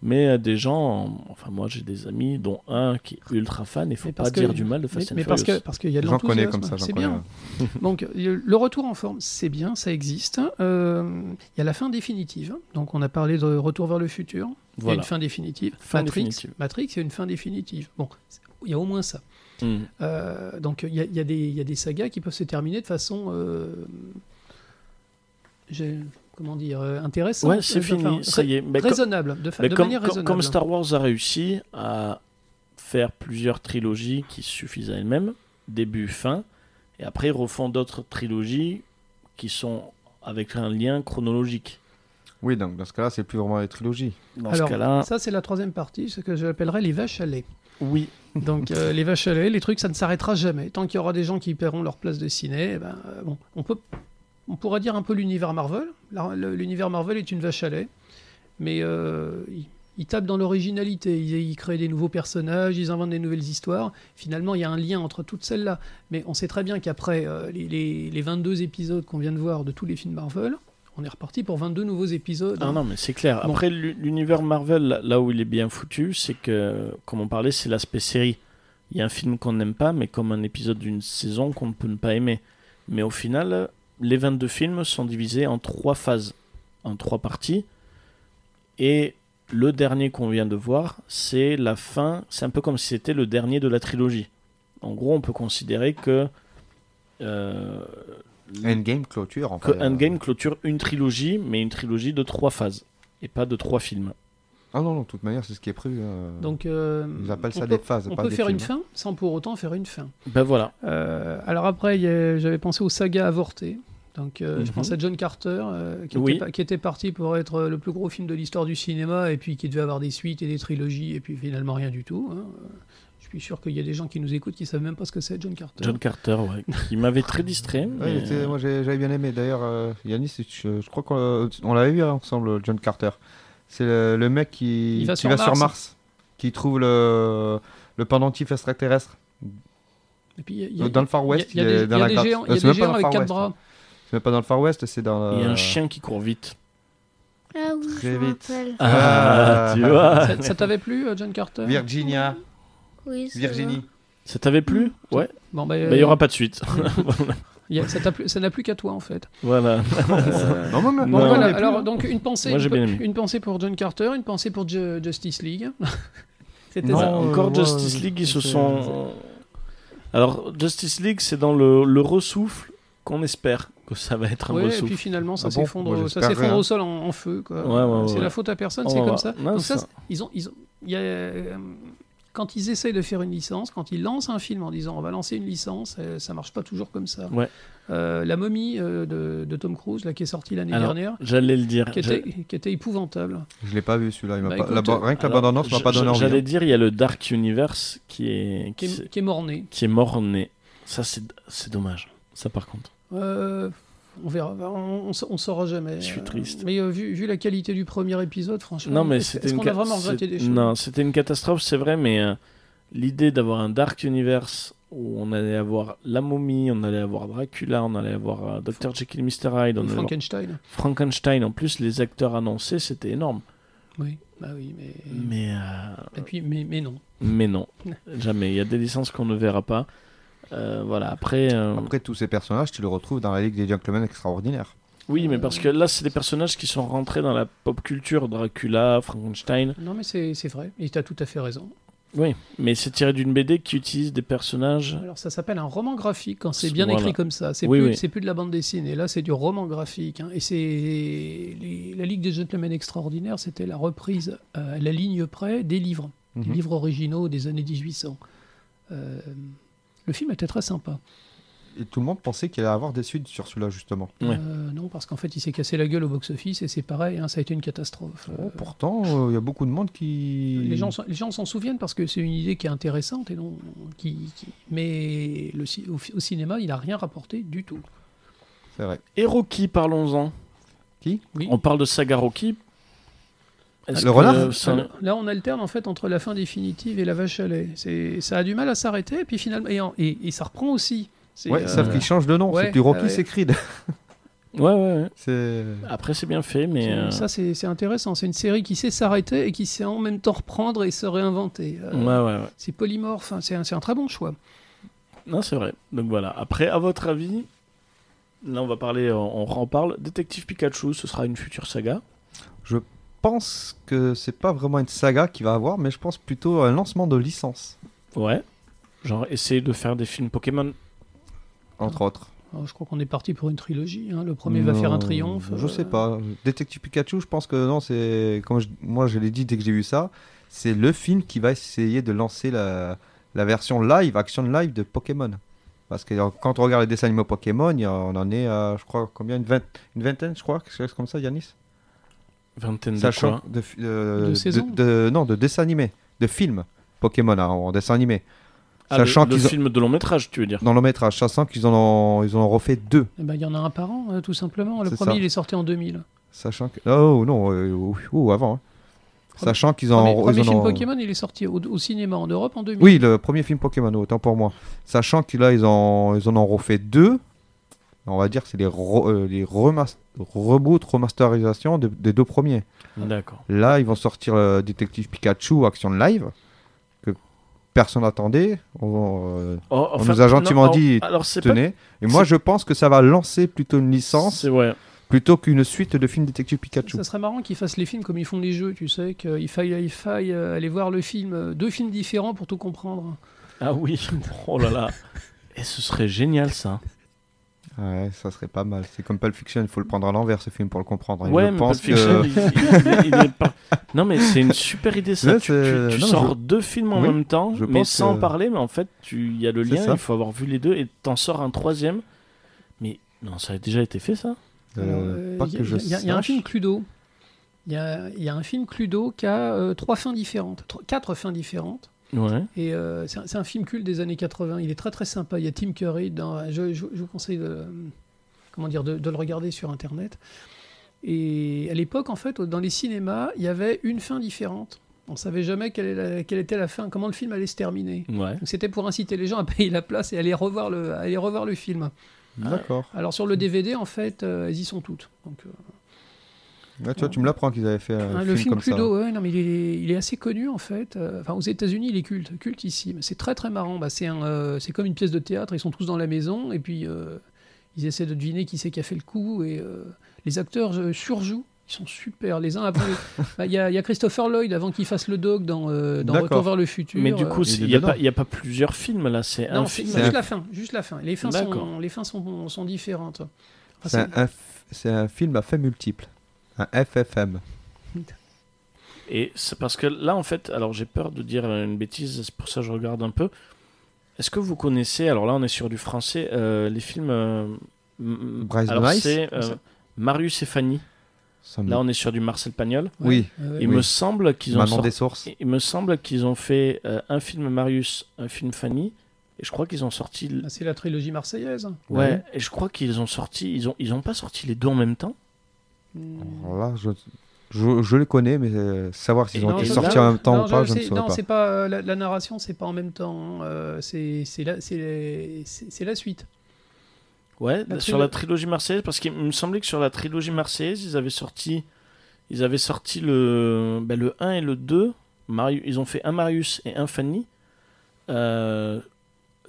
Mais euh, des gens, enfin moi j'ai des amis dont un qui est ultra fan, il faut Mais pas parce que- dire du mal de Fast mais, and mais parce Furious. que parce qu'il y a de J'en connais comme l'enthousiasme, ça. j'en c'est connais, bien. hein. Donc le le retour en forme, c'est bien, ça existe. Euh, Il y a la fin définitive. Donc on a parlé de retour vers le futur. Il y a Voilà. une fin définitive. Fin Matrix, définitive. Matrix, il y a une fin définitive. Bon, c'est- il y a au moins ça. Mm. Euh, donc il y, a- il y a des- il y a des sagas qui peuvent se terminer de façon, euh, j'ai- comment dire, euh, intéressante. Ouais, c'est euh, fini, enfin, ça y est. Mais, com- Raisonnable, de, fa- mais de comme, manière comme- raisonnable. comme Star Wars a réussi à faire plusieurs trilogies qui suffisent à elles-mêmes, début, fin, et après ils refont d'autres trilogies qui sont avec un lien chronologique. Oui, donc dans ce cas-là, c'est plus vraiment les trilogies. Dans Alors, ce cas-là, Ça, c'est la troisième partie, ce que j'appellerais les vaches à lait. oui, Donc euh, les vaches à lait, les trucs, ça ne s'arrêtera jamais. Tant qu'il y aura des gens qui paieront leur place de ciné, eh ben, euh, bon, on peut, on pourra dire un peu l'univers Marvel. La- le- L'univers Marvel est une vache à lait, mais euh, il, il tape dans l'originalité. Il, il crée des nouveaux personnages, ils inventent des nouvelles histoires. Finalement, il y a un lien entre toutes celles-là. Mais on sait très bien qu'après euh, les, les- les 22 épisodes qu'on vient de voir de tous les films Marvel, on est reparti pour 22 nouveaux épisodes. Ah Ah non, non, mais c'est clair. Bon. Après, l'u- l'univers Marvel, là où il est bien foutu, c'est que, comme on parlait, c'est l'aspect série. Il y a un film qu'on n'aime pas, mais comme un épisode d'une saison qu'on ne peut ne pas aimer. Mais au final, les 22 films sont divisés en trois phases, en trois parties. Et le dernier qu'on vient de voir, c'est la fin. C'est un peu comme si c'était le dernier de la trilogie. En gros, on peut considérer que. euh, Endgame clôture, en que fait. euh. Endgame clôture une trilogie, mais une trilogie de trois phases et pas de trois films. Ah non, non, de toute manière, c'est ce qui est prévu. hein. Donc, euh, Ils appellent on ça peut- des phases, On pas peut des faire une films. fin sans pour autant faire une fin. Ben voilà. Euh, alors après, il y a- j'avais pensé aux sagas avortées. Donc, euh, Mhm. je pense à John Carter, euh, qui, Oui. était, pa- qui était parti pour être euh, le plus gros film de l'histoire du cinéma, et puis qui devait avoir des suites et des trilogies, et puis finalement rien du tout. hein. Euh, Je suis sûr qu'il y a des gens qui nous écoutent qui savent même pas ce que c'est John Carter. John Carter, ouais. Il m'avait très distrait. Ouais, il mais- était- moi j'ai- j'avais bien aimé. D'ailleurs, euh, Yanis, je, je crois qu'on l'a- on l'avait vu hein, ensemble, John Carter. C'est le, le mec qui Il va qui sur Mars. qui trouve le, le pendentif extraterrestre. euh, Et puis, il y a- il y a- dans le Far il y a- West, il y a il est des- dans il y a la des grotte. géants- Euh, il y a c'est des même pas dans géants le avec Far quatre West, bras. C'est même pas dans le Far West, c'est dans. Il y a euh, un chien qui court vite. Ah oui, Très je me vite. rappelle. Ah, tu vois. Ça, ça t'avait plu, euh, John Carter Virginia. Oui, ça Virginie. Ça t'avait plu Ouais. Bon, bah, Ben euh, il y aura pas de suite. il y a- ça t'a plu- ça n'a plus qu'à toi en fait. voilà. Euh, Non, mais- Bon, Non. voilà, mais plus, alors hein. donc une pensée, Moi, j'ai une, pe- bien aimé. une pensée pour John Carter, une pensée pour Ju- Justice League. C'était Voilà. ça. euh, Encore moi, Justice League, ils se c'est- sont. Alors Justice League, c'est dans le, le ressouffle qu'on espère que ça va être un Ouais, et ressouffle. puis finalement, ça Ah bon s'effondre, Moi, ça j'espère s'effondre rien. au sol en, en feu. quoi. Ouais, ouais, c'est ouais. Oh, la faute à personne, On c'est va comme voir. ça. Non, Donc ça, ça- c'est- ils ont, ils ont, il y a, euh, quand ils essayent de faire une licence, quand ils lancent un film en disant on va lancer une licence, euh, ça marche pas toujours comme ça. Ouais. Euh, la momie euh, de, de Tom Cruise, là, qui est sortie l'année Alors, ah, dernière, J'allais le dire. qui était, qui était épouvantable. Je l'ai pas vu celui-là. il m'a Bah, pas- écoute, la ba- Rien que la Alors, bande-annonce m'a je- pas donné je- envie. hein. J'allais dire, il y a le Dark Universe qui est Qui qui, est, qui est mort-né. qui est mort-né. Ça, c'est c'est dommage. Ça, par contre. Euh, On verra, on, on sa- on saura jamais. Je suis euh, triste. Mais euh, vu, vu la qualité du premier épisode, franchement, Non, mais est-ce- c'était est-ce une qu'on ca- a vraiment c'est- regretté des choses Non, c'était une catastrophe, c'est vrai, mais euh, l'idée d'avoir un Dark Universe où on allait avoir la momie, on allait avoir Dracula, on allait avoir euh, Dr. Jekyll et Mr. Hyde, on allait avoir Frankenstein. Frankenstein, en plus les acteurs annoncés, c'était énorme. Oui, bah oui, mais Mais, euh, et puis mais, mais non. mais non, jamais. Il y a des licences qu'on ne verra pas. Euh, voilà, après, euh, Après, tous ces personnages, tu les retrouves dans la Ligue des Gentlemen Extraordinaires. Oui, mais euh, parce que là, c'est des personnages qui sont rentrés dans la pop culture. Dracula, Frankenstein. Non, mais c'est c'est vrai. Et t'as tout à fait raison. Oui, mais c'est tiré d'une BD qui utilise des personnages. Alors ça s'appelle un roman graphique quand c'est bien Voilà. écrit comme ça. C'est Oui, plus, oui. c'est plus de la bande dessinée. Là, c'est du roman graphique. hein. Et c'est les- la Ligue des Gentlemen Extraordinaires, c'était la reprise euh, à la ligne près des livres, des Mhm. livres originaux des années 1800. Euh, le film était très sympa. Et tout le monde pensait qu'il allait avoir des suites sur celui-là, justement. Ouais. Euh, non, parce qu'en fait, il s'est cassé la gueule au box-office et c'est pareil, hein, ça a été une catastrophe. Oh, Euh, pourtant, euh, il y a beaucoup de monde qui. Les gens, s'en- les gens s'en souviennent parce que c'est une idée qui est intéressante et non qui, qui- mais le, ci- au, fi- au cinéma il n'a rien rapporté du tout. C'est vrai. Et Rocky, parlons-en. Qui Ah, Oui. On parle de saga Rocky. Est-ce Le renard ça- Alors, Là on alterne en fait entre la fin définitive et la vache à lait. C'est ça a du mal à s'arrêter et puis finalement et, en- et- et ça reprend aussi. C'est, Ouais, euh, sauf qu'ils changent de nom. ouais, c'est plus Rocky, Ah ouais. c'est Creed. Ouais, ouais, ouais. C'est. Après, c'est bien fait, mais. c'est- euh, Ça c'est c'est intéressant. C'est une série qui sait s'arrêter et qui sait en même temps reprendre et se réinventer. Euh, Ouais, ouais, ouais. C'est polymorphe. hein. C'est un, c'est un très bon choix. Non, c'est vrai. Donc voilà. Après, à votre avis, là, on va parler, euh, on, on en parle. Détective Pikachu, ce sera une future saga. pense que c'est pas vraiment une saga qui va avoir, mais je pense plutôt à un lancement de licence, Ouais. Genre, essayer de faire des films Pokémon. Ah. entre autres. Alors, je crois qu'on est parti pour une trilogie. hein. Le premier va faire un Non, triomphe. Je euh, sais pas. Détective Pikachu, je pense que non, c'est. Comme je- moi, je l'ai dit dès que j'ai vu ça, c'est le film qui va essayer de lancer la, la version live, action live de Pokémon. Parce que euh, quand on regarde les dessins animaux Pokémon, il y a- on en est à, je crois, combien une, vingt- une vingtaine, je crois, quelque chose comme ça, Yanis Vingtaine de Sachant quoi de, fi- euh, De saison de- Non, de dessins animés, de films Pokémon hein, en dessin animé. Ah, Sachant le, le qu'ils ont- film de long métrage, tu veux dire dans le métrage, sachant qu'ils en ont, ils en ont refait deux. Eh ben, Il y en a un par an, hein, tout simplement. Le C'est premier, ça. il est sorti en 2000. Sachant que. Oh non, euh, ou, ou avant. hein. Premier- Sachant qu'ils Le en, premier, ils premier en film ont- Pokémon, il est sorti au, au cinéma en Europe en 2000. Oui, le premier film Pokémon, autant pour moi. Sachant que là, ils, en- ils en ont refait deux. On va dire que c'est les, re- euh, les remas- reboots, remasterisations de- des deux premiers. D'accord. Là, ils vont sortir euh, Détective Pikachu Action Live, que personne n'attendait. On- euh, Oh, enfin, nous a gentiment non, dit, Alors, c'est pas. tenez. Et moi, je pense que ça va lancer plutôt une licence C'est ouais. plutôt qu'une suite de films Détective Pikachu. Ça serait marrant qu'ils fassent les films comme ils font les jeux, tu sais, qu'il faille, il faille euh, aller voir le film, euh, deux films différents pour tout comprendre. Ah oui. Oh là là. Et ce serait génial ça. Ouais, ça serait pas mal. C'est comme Pulp Fiction, il faut le prendre à l'envers ce film pour le comprendre. Et ouais, je mais pense Pulp Fiction, que- il- il- il- il est pas- Non, mais c'est une super idée ça. Ouais, tu c'est- tu- tu non, mais sors je- deux films en Oui, même temps, je mais pense, sans euh, parler, mais en fait, tu- il y a le c'est lien, ça. il faut avoir vu les deux, et t'en sors un troisième. Mais non, ça a déjà été fait ça Euh, Alors, euh, pas Il y, que a- je il y a- il y a un sache. film Cluedo. Il y a, il y a un film Cluedo qui a euh, trois fins différentes, trois- quatre fins différentes. Ouais. Et euh, c'est un- c'est un, film culte des années 80. Il est très très sympa. Il y a Tim Curry. Dans, je, je- je vous conseille de, comment dire, de, de le regarder sur Internet. Et à l'époque, en fait, dans les cinémas, il y avait une fin différente. On ne savait jamais quelle, est la- quelle était la fin, comment le film allait se terminer. Ouais. Donc c'était pour inciter les gens à payer la place et aller revoir le, à aller revoir le film. hein. D'accord. Alors sur le DVD, en fait, euh, elles y sont toutes. Donc, euh, Ouais, tu vois, tu me l'apprends qu'ils avaient fait un hein, film, le film comme ça. Cluedo, ouais, non, mais il est, il est assez connu en fait. Euh, Enfin, aux États-Unis, il est culte, culte ici. Mais c'est très très marrant. Bah, c'est un, euh, c'est comme une pièce de théâtre. Ils sont tous dans la maison et puis euh, ils essaient de deviner qui c'est qui a fait le coup et euh, les acteurs euh, surjouent. Ils sont super les uns après. les- Bah, Il y, a- il y a Christopher Lloyd avant qu'il fasse le doc dans, euh, dans D'accord. Retour vers le futur. Mais du euh, coup, c'est- il est il n'y a, dedans. pas- il y a pas plusieurs films là, c'est un non, c'est film. juste la fin, juste la fin. Les fins sont, D'accord. les fins sont, sont différentes. Enfin, C'est Ah, c'est- un, F- c'est un film à fait multiple. Un FFM. Et c'est parce que là, en fait, alors j'ai peur de dire une bêtise, c'est pour ça que je regarde un peu. Est-ce que vous connaissez, alors là on est sur du français, euh, les films. euh, m- Bryce alors de Nice, c'est euh, comme ça. Marius et Fanny. Ça me- Là on est sur du Marcel Pagnol. Oui, Ouais, ouais. Il Mm. Oui. me semble qu'ils ont Maman sorti- des sources. Il me semble qu'ils ont fait euh, un film Marius, un film Fanny, Et je crois qu'ils ont sorti. l- Ah, C'est la trilogie marseillaise. Ouais, et je crois qu'ils ont sorti. Ils ont, ils ont pas sorti les deux en même temps. Hmm. Alors là, je, je, je les connais, mais euh, savoir s'ils Et ont non, été je- sortis non, en même temps non, ou pas, je, ne sais- saurais non, pas. c'est pas euh, la, la narration, c'est pas en même temps. hein. Euh, c'est c'est la, c'est- c'est- c'est la suite. Ouais, La sur trilo- la trilogie marseillaise, parce qu'il me semblait que sur la trilogie marseillaise, ils avaient sorti, ils avaient sorti le, ben, le 1 et le 2. Mario, ils ont fait un Marius et un Fanny, euh,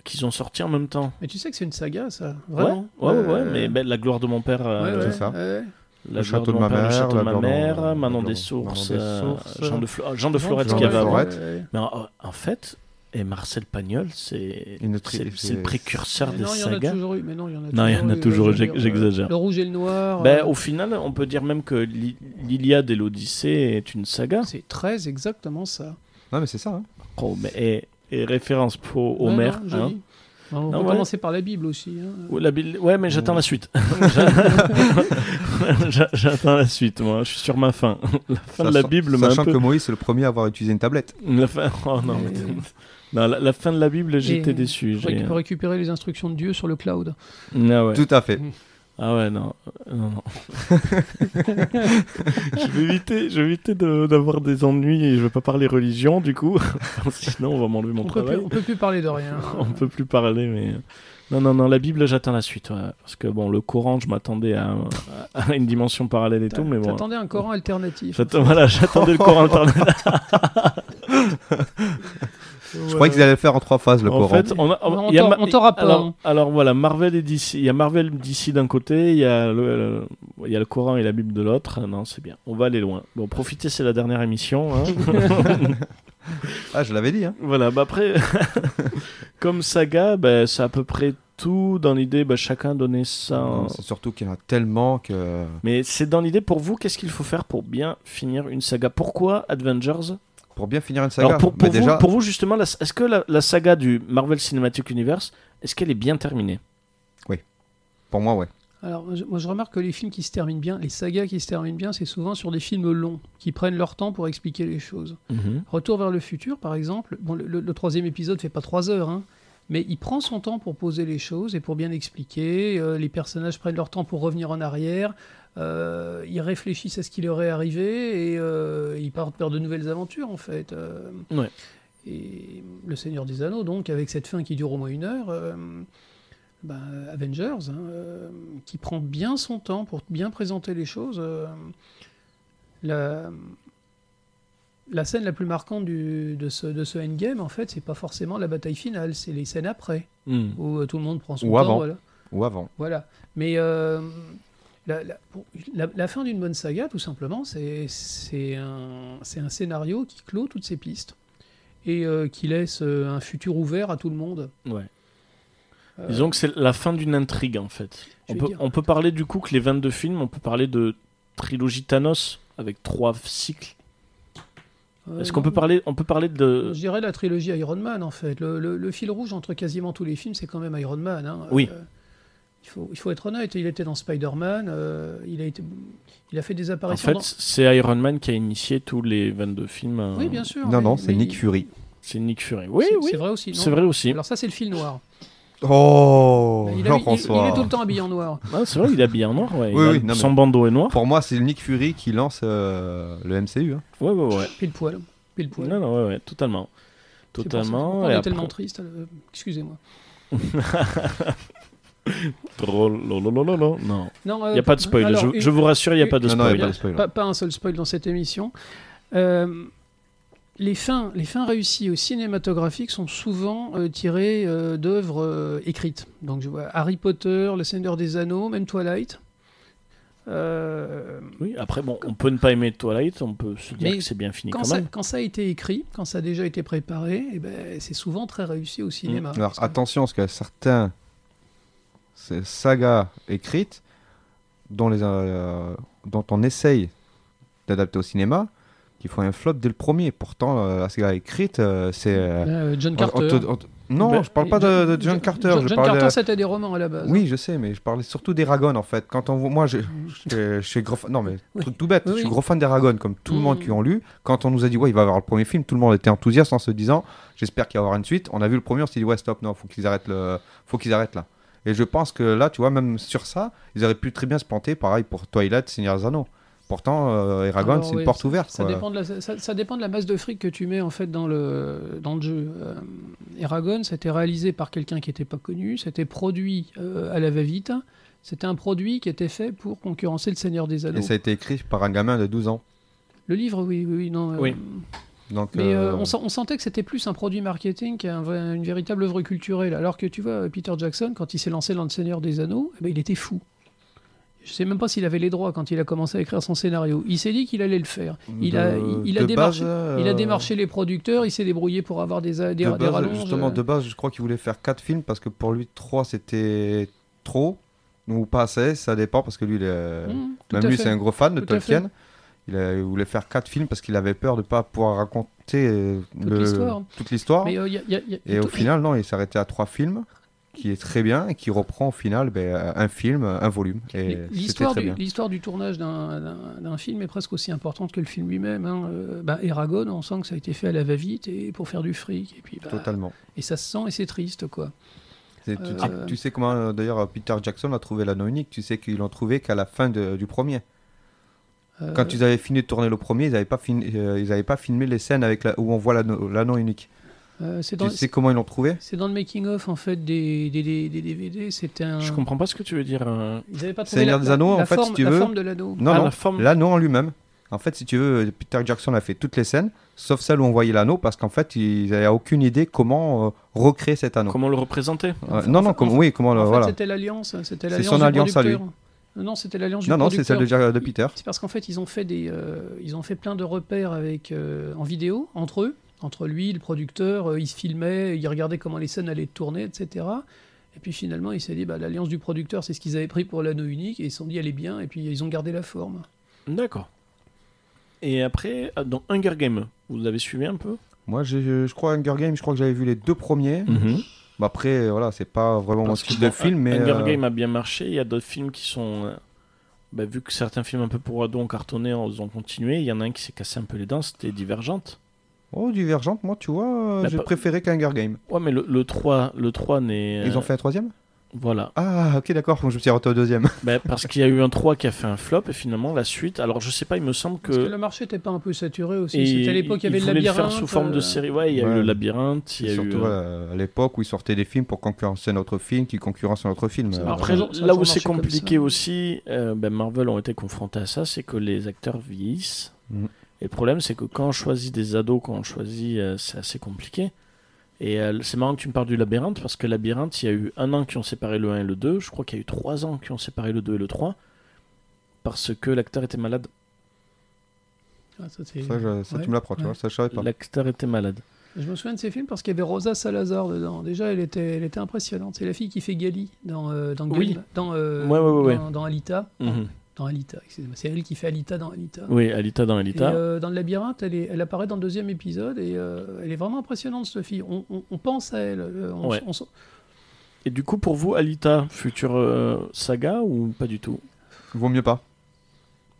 qu'ils ont sorti en même temps. Mais tu sais que c'est une saga, ça. Vraiment. ouais, ouais, ouais, Euh, mais ben, la gloire de mon père, euh, ouais, c'est ouais, ça. la ouais. Le gloire château de mon ma père, le mère, château de la ma gloire de- mère, la Manon gloire- des Manon sources, des euh, Sources. Jean de Flo- Jean de Non, Florette Jean qui de avait avant. Florette. ouais, ouais. Mais en, en fait, et Marcel Pagnol, c'est Une tri- c'est- c'est le c'est- précurseur Mais des non, il y en a sagas. toujours eu. Mais non, il y en a Non, il y en a eu, toujours eu, je veux dire, j'ex- j'exagère. Le rouge et le noir. Ben, euh, au final, on peut dire même que l'I- l'Iliade et l'Odyssée est une saga. C'est très exactement ça. Non, mais c'est ça. hein. Oh, mais- et, et référence pour Ouais, Homer. non, hein. joli. Ben, on Non, peut ouais. commencer par la Bible aussi. hein. Ou la Bible- Ouais, mais Mmh. j'attends la suite. J'a- j'attends la suite, moi. Je suis sur ma fin. La fin de la Sachant- Bible m'a un Sachant peu... que Moïse est le premier à avoir utilisé une tablette. La fin... oh, non, Mais- mais- Non, la, la fin de la Bible, j'étais Et- déçu. Je crois j'ai- qu'il peut récupérer les instructions de Dieu sur le cloud. Ah ouais. Tout à fait. Ah ouais, non. non, non. je vais éviter, je vais éviter de- d'avoir des ennuis et je vais pas parler religion du coup. Sinon, on va m'enlever mon On peut, plus, travail. on peut plus parler de rien. on peut plus parler, mais. euh, Non, non, non, la Bible, j'attends la suite. ouais. Parce que bon, le Coran, je m'attendais à, à une dimension parallèle et tout, mais bon. T'attendais un Coran alternatif. J'attends- Voilà, j'attendais le Coran internet. Je croyais qu'ils allaient le faire en trois phases, le en Coran. fait, on a- On il y a t'en- Ma- on t'aura pas, Alors, hein. alors voilà, Marvel et DC. Il y a Marvel DC d'un côté, il y, a le, le- il y a le Coran et la Bible de l'autre. Non, c'est bien. On va aller loin. Bon, profitez, c'est la dernière émission. hein. Ah, je l'avais dit. Hein. Voilà, bah après, comme saga, bah, c'est à peu près tout dans l'idée. Bah, chacun donnait ça. en- Non, C'est surtout qu'il y en a tellement que. Mais c'est dans l'idée pour vous, qu'est-ce qu'il faut faire pour bien finir une saga Pourquoi Avengers Pour bien finir une saga. Alors pour, mais pour vous, déjà, pour vous justement, la- est-ce que la, la saga du Marvel Cinematic Universe, est-ce qu'elle est bien terminée pour moi, ouais. Alors, moi, je- moi, je remarque que les films qui se terminent bien, les sagas qui se terminent bien, c'est souvent sur des films longs, qui prennent leur temps pour expliquer les choses. Mhm. Retour vers le futur, par exemple, bon, le, le- le troisième épisode fait pas trois heures, hein, mais il prend son temps pour poser les choses et pour bien expliquer. euh, les personnages prennent leur temps pour revenir en arrière. euh, ils réfléchissent à ce qui leur est arrivé et euh, ils partent vers de nouvelles aventures, en fait. euh. Ouais. Et le Seigneur des Anneaux, donc, avec cette fin qui dure au moins une heure. euh, ben, Avengers, hein, euh, qui prend bien son temps pour bien présenter les choses. euh, la, la scène la plus marquante du- de, ce, de ce endgame, en fait, c'est pas forcément la bataille finale, c'est les scènes après, Mhm. où euh, tout le monde prend son Ou temps. avant. Voilà. Ou avant. Voilà. Mais euh, la, la- pour- la- la fin d'une bonne saga, tout simplement, c'est c'est un, c'est un scénario qui clôt toutes ces pistes et euh, qui laisse euh, un futur ouvert à tout le monde. Ouais. Euh, Disons que c'est la fin d'une intrigue en fait. On Je vais peut, dire. on peut parler du coup que les 22 films, on peut parler de trilogie Thanos avec trois cycles. euh, Est-ce qu'on non, peut parler, on peut parler de... Euh, Je dirais la trilogie Iron Man, en fait. Le, le- le fil rouge entre quasiment tous les films, c'est quand même Iron Man. hein. Oui. Euh, il, faut, il faut être honnête. Il était dans Spider-Man. euh, il, a été, il a fait des En apparitions. fait, c'est Iron Man qui a initié tous les 22 films. euh, dans... Oui, bien sûr. Non, mais- non, c'est mais- Nick Fury. C'est Nick Fury. Oui, c'est- oui. C'est vrai aussi. non C'est vrai aussi. Alors, ça, c'est le fil noir. Oh il, a- il- Jean-François. il est tout le temps habillé en noir. Ah, c'est vrai, il est habillé en noir. Ouais. Oui, Il a- oui, non, son bandeau est noir. Pour moi, c'est Nick Fury qui lance euh, le MCU. Ah, hein. Ouais, ouais, ouais. Pile poil. Pile poil. Non, non, ouais, ouais, totalement. C'est pour ça. Totalement. On et est après- tellement triste. euh, Excusez-moi. Drôle, lololololo. Non, Non, il euh, n'y a pas de spoil. alors, je, une- je vous rassure, il n'y a pas de Non, non, il spoil. n'y a pas de spoil. hein. Pas, pas un seul spoil dans cette émission. Euh, les, fins, les fins réussies au cinématographique sont souvent euh, tirées euh, d'œuvres euh, écrites. Donc je vois Harry Potter, Le Seigneur des Anneaux, même Twilight. Euh, Oui, après, bon, on peut ne pas aimer Twilight, on peut se dire Mais que c'est bien fini quand, quand, ça, même. quand ça a été écrit, quand ça a déjà été préparé, eh ben, c'est souvent très réussi au cinéma. Mm. Alors Parce que- attention, parce qu'il y a certains ces sagas écrites dont, les, euh, dont on essaye d'adapter au cinéma qui font un flop dès le premier. Pourtant, euh, la saga écrite, euh, c'est. euh, Euh, John on- on Carter. te- on te- Non, Ben, je parle pas de, de John Carter. je John parle Carter, de- c'était des romans à la base. Oui, je sais, mais je parlais surtout d'Eragon en fait. Quand on voit, moi, je, je- je suis gros fan. Non, mais Oui. truc tout bête, Oui, je suis oui. gros fan d'Eragon, comme tout le monde Mm. qui ont lu. Quand on nous a dit, ouais, il va y avoir le premier film, tout le monde était enthousiaste en se disant, j'espère qu'il y aura une suite. On a vu le premier, on s'est dit, ouais, stop, non, faut qu'ils arrêtent le, faut qu'ils arrêtent là. Et je pense que là, tu vois, même sur ça, ils auraient pu très bien se planter. Pareil pour Twilight, Seigneur des Anneaux. Pourtant, euh, Eragon, Alors, c'est une oui, porte ouverte. Ah Ça quoi. dépend, de la, ça, ça dépend de la masse de fric que tu mets en fait dans le, dans le jeu. Euh, Eragon, c'était réalisé par quelqu'un qui n'était pas connu, c'était produit euh, à la va-vite, c'était un produit qui était fait pour concurrencer le Seigneur des Anneaux. Et ça a été écrit par un gamin de 12 ans. Le livre, oui, oui, oui, non. euh, Oui. Donc, Mais euh, euh, on, sen- on sentait que c'était plus un produit marketing qu'une véritable œuvre culturelle. Alors que tu vois, euh, Peter Jackson, quand il s'est lancé dans Le Seigneur des Anneaux, eh ben, il était fou. Je sais même pas s'il avait les droits quand il a commencé à écrire son scénario. Il s'est dit qu'il allait le faire. Il a, de- il, il a de démarché. base, euh, Il a démarché les producteurs, il s'est débrouillé pour avoir des, des, des de base, rallonges. euh. justement, de base, je crois qu'il voulait faire 4 films parce que pour lui, 3 c'était trop ou pas assez, ça dépend parce que lui, il est- Mmh, tout même à lui, fait. c'est un gros fan de Tout à fait. Tolkien. Il, a- il voulait faire 4 films parce qu'il avait peur de pas pouvoir raconter euh, Toute le- l'histoire. toute l'histoire. Mais, euh, y a- y a- y a- Et au tout- final, non, il s'est arrêté à 3 films qui est très bien et qui reprend au final ben, un film, un volume. Et c'était L'histoire très du, bien. l'histoire du tournage d'un- d'un d'un film est presque aussi importante que le film lui-même. hein. Euh, bah, Eragon, on sent que ça a été fait à la va-vite et pour faire du fric. Et, puis, bah, Totalement. et ça se sent et c'est triste. quoi. C'est- tu- tu- Euh, Tu, sais comment, euh, d'ailleurs, Peter Jackson a trouvé l'anneau unique. Tu sais qu'ils l'ont trouvé qu'à la fin de- du premier. Euh, Quand ils avaient fini de tourner le premier, ils n'avaient pas, fini- euh, ils avaient pas filmé les scènes avec la- où on voit l'anneau l'anneau unique. euh, c'est Tu dans, sais comment ils l'ont trouvé c'est dans le making-of en fait, des, des, des- des DVD. C'était un. Je comprends pas ce que tu veux dire. euh. Ils n'avaient pas trouvé Seigneur la- des Anneaux, la en fait, si forme- tu la veux. forme de l'anneau. Non, Ah, non, la forme. l'anneau en lui-même. En fait, si tu veux, euh, Peter Jackson a fait toutes les scènes, sauf celle où on voyait l'anneau, parce qu'en fait, ils n'avaient aucune idée comment euh, recréer cet anneau. Comment le représenter Euh, non, non, enfin, comme, en oui, comment le- Ah, En fait, voilà. c'était l'alliance. C'était C'est l'alliance son du alliance à lui. producteur. Non, c'était l'alliance du Non, non, c'est producteur. celle de, Ja- de Peter. C'est parce qu'en fait, ils ont fait des, euh, ils ont fait plein de repères avec euh, en vidéo entre eux, entre lui, le producteur. euh, ils se filmaient, ils regardaient comment les scènes allaient tourner, etc. Et puis finalement, il s'est dit, bah, l'alliance du producteur, c'est ce qu'ils avaient pris pour l'anneau unique, et ils se sont dit, elle est bien, et puis ils ont gardé la forme. D'accord. Et après, euh, dans Hunger Games, vous avez suivi un peu Moi, j'ai- je, crois Hunger Games, je crois que j'avais vu les deux premiers. Bah, après, euh, voilà, c'est pas vraiment mon Parce que style bon, de film, mais. Hunger euh, Games a bien marché. Il y a d'autres films qui sont. euh, bah, vu que certains films un peu pour ados ont cartonné, ils ont continué. Il y en a un qui s'est cassé un peu les dents, c'était Divergente. Oh, Divergente, moi, tu vois, euh, Bah, j'ai pas- préféré qu'Hunger Games. Ouais, mais le, le 3, le 3 n'est. Ils ont euh, fait un troisième Voilà. Ah, ok, d'accord, je me suis arrêté au deuxième. Bah, parce qu'il y a eu un 3 qui a fait un flop et finalement la suite. Alors je sais pas, il me semble que. Parce que le marché n'était pas un peu saturé aussi. et C'était à l'époque, il y avait ils le voulaient labyrinthe. faire sous forme de euh, série. Ouais, il y a Ouais. eu le labyrinthe. Il y a Et surtout eu. euh, voilà, à l'époque où ils sortaient des films pour concurrencer notre film, qui concurrence notre film. Ça Euh, marche. Après, Ça a toujours là où c'est marché comme compliqué ça. aussi, euh, ben, Marvel ont été confrontés à ça, c'est que les acteurs vieillissent. Mhm. Et le problème, c'est que quand on choisit des ados, quand on choisit, euh, c'est assez compliqué. Et euh, c'est marrant que tu me parles du labyrinthe, parce que labyrinthe, il y a eu un an qui ont séparé le 1 et le 2. Je crois qu'il y a eu trois ans qui ont séparé le 2 et le 3. Parce que l'acteur était malade. ah, ça, c'est- Euh, ça, je- ça, Ouais, tu me l'apprends, tu ouais. vois, ça je savais pas. L'acteur était malade. Je me souviens de ces films parce qu'il y avait Rosa Salazar dedans. Déjà, elle était, elle était impressionnante. C'est la fille qui fait Gali dans euh, dans, Oui. Gulp, dans, euh, Ouais, ouais, ouais, dans- dans Alita. Mhm. Dans Alita, excusez-moi. C'est elle qui fait Alita dans Alita. Oui, Alita dans Et, Alita. euh, dans le labyrinthe, elle, est- elle apparaît dans le deuxième épisode et euh, elle est vraiment impressionnante, cette fille. On, on- on pense à elle. euh, on- Ouais. on s- Et du coup, pour vous, Alita, future euh, saga ou pas du tout Vaut mieux pas,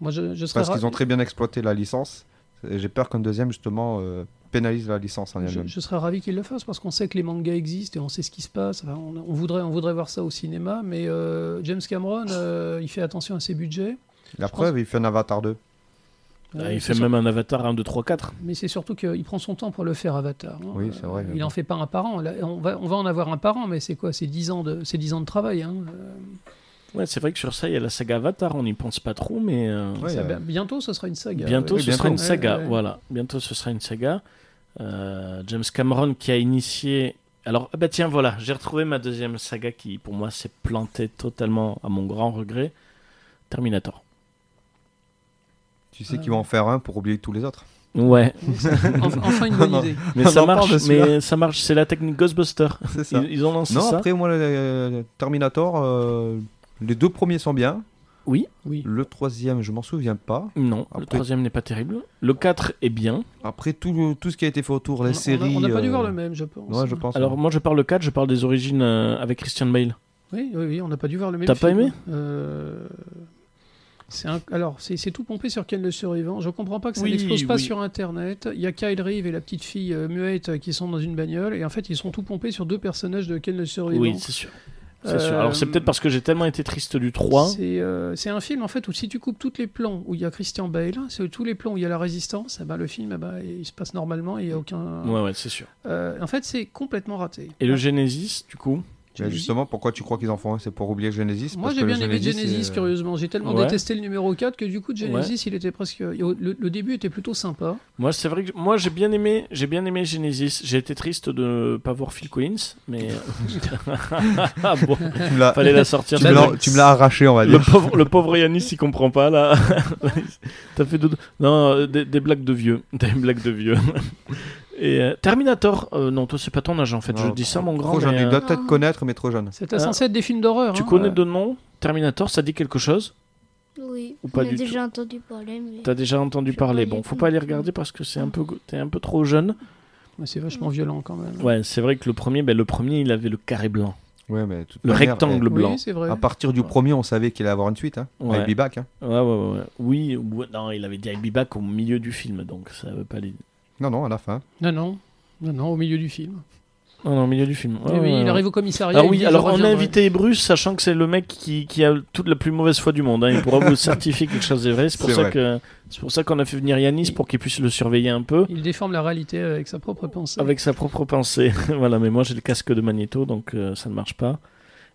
moi, je, je serais parce ra- qu'ils ont très bien exploité la licence. Et J'ai peur qu'un deuxième, justement, euh, pénalise la licence en je, elle-même. je serais ravi qu'ils le fassent parce qu'on sait que les mangas existent et on sait ce qui se passe. Enfin, on, on voudrait, on voudrait voir ça au cinéma, mais euh, James Cameron, euh, il fait attention à ses budgets. La je preuve, il fait un Avatar 2. Ah, Euh, Il c'est fait sur- même un avatar 1, 2, 3, 4. Mais c'est surtout qu'il prend son temps pour le faire, Avatar. hein. Oui, c'est vrai, Euh, mais Il bon. en fait pas un par an. Là, on, va, on va en avoir un par an, mais c'est quoi C'est 10 ans de, c'est 10 ans de travail. hein. Euh, Ouais, c'est vrai que sur ça, il y a la saga Avatar, on n'y pense pas trop, mais euh, Ouais, ça- euh, Bientôt, ce sera une saga. bientôt oui, ce bientôt. sera une Ouais, saga. ouais. Voilà, bientôt ce sera une saga. Euh, James Cameron qui a initié. Alors, ah bah tiens, voilà, j'ai retrouvé ma deuxième saga qui, pour moi, s'est plantée totalement, à mon grand regret Terminator. Tu sais Ah. qu'ils vont en faire un pour oublier tous les autres. Ouais, enfin, enfin une bonne Non, idée. mais On ça en parle de marche, celui-là. mais ça marche, c'est la technique Ghostbuster. C'est ça. Ils, ils ont lancé Non, ça. après, moi, le- le Terminator, euh, les deux premiers sont bien. oui. Oui. Le troisième, je m'en souviens pas. Non, le Après- troisième n'est pas terrible. Le 4 est bien. Après tout, tout ce qui a été fait autour, On les a- séries. On n'a pas dû euh, voir le même, je pense. Ouais, je pense. hein. Alors moi je parle le 4, je parle des origines euh, avec Christian Bale. Oui, oui, oui, on n'a pas dû voir le même. T'as pas film. aimé Euh, c'est un- Alors, c'est c'est tout pompé sur Ken le Survivant. Je comprends pas que ça Oui, n'explose pas oui. sur Internet. Il y a Kyle Reeve et la petite fille euh, muette euh, qui sont dans une bagnole. Et en fait, ils sont tout pompés sur deux personnages de Ken le Survivant. Oui, c'est sûr. C'est Euh, sûr. Alors c'est peut-être parce que j'ai tellement été triste du 3. C'est euh, c'est un film en fait où si tu coupes toutes les plans où il y a Christian Bale, sur tous les plans où il y a la résistance, eh ben, le film eh ben, il se passe normalement et il n'y a aucun. Ouais ouais, c'est sûr. Euh, en fait, c'est complètement raté. Et le Genesis du coup Tu Mais dis- justement, pourquoi tu crois qu'ils en font un C'est pour oublier Genesis euh, Moi parce j'ai que bien aimé c'est- Genesis, curieusement. J'ai tellement euh, Ouais. détesté le numéro 4 que du coup, Genesis, il était presque. Le, le début était plutôt sympa. Moi c'est vrai que moi j'ai bien aimé, j'ai bien aimé Genesis. J'ai été triste de pas voir Phil Collins mais Ah bon, Tu me l'as- fallait la sortir. tu de me la- l'as- tu me l'as arraché, on va Le dire. pauvre, le pauvre Yanis, il comprend pas là. T'as fait dodo. Non, euh, des, des blagues de vieux. Des blagues de vieux. Et euh, Terminator, euh, non, toi c'est pas ton âge en fait. Non, Je dis ça, mon grand. Trop jeune, mais, il euh, doit peut-être connaître, mais trop jeune. C'était Ah. censé être des films d'horreur. tu hein. connais Euh, de nom Terminator, ça dit quelque chose Oui. Ou pas on a du déjà entendu parler, mais. T'as déjà entendu Je parler. connais Bon, faut pas. pas aller regarder parce que c'est un peu, t'es un peu trop jeune. mais C'est vachement violent quand même. Ouais, c'est vrai que le premier, ben, le premier, il avait le carré blanc, Ouais, mais de toute le manière, rectangle Oui, blanc. Ah, c'est eh, vrai. À partir du premier, on savait qu'il allait avoir une suite. Hein. Ouais. I'll be back. hein. Ouais, ouais, ouais, ouais. Oui, ou- non, il avait dit I'll be back au milieu du film, donc ça veut pas les. Non, non, à la fin. Non, non. Non, non, au milieu du film. Non, non, au milieu du film. Ouais, Et oui, ouais, ouais. il arrive au commissariat. Ah il oui, dit, alors je on a reviendrai. invité Bruce, sachant que c'est le mec qui, qui a toute la plus mauvaise foi du monde. hein. Il pourra vous certifier que quelque chose est vrai. C'est pour C'est ça vrai. que c'est pour ça qu'on a fait venir Yanis pour qu'il puisse le surveiller un peu Il déforme la réalité euh, avec sa propre pensée. avec sa propre pensée. voilà, mais moi j'ai le casque de Magneto, donc euh, ça ne marche pas.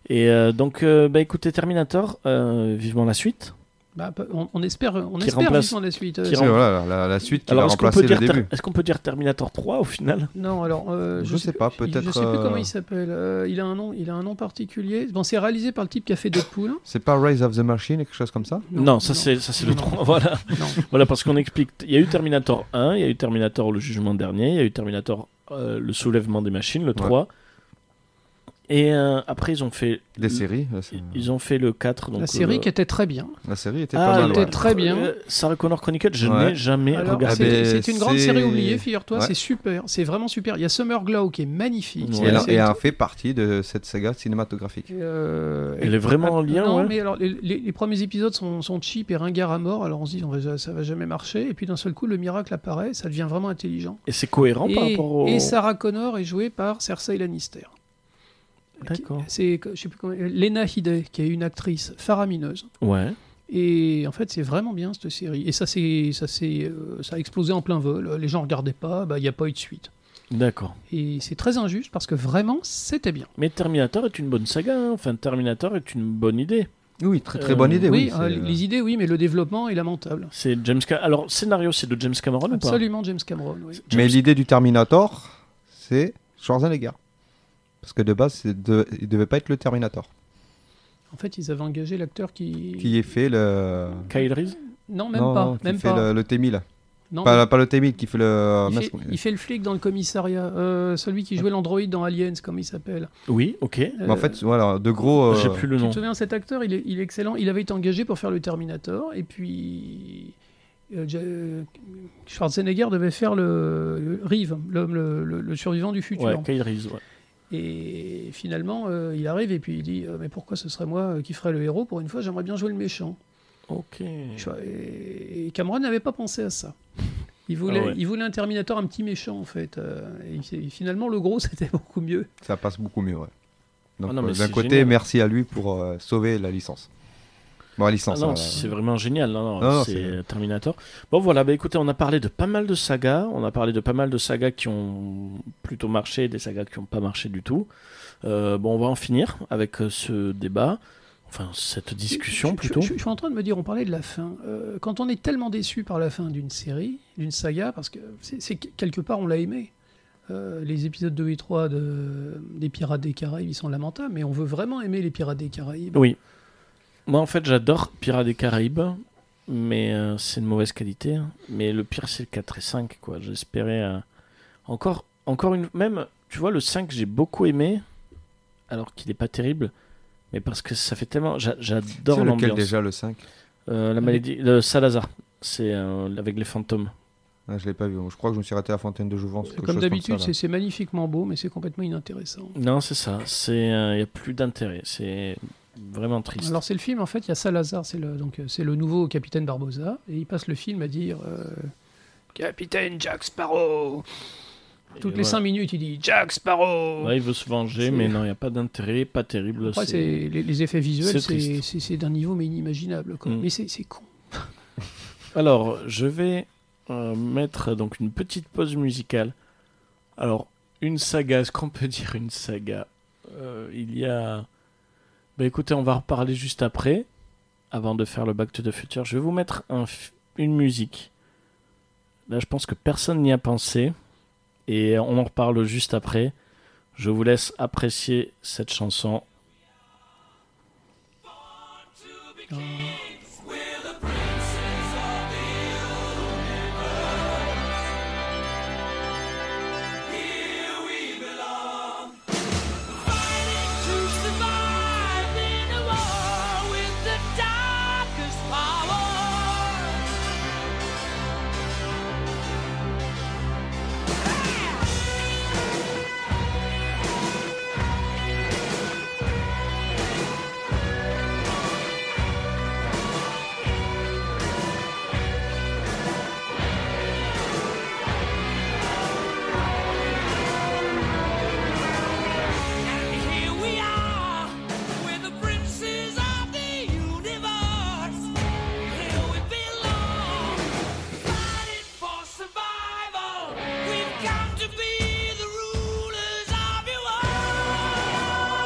Et euh, donc, euh, bah écoutez, Terminator, euh, vivement la suite. Bah, on, on espère, on Qui espère remplace- vivement la suite. qui Euh, rem- C'est, voilà, la- la, la suite qui va Alors, est-ce qu'on remplacer peut, le dire Ter- début. est-ce qu'on peut dire Terminator 3 au final Non, alors euh, Je sais pas, peut-être, Je sais plus euh, comment il s'appelle. Euh, il a un nom, il a un nom particulier. Bon, c'est réalisé par le type qui a fait Deadpool. C'est pas Rise of the Machine, quelque chose comme ça non, ça c'est ça c'est le Non. 3. Voilà. Non. Voilà, parce qu'on explique. Il y a eu Terminator 1, il y a eu Terminator le jugement dernier, il y a eu Terminator euh, le soulèvement des machines, le 3. Et euh, après, ils ont fait. Des séries. là, c'est- Ils ont fait le 4. Donc, la série euh, qui était très bien. La série était Ah, pas mal. elle était ouais. était très bien. euh, Sarah Connor Chronicles, je Ouais. n'ai jamais Alors, regardé. c'est- Ah ben, c'est une grande c'est- série oubliée, figure-toi. Ouais. C'est super, c'est vraiment super. Il y a Summer Glow qui est magnifique. Ouais. Et elle- C'est- Et elle fait partie de cette saga cinématographique. euh, Elle est vraiment en lien, Non, ouais. mais alors les, les- les premiers épisodes sont, sont cheap et ringards à mort. Alors on se dit, on va- ça va jamais marcher. Et puis d'un seul coup, le miracle apparaît. Ça devient vraiment intelligent. Et c'est cohérent par Et, rapport au. et Sarah Connor est jouée par Cersei Lannister. D'accord. C'est, je sais plus comment, Lena Headey, qui est une actrice faramineuse. Ouais. Et en fait, c'est vraiment bien cette série. Et ça, c'est, ça, c'est, euh, ça a explosé en plein vol. Les gens regardaient pas, bah, il n'y a pas eu de suite. D'accord. Et c'est très injuste parce que vraiment, c'était bien. Mais Terminator est une bonne saga. hein. Enfin, Terminator est une bonne idée. Oui, très très Euh, bonne idée. Eh Oui, oui, euh, c'est- les idées, oui, mais le développement est lamentable. C'est James. Ca- Alors, scénario, c'est de James Cameron ou Absolument, James Cameron. oui. pas Mais James- l'idée du Terminator, c'est Schwarzenegger. Parce que de base, c'est de- il devait pas être le Terminator. En fait, ils avaient engagé l'acteur qui... Qui ait fait le. Kyle Reese Non, même Non, pas. non, qui même fait pas. le, le T-1000. Non, Pas, pas le T-1000, qui fait le. euh, il, mince, fait, comment- il fait le flic dans le commissariat. Euh, celui qui jouait l'androïde dans Aliens, comme il s'appelle. Oui, ok. Mais en Euh, fait, voilà, de gros. euh, J'ai plus le Tu nom. te souviens, cet acteur, il est, il est excellent. Il avait été engagé pour faire le Terminator, et puis euh, Ja- Schwarzenegger devait faire le, le Reeve, le, le- le- le survivant du futur. Ouais, Kyle Reese, ouais. Et finalement, euh, il arrive et puis il dit euh, Mais pourquoi ce serait moi euh, qui ferais le héros Pour une fois, j'aimerais bien jouer le méchant. Ok. Schwa- Et, et Cameron n'avait pas pensé à ça. Il voulait, Ah ouais. il voulait un Terminator, un petit méchant en fait. Euh, et finalement, le gros, c'était beaucoup mieux. Ça passe beaucoup mieux, ouais. Donc, Ah non, euh, mais d'un c'est côté, génial. merci à lui pour euh, sauver la licence. Bon, la licence. Ah non, hein, c'est vraiment génial. Non, non, Ah non, c'est c'est- Terminator. Bon, voilà. Bah, écoutez, on a parlé de pas mal de sagas. On a parlé de pas mal de sagas qui ont plutôt marché, des sagas qui n'ont pas marché du tout. Euh, bon, on va en finir avec euh, ce débat. Enfin, cette discussion Je- je- plutôt. Je, je suis en train de me dire, on parlait de la fin. Euh, quand on est tellement déçu par la fin d'une série, d'une saga, parce que c'est c'est que- quelque part on l'a aimé. Euh, les épisodes 2 et 3 de, des Pirates des Caraïbes, ils sont lamentables, mais on veut vraiment aimer les Pirates des Caraïbes. Oui. Moi, en fait, j'adore Pirates des Caraïbes, mais euh, c'est de mauvaise qualité. hein. Mais le pire, c'est le 4 et 5, quoi. J'espérais. euh, Encore, encore une. Même, tu vois, le 5, j'ai beaucoup aimé, alors qu'il n'est pas terrible. Mais parce que ça fait tellement. j'a- C'est J'adore lequel l'ambiance. déjà, Ah, le 5 Euh, la maladie. Le Salazar. C'est euh, avec les fantômes. ah, Je l'ai pas vu. Je crois que je me suis raté à la fontaine de Jouvence. quelque Comme chose d'habitude, ça, c'est là. c'est magnifiquement beau, mais c'est complètement inintéressant. Non, c'est ça. Il n'y a plus d'intérêt. C'est vraiment triste. Alors c'est le film, en fait, il y a Salazar, c'est le, donc, euh, c'est le nouveau capitaine Barbosa, et il passe le film à dire euh, Capitaine Jack Sparrow Et Toutes les voilà. cinq minutes, il dit Jack Sparrow Ouais, il veut se venger, C'est- mais non, il n'y a pas d'intérêt, pas terrible. Après, c'est... c'est- les, les effets c'est visuels, c'est, triste. c'est- c'est d'un niveau mais inimaginable. quoi. Mm. Mais c'est, c'est con. Alors, je vais euh, mettre donc une petite pause musicale. Alors, une saga, est-ce qu'on peut dire une saga Euh, Il y a. Bah écoutez, on va reparler juste après, avant de faire le Back to the Future. Je vais vous mettre un f- une musique. Là, je pense que personne n'y a pensé. Et on en reparle juste après. Je vous laisse apprécier cette chanson. to survive in a war with the darkest powers. And here we are, we're the princes of the universe. Here we belong, fighting for survival. We've come to be the rulers of your world.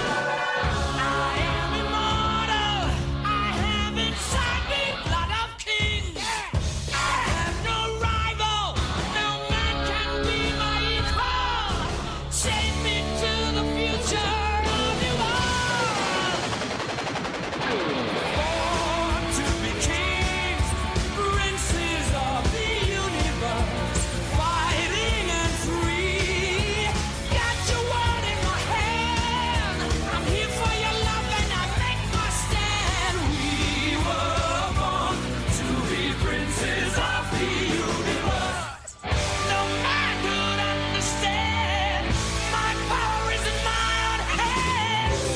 I am immortal. I have inside me blood of kings. I have no rival. No man can be my equal. Take me to the future of the world. Born to be kings, princes of the universe, fighting and free. Got your world in my hand. I'm here for your love and I make my stand. We were born to be princes of the universe. No man could understand. My power is in my own hands.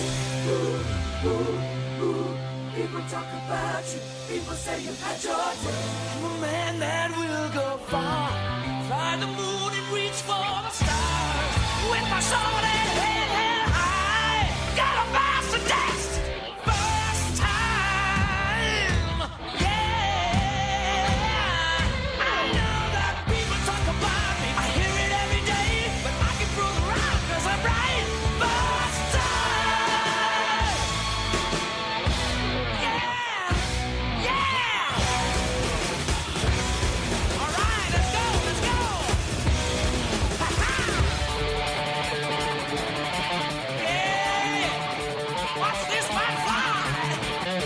People talk about you, people say you had your day. I'm a man that will go far. Fly the moon and reach for the stars. With my sword and head held high, gotta pass the test. First time, yeah. I know that people talk about me. I hear it every day, but I can prove it wrong 'cause I'm right. First time. Yeah! Yeah! All right, let's go, let's go! Ha-ha! Yeah! Watch this man fly! Woo!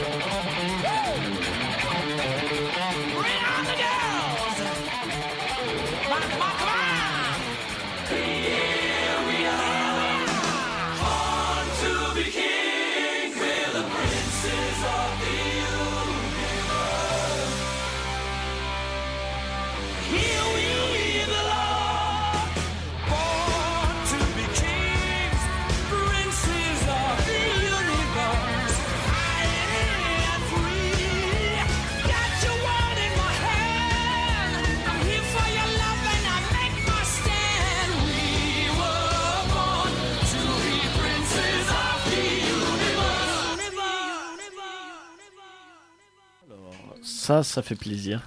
Bring on the girls! Come on, come on, come on! Here we are! Born to be king! We're the princes of the universe. Here we belong. Born to be kings, princes of the universe. Fighting and free. Got your world in my hand. I'm here for your love and I make my stand. We were born to be princes of the universe. Ça, ça fait plaisir.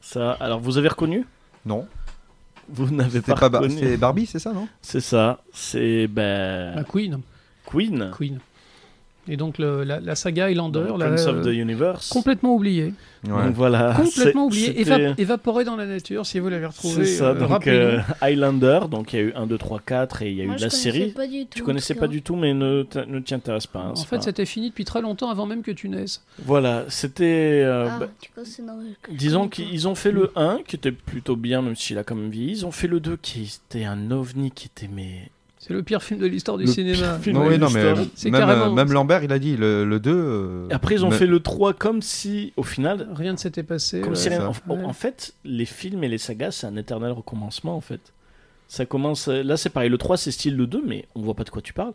Ça, alors, vous avez reconnu Non, Vous n'avez c'était pas, pas Bar- reconnu. c'est Barbie, c'est ça, non C'est ça, c'est ben, La Queen, Queen. Queen. Et donc le- la, la saga Highlander, Dans la- Prince of the Universe. complètement oubliée. Ouais. Donc voilà. complètement c'est- oubliée, c'était- éva- évaporée dans la nature, si vous l'avez retrouvée. C'est ça, euh, donc rappelez-nous. euh, Highlander, donc il y a eu 1, 2, 3, 4 et il y a eu Moi, je la connaissais série. Pas du tout, Tu en connaissais tout hein. pas cas. du tout, mais ne t'in- ne t'y intéresse pas. hein, en c'est fait, pas- c'était fini depuis très longtemps avant même que tu naisses. Voilà, c'était. euh, Ah, bah, du coup, c'est normal. Disons connais pas. qu'ils ont fait le 1 qui était plutôt bien, même s'il a quand même vieilli. Ils ont fait le 2 qui était un ovni qui était mais. C'est le pire film de l'histoire du Le cinéma. pire film Non, de oui, non, mais l'histoire. C'est même, carrément- euh, même Lambert, il a dit le, le 2. euh, Après, ils ont me- fait le 3 comme si, au final, Rien ne s'était passé. euh, Comme ouais. si rien- ça. en, en- Ouais. en fait, les films et les sagas, c'est un éternel recommencement, en fait. Ça commence... euh, Là, c'est pareil. Le 3, c'est style le 2, mais on voit pas de quoi tu parles.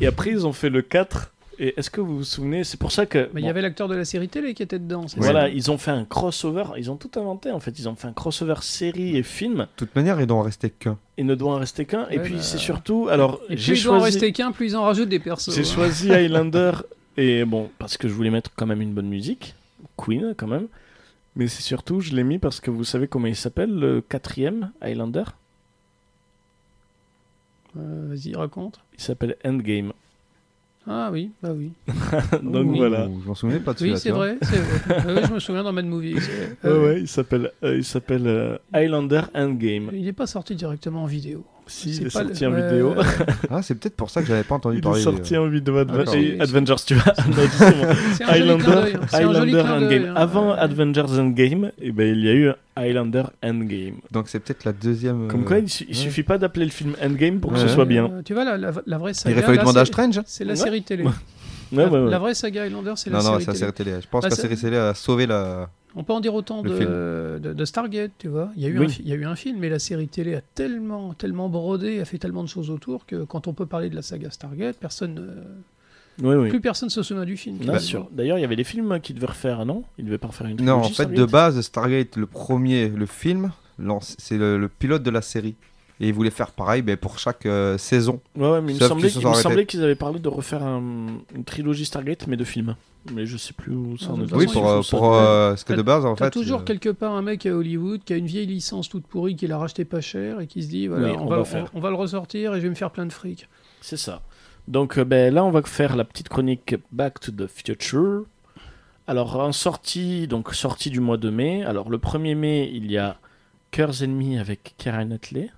Et après, ils ont fait le 4. Et est-ce que vous vous souvenez C'est pour ça que... Mais il bon, y avait l'acteur de la série télé qui était dedans. c'est Voilà, ça ils ont fait un crossover. Ils ont tout inventé, en fait. Ils ont fait un crossover série et film. De toute manière, il doit en rester qu'un. Et ne doit en rester qu'un. et Ouais, puis, bah. c'est surtout... Alors, Et j'ai plus il doit en choisi... rester qu'un, plus ils en rajoutent des persos. J'ai hein. choisi Highlander et bon parce que je voulais mettre quand même une bonne musique, Queen quand même. Mais c'est surtout je l'ai mis parce que vous savez comment il s'appelle le quatrième Highlander Euh, Vas-y, raconte. Il s'appelle Endgame. Ah oui, bah oui. Donc Oui. voilà. Ouh, Je m'en souvenais pas de Oui, celui-là, c'est tu vois. vrai. c'est vrai. Ah oui, je me souviens dans Mad Movie. c'est- Ouais, ouais, il s'appelle euh, il s'appelle euh, Highlander Endgame. Il n'est pas sorti directement en vidéo. Si C'est il est pas le- euh, sorti en ouais, vidéo. ouais, Ah, c'est peut-être pour ça que j'avais pas entendu Il est parler. euh, sorti en vidéo Adven- d'accord. et Avengers, tu vois. Non, justement. C'est un joli clin Highlander, d'œil, hein. C'est un joli Highlander clin d'œil, Endgame. hein. Avant Ouais. Avengers Endgame, eh ben, il y a eu Highlander Endgame. Donc c'est peut-être la deuxième. hein. Comme euh, quoi, il, su- il ouais. suffit pas d'appeler le film Endgame pour que Ouais. ce soit bien. Euh, Tu vois, la, la, la vraie saga. Il aurait fallu là, demander à c'est- Strange. hein. C'est la Ouais. série télé. Ouais, la, ouais, ouais. la vraie saga Highlander, c'est la Non, non, série c'est télé. la série télé. Je pense Bah, que la c'est- série télé a sauvé la. On peut en dire autant Le de, de, de Stargate, tu vois. Il y, a eu Oui. un, fi- il y a eu un film, mais la série télé a tellement, tellement brodé, a fait tellement de choses autour que quand on peut parler de la saga Stargate, personne, ne- Oui, oui. plus personne se souvient du film. Non, tu vois. sûr. Bah, D'ailleurs, il y avait des films qui devaient refaire, ah non Ils devaient pas refaire une Non, en trilogie, fait, ça, de vite base, Stargate, le premier, le film, lance- c'est le, le pilote de la série. Et ils voulaient faire pareil ben, pour chaque euh, saison. Ouais, ouais, mais il me Sauf semblait, qu'ils se il sont me arrêtés. semblait qu'ils avaient parlé de refaire un- une trilogie Stargate, mais de films. Mais je sais plus où ça Ah, en de est. toute Oui, façon, pour, ils euh, font pour ça. euh, ce que de base, en T'as fait. toujours euh, quelque part un mec à Hollywood qui a une vieille licence toute pourrie qu'il a racheté pas cher et qui se dit voilà, Oui, on, on va, va on- faire. on va le ressortir et je vais me faire plein de fric. C'est ça. Donc euh, ben, là, on va faire la petite chronique Back to the Future. Alors, en sortie, donc sortie du mois de mai. Alors, le 1er mai, il y a Cœurs Ennemis avec Karen Atley.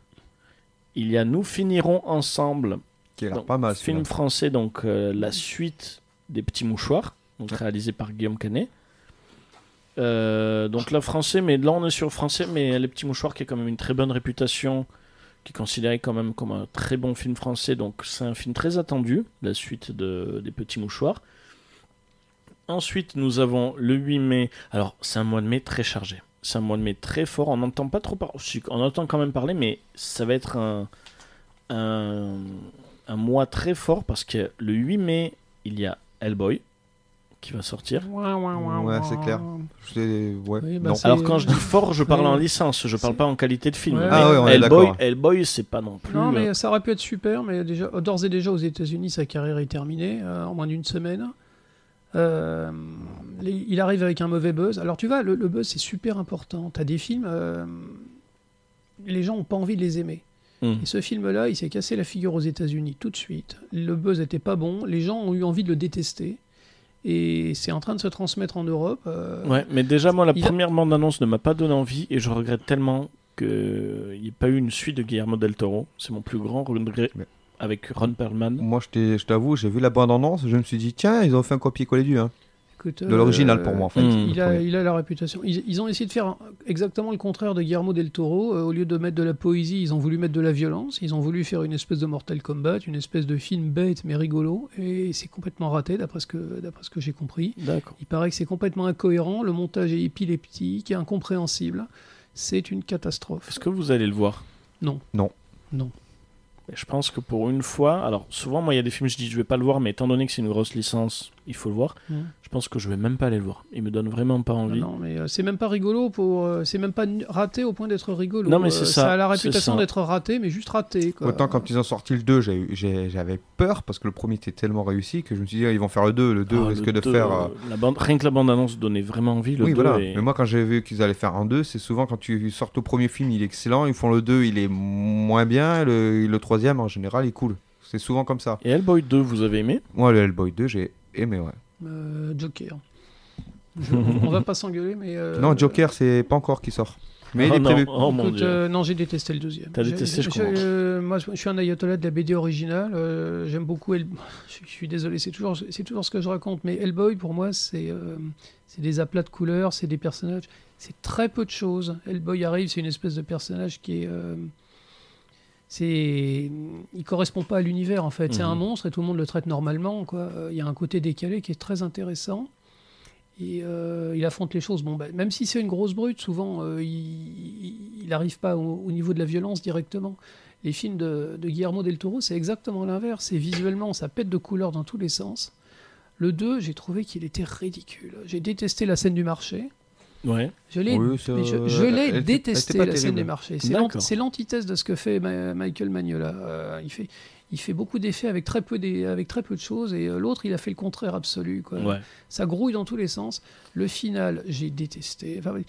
Il y a Nous finirons ensemble qui a l'air Donc, pas mal. Film celui-là. français, donc euh, la suite des Petits Mouchoirs, donc réalisé par Guillaume Canet. Euh, donc là, français, mais là on est sur français, mais Les Petits Mouchoirs qui a quand même une très bonne réputation, qui est considéré quand même comme un très bon film français, donc c'est un film très attendu, la suite de, des Petits Mouchoirs. Ensuite, nous avons le 8 mai. Alors, c'est un mois de mai très chargé. C'est un mois de mai très fort. On n'entend pas trop parler. On entend quand même parler, mais ça va être un- un, un mois très fort parce que le 8 mai, il y a Hellboy qui va sortir. Ouais, c'est clair. C'est- ouais, Oui, bah, non. c'est- Alors quand je dis fort, je parle Ouais. en licence, je parle C'est- pas en qualité de film. Ouais. Mais Ah ouais, on est Hellboy, d'accord. Hellboy c'est pas non plus. Non, euh, mais ça aurait pu être super, mais déjà, d'ores et déjà aux États-Unis, sa carrière est terminée euh, en moins d'une semaine. Euh, les- il arrive avec un mauvais buzz. Alors, tu vois, le, le buzz, c'est super important. T'as des films, euh, les gens n'ont pas envie de les aimer. hmm. Et ce film-là, il s'est cassé la figure aux États-Unis tout de suite. Le buzz n'était pas bon, les gens ont eu envie de le détester. Et c'est en train de se transmettre en Europe. euh, Ouais, mais déjà moi la Il a- première bande annonce ne m'a pas donné envie et je regrette tellement qu'il n'y ait pas eu une suite de Guillermo del Toro. C'est mon plus grand regret Mais- avec Ron Perlman. Moi, je t'ai- je t'avoue, j'ai vu la bande-annonce, je me suis dit, tiens, ils ont fait un copier-coller du 1. écoute, De l'original pour moi, en fait. Hmm. euh, Il le a, premier. il a la réputation. Ils, ils ont essayé de faire exactement le contraire de Guillermo del Toro. Euh, au lieu de mettre de la poésie, ils ont voulu mettre de la violence. Ils ont voulu faire une espèce de Mortal Kombat, une espèce de film bête mais rigolo. Et c'est complètement raté, d'après ce que, d'après ce que j'ai compris. D'accord. Il paraît que c'est complètement incohérent. Le montage est épileptique et incompréhensible. C'est une catastrophe. Est-ce que vous allez le voir Non. Non. Non. Je pense que pour une fois, alors souvent moi il y a des films je dis je vais pas le voir, mais étant donné que c'est une grosse licence, il faut le voir. Hmm. Je pense que je vais même pas aller le voir. Il me donne vraiment pas envie. Non, mais euh, c'est même pas rigolo pour. euh, c'est même pas nu- raté au point d'être rigolo. Non, mais c'est Euh, ça, a la c'est réputation ça. d'être raté, mais juste raté. Ah. Quoi. Autant quand ils ont sorti le 2, j'ai eu- j'ai- j'avais peur parce que le premier était tellement réussi que je me suis dit, ah, ils vont faire le 2. Le 2 Ah, risque le de deux, faire. euh, euh, la bande, rien que la bande-annonce donnait vraiment envie. Le oui, deux voilà. est- Mais moi, quand j'ai vu qu'ils allaient faire un 2, c'est souvent quand tu sors au premier film, il est excellent. Ils font le 2, il est moins bien. Le, le troisième, en général, il est cool. C'est souvent comme ça. Et Hellboy 2, vous avez aimé Moi, le Hellboy 2, j'ai aimé, ouais. Euh, Joker. Je- on va pas s'engueuler, mais. euh, Non, Joker, c'est pas encore qui sort. Mais oh, il est non. prévu. Oh mon écoute, dieu. euh, non, j'ai détesté le deuxième. T'as J'ai- détesté, je comprends. euh, moi, je je suis un ayatollah de la BD originale. euh, J'aime beaucoup. El... Je suis désolé, c'est toujours, c'est toujours ce que je raconte. Mais Hellboy, pour moi, c'est euh, c'est des aplats de couleurs, c'est des personnages. C'est très peu de choses. Hellboy arrive, c'est une espèce de personnage qui est. euh, c'est, il correspond pas à l'univers en fait. C'est Mhm. un monstre et tout le monde le traite normalement. Quoi. Euh, Il y a un côté décalé qui est très intéressant. Et euh, il affronte les choses. Bon, bah, même si c'est une grosse brute, souvent euh, il n'arrive pas au, au niveau de la violence directement. Les films de, de Guillermo del Toro, c'est exactement l'inverse. C'est visuellement, ça pète de couleurs dans tous les sens. Le 2, j'ai trouvé qu'il était ridicule. J'ai détesté la scène du marché. Ouais. Je l'ai Oui, ça- mais je, je l'ai elle était- elle détesté était la pas scène terrible. des marchés. C'est D'accord. l'ant- C'est l'antithèse de ce que fait Ma- Michael Magnola. Euh, il fait, il fait beaucoup d'effets avec très peu des, avec très peu de choses et euh, l'autre il a fait le contraire absolu. Quoi. Ouais. Ça grouille dans tous les sens. Le final, j'ai détesté. Enfin, oui.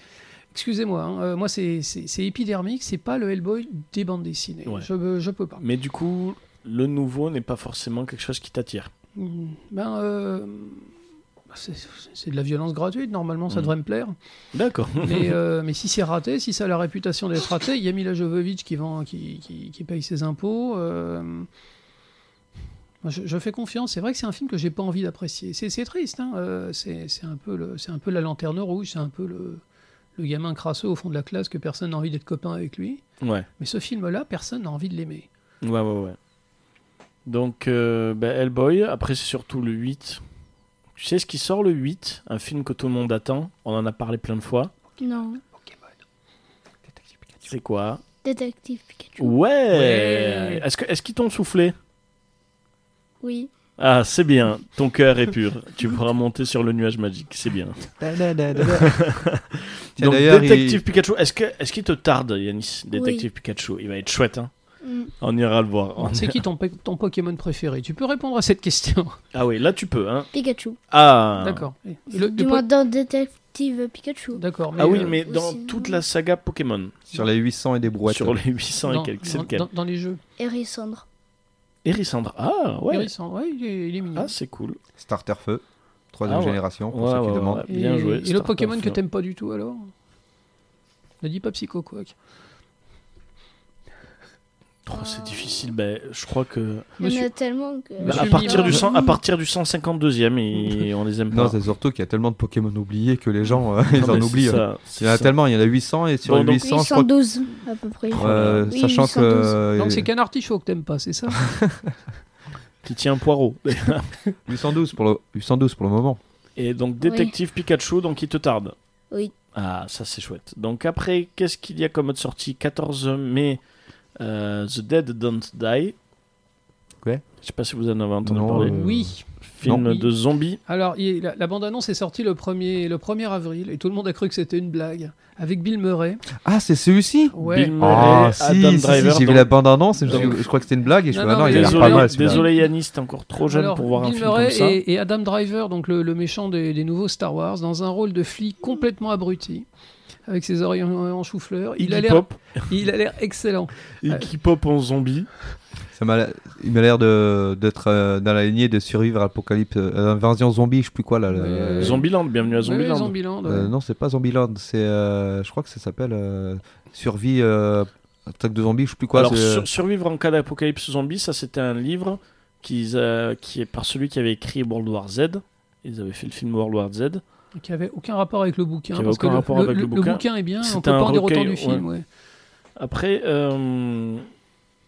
Excusez-moi, hein, euh, moi c'est c'est- c'est épidermique, c'est pas le Hellboy des bandes dessinées. Ouais. Je, je peux pas. Mais du coup, le nouveau n'est pas forcément quelque chose qui t'attire. Mm, Ben, euh, c'est c'est de la violence gratuite, normalement ça Mm. devrait me plaire. D'accord. Mais, euh, mais si c'est raté, si ça a la réputation d'être raté, il y a Mila Jovovich qui, vend, qui, qui, qui paye ses impôts. euh, moi, je, je fais confiance. C'est vrai que c'est un film que j'ai pas envie d'apprécier. C'est c'est triste. hein, euh, c'est c'est un, peu le- c'est un peu la lanterne rouge. C'est un peu le, le gamin crasseux au fond de la classe que personne n'a envie d'être copain avec lui. ouais. Mais ce film-là, personne n'a envie de l'aimer. Ouais, ouais, ouais. Donc, euh, bah, Hellboy, après, c'est surtout le 8. Tu sais ce qui sort le 8 Un film que tout le monde attend. On en a parlé plein de fois. Non. Pokémon. C'est quoi Détective Pikachu. Ouais, Ouais. Est-ce que- est-ce qu'ils t'ont soufflé Oui. Ah, c'est bien. Ton cœur est pur. tu pourras monter sur le nuage magique. C'est bien. Tiens, Donc, d'ailleurs, il- Détective Pikachu, est-ce que- est-ce qu'il te tarde, Yanis Détective Pikachu, il va être chouette, hein Mm. On ira le voir. On- C'est qui ton, pe- ton Pokémon préféré Tu peux répondre à cette question. Ah oui, là tu peux, hein Pikachu. Ah D'accord. Et le- le Du po- moins dans Détective Pikachu. D'accord. Ah oui, euh, mais dans sinon- toute la saga Pokémon, Sur les 800 et des brouettes. sur les 800 dans- et quelques, c'est dans- lequel dans- dans les jeux. Erisandre. Erisandra. Ah ouais, Hérissant, ouais, il est, il est mignon. ah c'est cool. Starter Feu, troisième Ah ouais. génération, pour Ouais, ceux qui ouais, demandent. ouais. bien et, joué, Et le Starter Pokémon que Feu. t'aimes pas du tout alors Ne dis pas Psycho Quack. Oh, c'est difficile, ben, je crois que... Il y en Monsieur- a tellement que. Bah, Monsieur à, partir Mignon. du 100 à partir du 152e, et on les aime Non, pas. c'est surtout qu'il y a tellement de Pokémon oubliés que les gens, euh, ils Ah. Non, en mais c'est oublient. hein. ça, Il c'est y en a ça. tellement, il y en a 800 et sur Bon, les donc- 800, je crois que- 812 à peu près. Euh, Oui, sachant que 812. euh, Donc c'est Canard Tichot que t'aimes pas, c'est ça Qui tient un poireau. 812 pour le 812 pour le moment. Et donc Détective Pikachu, donc il te tarde. Oui. Ah, ça c'est chouette. Donc après, qu'est-ce qu'il y a comme autre sortie 14 mai, euh, The Dead Don't Die. Ouais. Je sais pas si vous en avez entendu Non, parler. euh, Oui. Film non. de zombies. Alors il- la, la bande-annonce est sortie le 1er, le 1er avril et tout le monde a cru que c'était une blague. Avec Bill Murray. Ah, c'est celui-ci Ouais. Bill Murray, Ah, si, Adam si, si, Driver. j'ai vu donc- la bande annonce et je, Donc- je crois que c'était une blague et je Non, me suis dit, ah non, non, il a l'air désolé, pas mal celui-là. désolé Yanis, t'es encore trop jeune Alors, pour voir un Bill film Murray comme ça. Et, et Adam Driver, donc le, le méchant des, des nouveaux Star Wars, dans un rôle de flic complètement abruti, avec ses oreilles en, en chou-fleur. Il, a Iggy l'air- Pop, il a l'air excellent. Iggy Pop en zombie. Ça m'a, il m'a l'air de, d'être euh, dans la lignée de survivre à l'apocalypse, euh, invasion zombie, je sais plus quoi là. le- Euh, Zombieland, bienvenue à Ouais, Zombieland. Zombieland, ouais. Euh, non, c'est pas Zombieland, c'est, euh, je crois que ça s'appelle euh, survie, euh, attaque de zombies, je sais plus quoi. Alors, c'est- sur- survivre en cas d'apocalypse zombie, ça c'était un livre qu'ils, euh, qui est par celui qui avait écrit World War Z. Ils avaient fait le film World War Z. qui avait aucun rapport avec le bouquin. Qui avait parce aucun que le- rapport le, avec le le- le bouquin. bouquin est bien, on C'était peut un pas en dire recueil, autant du ouais. film. ouais. Après, euh,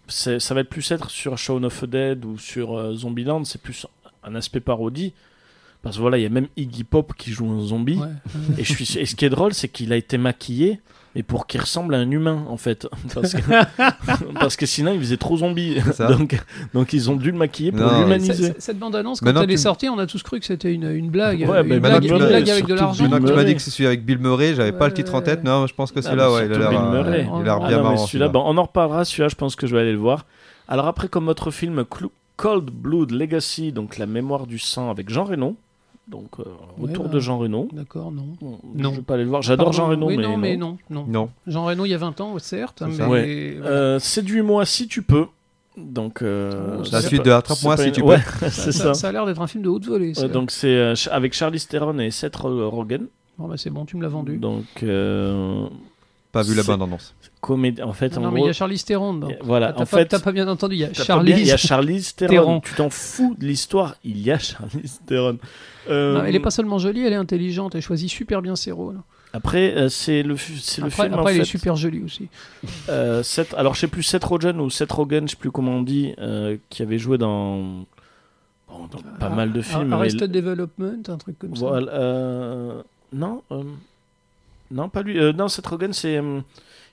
c'est- ça va être plus être sur Shaun of the Dead ou sur euh, Zombieland, c'est plus un aspect parodie. Parce que voilà, il y a même Iggy Pop qui joue un zombie. Ouais. Et, je suis, et ce qui est drôle, c'est qu'il a été maquillé, mais pour qu'il ressemble à un humain, en fait. Parce que, parce que sinon, il faisait trop zombie. C'est ça. Donc, donc, ils ont dû le maquiller pour Non. C'est- l'humaniser. c'est- Cette bande-annonce, quand Maintenant, elle est tu- sortie, on a tous cru que c'était une, une blague, Ouais, euh, mais une maintenant blague, que tu une me- blague avec de surtout l'argent. Bill Maintenant que euh, tu m'as Murray. dit que c'est celui avec Bill Murray, j'avais pas le titre en tête. Non, je pense que celui-là, Ah, mais ouais, il a surtout l'air, Bill euh, Murray. il a l'air Ah Ah bien non, mais marrant. celui-là, celui-là. bon, on en reparlera. Celui-là, je pense que je vais aller le voir. Alors, après, comme autre film, Clou- Cold Blood Legacy, donc La mémoire du sang avec Jean Reno. Donc, euh, Ouais, retour bah. de Jean Reno. D'accord, non. Bon, Non. Je vais pas aller le voir. J'adore Pardon, Jean Reno, oui, mais, non, mais non. non. non. Non, Jean Reno, il y a 20 ans, certes, hein, C'est Euh, mais ça. Ouais. Euh, Séduis-moi si tu peux. Donc, euh, Oh, c'est la pas- suite de Attrape-moi c'est pas si une- tu peux. Ouais, c'est ça. ça, ça a l'air d'être un film de haute volée. ça. Ouais, donc c'est euh, ch- avec Charlize Theron et Seth Rogen. Bon, bah, c'est bon, tu me l'as vendu. Donc euh, Pas vu la C'est- bande-annonce. comédie. En fait, non, en non, mais il gros, y a Charlize Theron. dedans. y a- voilà. Ah, en T'as pas, fait, t'as pas bien entendu, il y a t'as pas bien- il y a Charlize. Charlize Theron. Theron. Tu t'en fous de l'histoire. Il y a Charlize Theron. Euh, Non, mais elle est pas seulement jolie, elle est intelligente, elle choisit super bien ses rôles. Après, euh, c'est le, f- c'est le Après, film. en après, elle est fait, super jolie aussi. euh, Seth- alors, je sais plus Seth Rogen ou Seth Rogen, je sais plus comment on dit, euh, qui avait joué dans, bon, dans pas mal de films. mais- Euh, Arrested Development, un truc comme ça. Voilà, euh, Non, euh, non, pas lui. Euh, non, Seth Rogen, c'est, euh,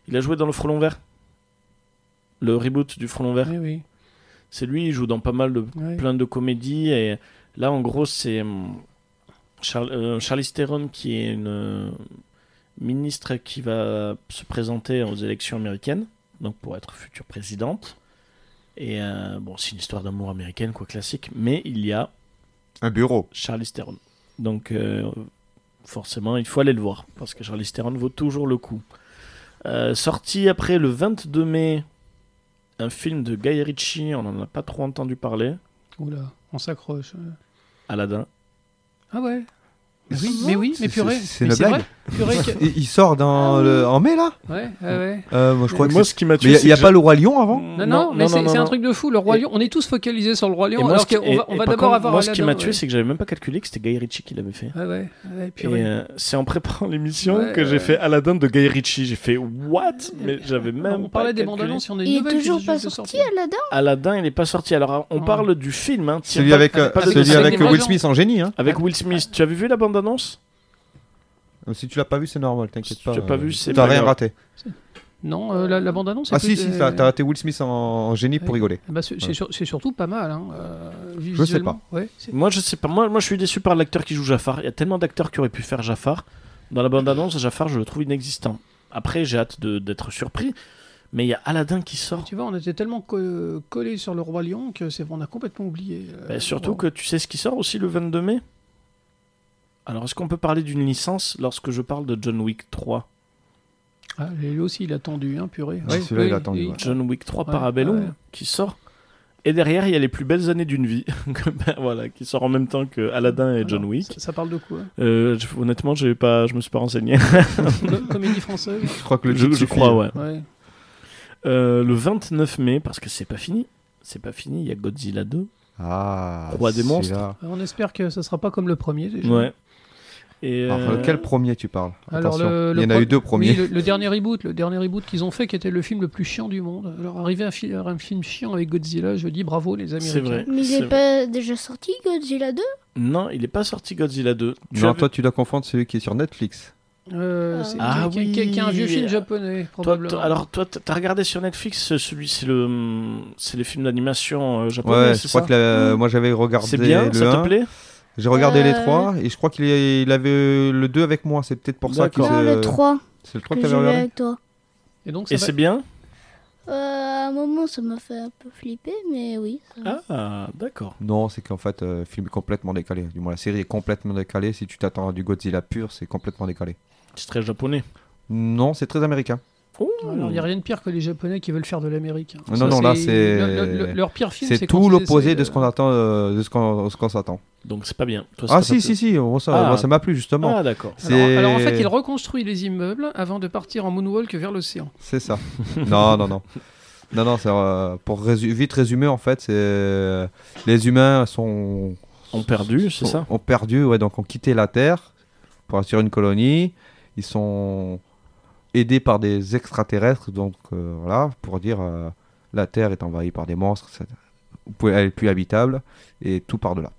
il a joué dans Le Frelon Vert. Le reboot du Frelon Vert. Oui, oui. C'est lui, il joue dans pas mal de oui. plein de comédies. Et là, en gros, c'est hum, Char euh, Charlize Theron qui est une euh, ministre qui va se présenter aux élections américaines, donc pour être future présidente. Et euh, bon, c'est une histoire d'amour américaine, quoi, classique. Mais il y a Un bureau. Charlize Theron. Donc, euh, forcément, il faut aller le voir, parce que Charlize Theron vaut toujours le coup. Euh, sorti après le 22 mai, un film de Guy Ritchie, on n'en a pas trop entendu parler, Oula, on s'accroche. Aladdin. Ah ouais mais oui, Ah mais, oui, mais C'est- purée. c'est- c'est mais une c'est blague. vrai. Purée que- Il, il sort dans Ah le- en mai là Ouais, ouais, ouais. Euh, Moi je crois que Moi, c'est- ce qui m'a Mais tué, il n'y a, pas le roi lion avant Non, non, mais c'est c'est un truc de fou. Le Roi Et- Lion, on est tous focalisés sur le Roi Et Lion, moi, alors ce qui- qu'on va, et- on et va par d'abord contre, avoir. moi, ce qui Aladdin, m'a tué, c'est que j'avais même pas calculé que c'était Guy Ritchie qui l'avait fait. Ouais, ouais, ouais, ouais, Et purée. euh, c'est en préparant l'émission Ouais, que j'ai ouais. fait Aladdin de Guy Ritchie. J'ai fait What Mais j'avais même on parlait pas des calculé. bandes annonces, on a une Il est nouvelle qui toujours vient pas juste de sorti, hein. sortir. Aladdin Aladdin, il est pas sorti. Alors, on Non. parle du film. Hein. Tiens, Celui pas- avec, euh, pas de- avec- celui avec avec des Will dragons. Smith en génie. Hein. Ah, Avec Will Smith. Tu avais vu la bande-annonce Euh, Si tu l'as pas vu, c'est normal, Si t'inquiète tu pas. l'as pas euh, vu, c'est T'as pas rien grave. raté. Non, euh, la, la bande annonce. Ah si, si, t'as t'as raté Will Smith en, en génie pour Ouais. rigoler. Eh ben, c'est Ouais. sur- c'est surtout pas mal. Hein, euh, sais visuellement. Ouais, c'est- Moi, je sais pas. Moi, moi, je suis déçu par l'acteur qui joue Jafar. Il y a tellement d'acteurs qui auraient pu faire Jafar. Dans la bande-annonce, Jafar, je le trouve inexistant. Après, j'ai hâte de- d'être surpris. Mais il y a Aladdin qui sort. Tu vois, on était tellement co- collés sur le Roi Lion que c'est on a complètement oublié. euh, Bah, surtout bon. que tu sais ce qui sort aussi le 22 mai. Alors, est-ce qu'on peut parler d'une licence lorsque je parle de John Wick 3 Ah, lui aussi, il a tendu, hein, purée. Ah, celui-là, il a tendu, ouais. John Wick 3 Ouais, Parabellum ouais. qui sort. Et derrière, il y a les plus belles années d'une vie. Ben, voilà, qui sort en même temps que Aladdin et Alors, John Wick. Ça, ça parle de quoi Euh, je- honnêtement, j'ai pas, je me suis pas renseigné. Com- Comédie française Je crois que le je, titre je suffit. crois, ouais. Ouais. Euh, le 29 mai, parce que c'est pas fini. C'est pas fini, il y a Godzilla 2. Ah, Roi des monstres. celui-là. Euh, On espère que ça sera pas comme le premier. Déjà. Ouais. Et Alors, euh, quel premier tu parles Alors, Attention, le- le il y en a pro- eu deux Oui, premiers. le, le dernier reboot, le dernier reboot qu'ils ont fait, qui était le film le plus chiant du monde. Alors arriver à fi- à un film chiant avec Godzilla, je dis bravo les Américains. c'est vrai. Mais il c'est est vrai. pas déjà sorti Godzilla 2 Non, il est pas sorti Godzilla 2. Tu Non, avais- toi tu dois confondre celui qui est sur Netflix. Euh, c'est- Ah qui, qui- qui- qui est un oui. vieux film japonais toi, probablement. toi- alors toi, t'as regardé sur Netflix euh, celui, c'est le, hum, c'est les films d'animation euh, Ouais, japonais, je c'est crois ça que Mmh. la- moi j'avais regardé C'est bien, le ça te 1. plaît J'ai regardé les Euh, trois et je crois qu'il est- il avait le 2 avec moi. C'est peut-être pour ça qu'il D'accord. Non, se- le 3 C'est le 3 que que j'ai t'avais vu regardé avec toi. Et donc ça Et va- c'est bien. Euh, à un moment, ça m'a fait un peu flipper, mais oui. ça va. Ah, d'accord. Non, c'est qu'en fait, euh, le film est complètement décalé. Du moins, la série est complètement décalée. Si tu t'attends à du Godzilla pur, c'est complètement décalé. C'est très japonais. Non, c'est très américain. Oh. Alors, il n'y a rien de pire que les Japonais qui veulent faire de l'américain. Ah Non, non, là, c'est- le- le- le- leur pire film. C'est quand tout ils l'opposé essaient de ce qu'on attend, euh, de ce qu'on ce qu'on s'attend. Donc c'est pas bien. Toi, ça Ah t'a pas si, si, plu. si, moi ça Ah. moi, ça m'a plu justement. Ah, d'accord. C'est- Alors, alors, en fait, il reconstruit les immeubles avant de partir en moonwalk vers l'océan. C'est ça. non, non, non. Non, non, c'est, euh, pour résu- vite résumer, en fait, c'est les humains sont, On perdu, c'est sont- ça ont perdu, ouais, donc ont quitté la Terre pour assurer une colonie. Ils sont aidés par des extraterrestres, donc euh, voilà, pour dire euh, la Terre est envahie par des monstres, etc. Vous pouvez- elle est plus habitable, et tout par de là.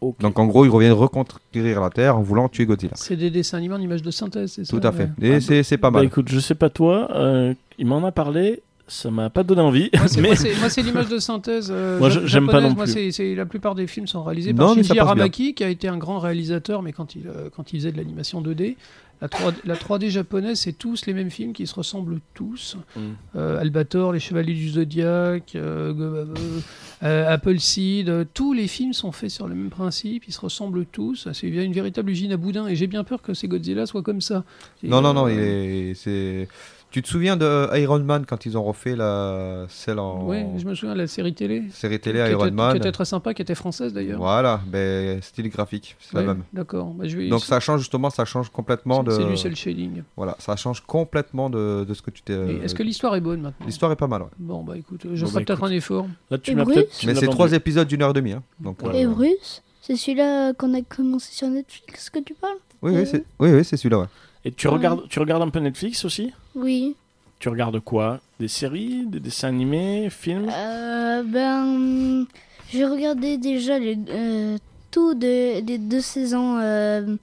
Ok. Donc en gros, ils reviennent reconquérir la Terre en voulant tuer Godzilla. C'est des dessins animés en images de synthèse, c'est ça Tout à ouais. fait. Et Ah, c'est, c'est pas Bah mal. écoute, je sais pas toi, euh, il m'en a parlé, ça m'a pas donné envie, Moi, c'est- mais moi, c'est- moi, c'est l'image de synthèse. euh, Moi, je- jap- j'aime pas japonaise. non Moi, plus. c'est- c'est- la plupart des films sont réalisés Non, par mais ça Shinji passe bien. Aramaki, qui a été un grand réalisateur, mais quand il, euh, quand il faisait de l'animation 2D, la 3D, la 3D japonaise, c'est tous les mêmes films qui se ressemblent tous. Mm. Euh, Albator, Les Chevaliers du Zodiac, euh, Go- euh, euh, Appleseed, euh, tous les films sont faits sur le même principe, ils se ressemblent tous. C'est une véritable usine à boudin, et euh, j'ai bien peur que ces Godzilla soient comme ça. Non, non, non, Et, il euh, est- c'est Tu te souviens de Iron Man quand ils ont refait la celle en Ouais, je me souviens de la série télé. série télé qui Iron était, Man qui était très sympa, qui était française d'ailleurs. Voilà, ben, style graphique, c'est Ouais, la même. D'accord. Bah, je vais- Donc c'est- ça euh, change justement, ça change complètement de. C'est du cel shading. Voilà, ça change complètement de, de ce que tu t'es. Et Est-ce que l'histoire est bonne maintenant euh, l'histoire est pas mal ouais. Bon, bah écoute, je Bon, ferai bah, peut-être écoute. un effort. Là, tu Et m'as Bruce peut-être. tu Mais me l'as c'est vendu. trois épisodes d'une heure et demie. hein. Donc, Ouais. euh, Et Bruce C'est celui-là qu'on a commencé sur Netflix que tu parles oui, oui, c'est oui, oui, c'est celui-là. ouais. Et tu Ouais. regardes, tu regardes un peu Netflix aussi Oui. Tu regardes quoi Des séries, des dessins animés, films Euh, ben, j'ai regardé déjà les, euh, tout de- des deux saisons euh, de-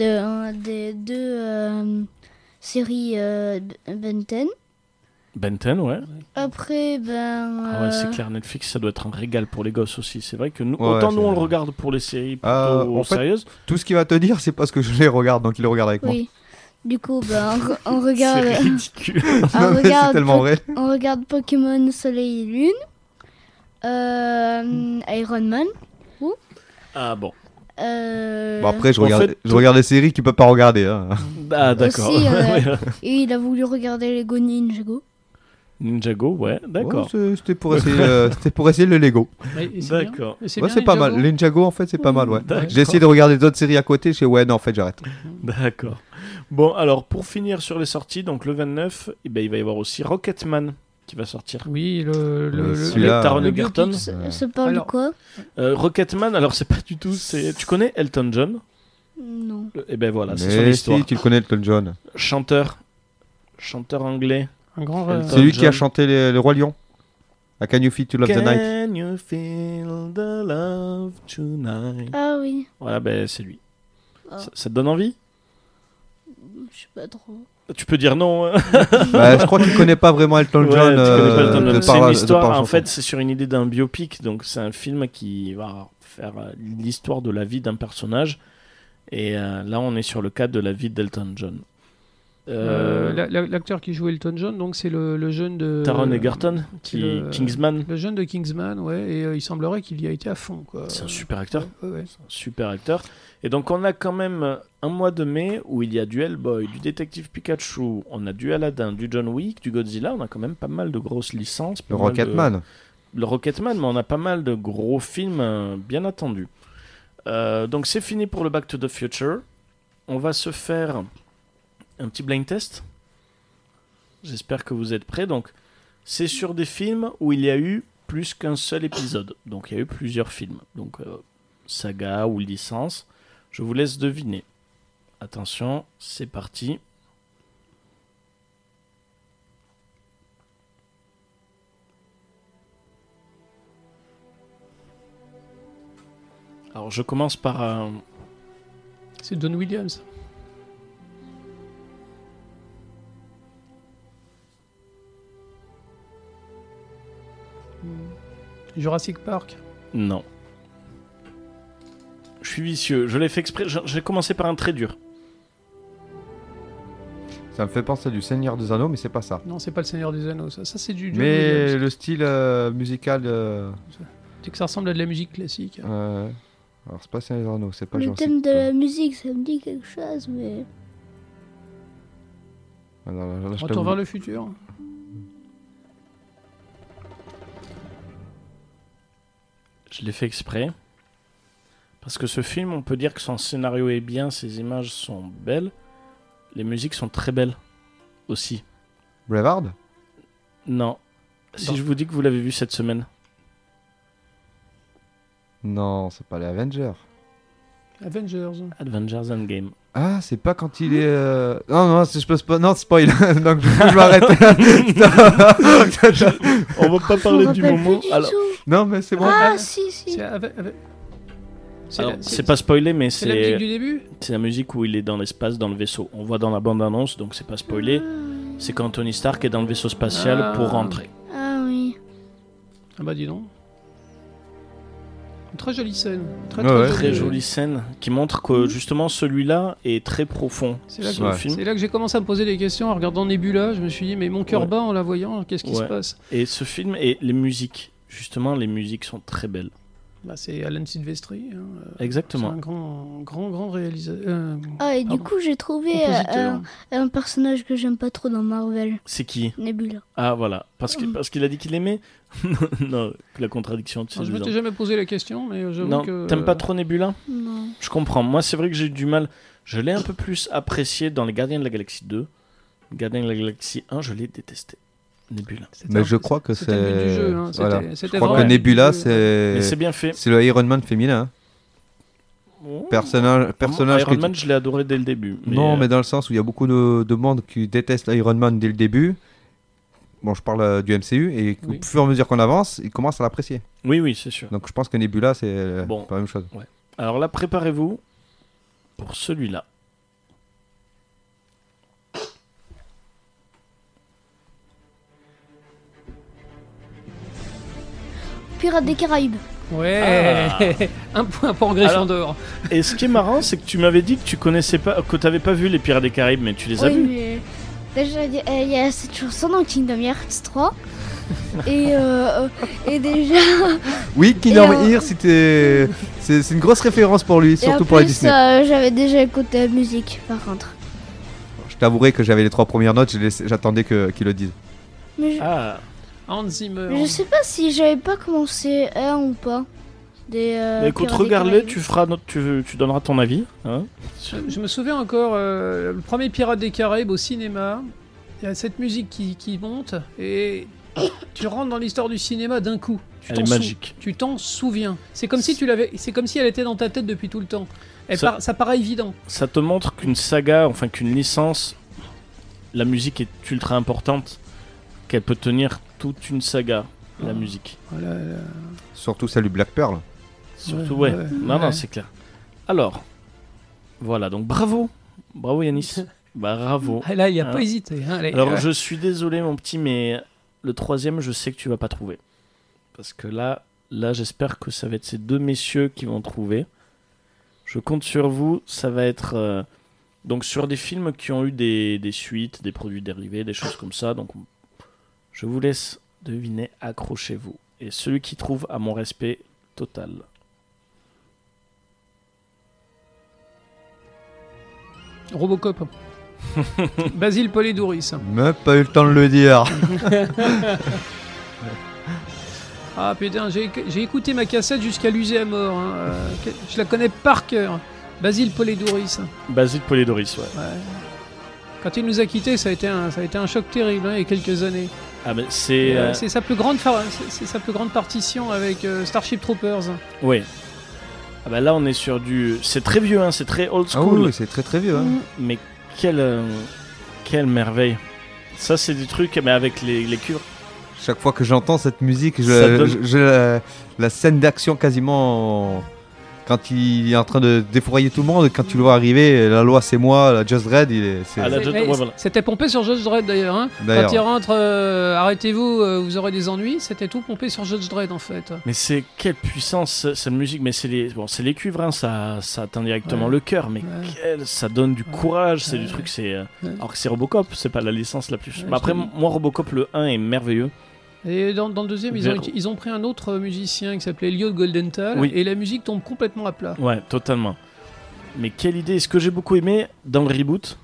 euh, des deux euh, séries euh, B- Ben 10. Benton, ouais. Après, ben, Ah ouais, c'est euh, clair, Netflix, ça doit être un régal pour les gosses aussi. C'est vrai que nous, Ouais, autant c'est nous, on le vrai. regarde pour les séries plutôt Euh, en fait- sérieuses. Tout ce qu'il va te dire, c'est parce que je les regarde, donc il le regarde avec moi. oui. Du coup, ben, on re- on, C'est regarde, ridicule. on Non, mais c'est Ah, regarde tellement vrai. Po- on regarde Pokémon Soleil et Lune, Hmm. euh, Iron Man. Ah bon. euh, Bon, après, je En regarde, fait, euh, je tout- regarde des séries qu'il peut pas regarder. hein. Ah d'accord. Aussi, euh, Ouais. et il a voulu regarder les Go Ninjago. Ninjago, ouais, Ouais, d'accord. c'est- C'était pour, essayer, euh, c'était pour essayer le Lego. Mais- et c'est bien. D'accord. Et Ouais, bien, c'est pas Ninjago mal. Ninjago, en fait, c'est pas mal, ouais. D'accord. J'ai essayé de regarder d'autres séries à côté, chez ouais, non, en fait, j'arrête. D'accord. Bon, alors pour finir sur les sorties, donc le 29, eh ben, il va y avoir aussi Rocketman qui va sortir. Oui, le, le, Euh, le- celui-là, Avec Taron le Egerton. biopic. Ça, ça parle Alors- de quoi Euh, Rocketman, alors c'est pas du tout. C'est... Tu connais Elton John Non. Et eh ben voilà, c'est son Mais histoire. si, tu le connais, Elton John. Chanteur, chanteur anglais. un grand Elton. rêve. C'est lui qui John. a chanté les- Le Roi Lion. À Can You Feel to Love the Night. Can you feel the love tonight Ah oui, Voilà, ben c'est lui. Ah. Ça, ça te donne envie je sais pas trop. Tu peux dire non. hein. Bah, je crois qu'il connaît pas vraiment Elton Ouais, John. tu connais pas Elton euh, John. de C'est par- une de histoire, par en chanson. fait, c'est sur une idée d'un biopic. Donc, c'est un film qui va faire euh, l'histoire de la vie d'un personnage. Et euh, là, on est sur le cas de la vie d'Elton John. Euh, Euh, la- la- L'acteur qui jouait Elton John, donc c'est le, le jeune de. Taron Egerton, qui est euh, le- Kingsman. Le jeune de Kingsman, ouais, et euh, il semblerait qu'il y a été à fond, quoi. C'est un super acteur. Ouais, ouais. C'est un super acteur. Et donc, on a quand même un mois de mai où il y a du Hellboy, du Détective Pikachu, on a du Aladdin, du John Wick, du Godzilla. On a quand même pas mal de grosses licences. pas Le mal de- Rocketman. le Rocketman, mais on a pas mal de gros films euh, bien attendus. Euh, donc c'est fini pour le Back to the Future. On va se faire un petit blind test. J'espère que vous êtes prêts. Donc c'est sur des films où il y a eu plus qu'un seul épisode. Donc il y a eu plusieurs films. Donc euh, saga ou licence. Je vous laisse deviner. Attention, c'est parti. Alors je commence par un... C'est Don Williams. Hmm. Jurassic Park. Non. Je suis vicieux. Je l'ai fait exprès. Je- J'ai commencé par un très dur. Ça me fait penser à du Seigneur des Anneaux, mais c'est pas ça. Non, c'est pas le Seigneur des Anneaux, ça. Ça, c'est du John Mais Williams. le style euh, musical. euh, C'est que ça ressemble à de la musique classique. Ah, euh, Alors, c'est pas Seigneur des Anneaux, c'est pas Le Jurassic thème de Park. la musique, ça me dit quelque chose, mais. Ah, non, là, là, je Retour t'avoue. vers le futur. Je l'ai fait exprès. Parce que ce film, on peut dire que son scénario est bien, ses images sont belles, les musiques sont très belles aussi. Brevard Non. Si Non. je vous dis que vous l'avez vu cette semaine, Non, c'est pas les Avengers. Avengers. Avengers Endgame. Ah, c'est pas quand il est. euh, Non, non, c'est- je peux pas. Non, spoil. Donc, du coup, je m'arrête. Stop. On va pas Je me parler du rappelle moment. plus du Alors, tout. non, mais c'est bon. Ah, si, si. C'est ave- ave- c'est alors, la- c'est pas spoilé, mais c'est la musique c'est du début c'est la musique où il est dans l'espace, dans le vaisseau. On voit dans la bande-annonce, donc c'est pas spoilé. C'est quand Tony Stark est dans le vaisseau spatial Ah. pour rentrer. Ah oui. Ah bah dis donc. Une très jolie scène. Très, Ouais, ouais. Très jolie scène qui montre que justement celui-là est très profond. Mhm. C'est là que- Ce Ouais. film. C'est là que j'ai commencé à me poser des questions en regardant Nebula. Je me suis dit, mais mon cœur Ouais. bat en la voyant, qu'est-ce qui se Ouais. passe Et ce film et les musiques, justement, les musiques sont très belles. Bah, c'est Alan Silvestri. hein, euh, C'est Exactement. un grand, grand, grand réalisateur. euh, Ah, et Pardon. du coup, j'ai trouvé euh, compositeur. un, un personnage que j'aime pas trop dans Marvel, C'est qui Nebula. Ah voilà, parce que parce qu'il a dit qu'il aimait. non, la contradiction. tu sais, Alors, du je ne genre. m'étais jamais posé la question, mais j'avoue Non, que. euh, t'aimes pas trop Nebula Non. Je comprends. Moi, c'est vrai que j'ai eu du mal. Je l'ai un peu plus apprécié dans les Gardiens de la Galaxie 2. Gardiens de la Galaxie 1, je l'ai détesté. Nebula. C'était Mais un- je crois que c'est. c'était le but du jeu, hein, voilà. c'était- Je c'était crois vraiment le que but du Nebula, jeu. Mais c'est. c'est bien fait. C'est le Iron Man féminin. Oh. Personnage. personnage Iron qui- Man, je l'ai adoré dès le début. mais, non, euh, mais dans le sens où il y a beaucoup de, de monde qui déteste Iron Man dès le début. Bon, je parle euh, du MCU. Et Oui. au fur et à mesure qu'on avance, ils commencent à l'apprécier. Oui, oui, c'est sûr. Donc je pense que Nebula, c'est euh, Bon. pas la même chose. Alors là, préparez-vous pour celui-là. Pirates des Caraïbes. Ouais Un point pour Griffon Alors- dehors. Et ce qui est marrant, c'est que tu m'avais dit que tu connaissais pas, que t'avais pas vu les Pirates des Caraïbes, mais tu les as oui, vus. mais euh, déjà, il y a- il y a cette chanson dans Kingdom Hearts 3. et, euh, et déjà. Oui, Kingdom Et, euh, Hearts, c'était- c'est c'est une grosse référence pour lui, et en surtout pour la plus, Disney. euh, j'avais déjà écouté la musique, par contre. Je t'avouerai que j'avais les trois premières notes, je laissais- j'attendais que- qu'ils le disent. Mais je, Ah, Hans Zimmer. mais je sais pas si j'avais pas commencé un ou pas. Des, euh, bah écoute, Pirates des regarde-le, Caraïbes. tu feras, notre, tu, tu donneras ton avis. hein. Je- Je me souviens encore, euh, le premier Pirate des Caraïbes au cinéma, il y a cette musique qui, qui monte et tu rentres dans l'histoire du cinéma d'un coup. Tu Elle t'en est sou- magique. Tu t'en souviens. C'est comme si tu l'avais. C'est comme si elle était dans ta tête depuis tout le temps. Elle Ça- par- ça paraît évident. ça te montre qu'une saga, enfin qu'une licence, la musique est ultra importante, qu'elle peut tenir toute une saga, la Ah. musique. Voilà, euh, Surtout celle du Black Pearl. Surtout, Ouais, ouais. ouais, non, non, ouais. c'est clair. Alors, voilà, donc bravo. Bravo Yanis. bravo. ah, là, il n'y a Ah. pas hésité. hein, allez. Alors, Euh, je suis désolé, mon petit, mais le troisième, je sais que tu vas pas trouver. Parce que là, là j'espère que ça va être ces deux messieurs qui vont trouver. Je compte sur vous. Ça va être. euh, donc, sur des films qui ont eu des, des suites, des produits dérivés, des choses comme ça. Donc, on- je vous laisse deviner. Accrochez-vous. Et celui qui trouve a mon respect total. Robocop. Basile Polidouris. Même pas eu le temps de le dire. Ah putain, j'ai j'ai écouté ma cassette jusqu'à l'user à mort. hein, euh, que- je la connais par cœur. Basile Polidouris. Basile Polidoris, ouais. Quand il nous a quittés, ça a été un, ça a été un choc terrible hein, il y a quelques années. Ah, mais c'est. Et, euh, euh, c'est sa plus grande, fa- c'est- c'est sa plus grande partition avec euh, Starship Troopers. ouais. Ah, bah là, on est sur du. C'est très vieux, hein, c'est très old Ah school. oui, oui, c'est très très vieux. hein. Mm. Mais quelle, euh, quelle merveille. Ça, c'est du truc, mais avec les, les cuivres. Chaque fois que j'entends cette musique, Ça je, donne- je- je- la, la scène d'action quasiment. Quand il est en train de défourailler tout le monde, quand tu le vois arriver, la loi c'est moi, la Just Red, il est. c'est- Ah, la- C'est- Judge- mais ouais, voilà. C'était pompé sur Judge Dredd d'ailleurs. hein. Quand D'ailleurs. il rentre, euh, arrêtez-vous, euh, vous aurez des ennuis. C'était tout pompé sur Judge Dredd en fait. Mais c'est quelle puissance, ce- cette musique. Mais c'est les, bon, c'est les cuivres, hein, ça, ça atteint directement Ouais. le cœur. Mais Ouais. quelle- ça donne du courage, c'est du Ouais. truc. C'est, euh, Ouais. Alors que c'est Robocop, c'est pas la licence la plus. Ouais, Mais après, je l'ai m- moi, Robocop, le 1 est merveilleux. Et dans, dans le deuxième, ils ont, Zéro. ils ont pris un autre musicien qui s'appelait Leo Goldenthal Oui. et la musique tombe complètement à plat. Ouais, totalement. Mais quelle idée. Et ce que j'ai beaucoup aimé dans le reboot,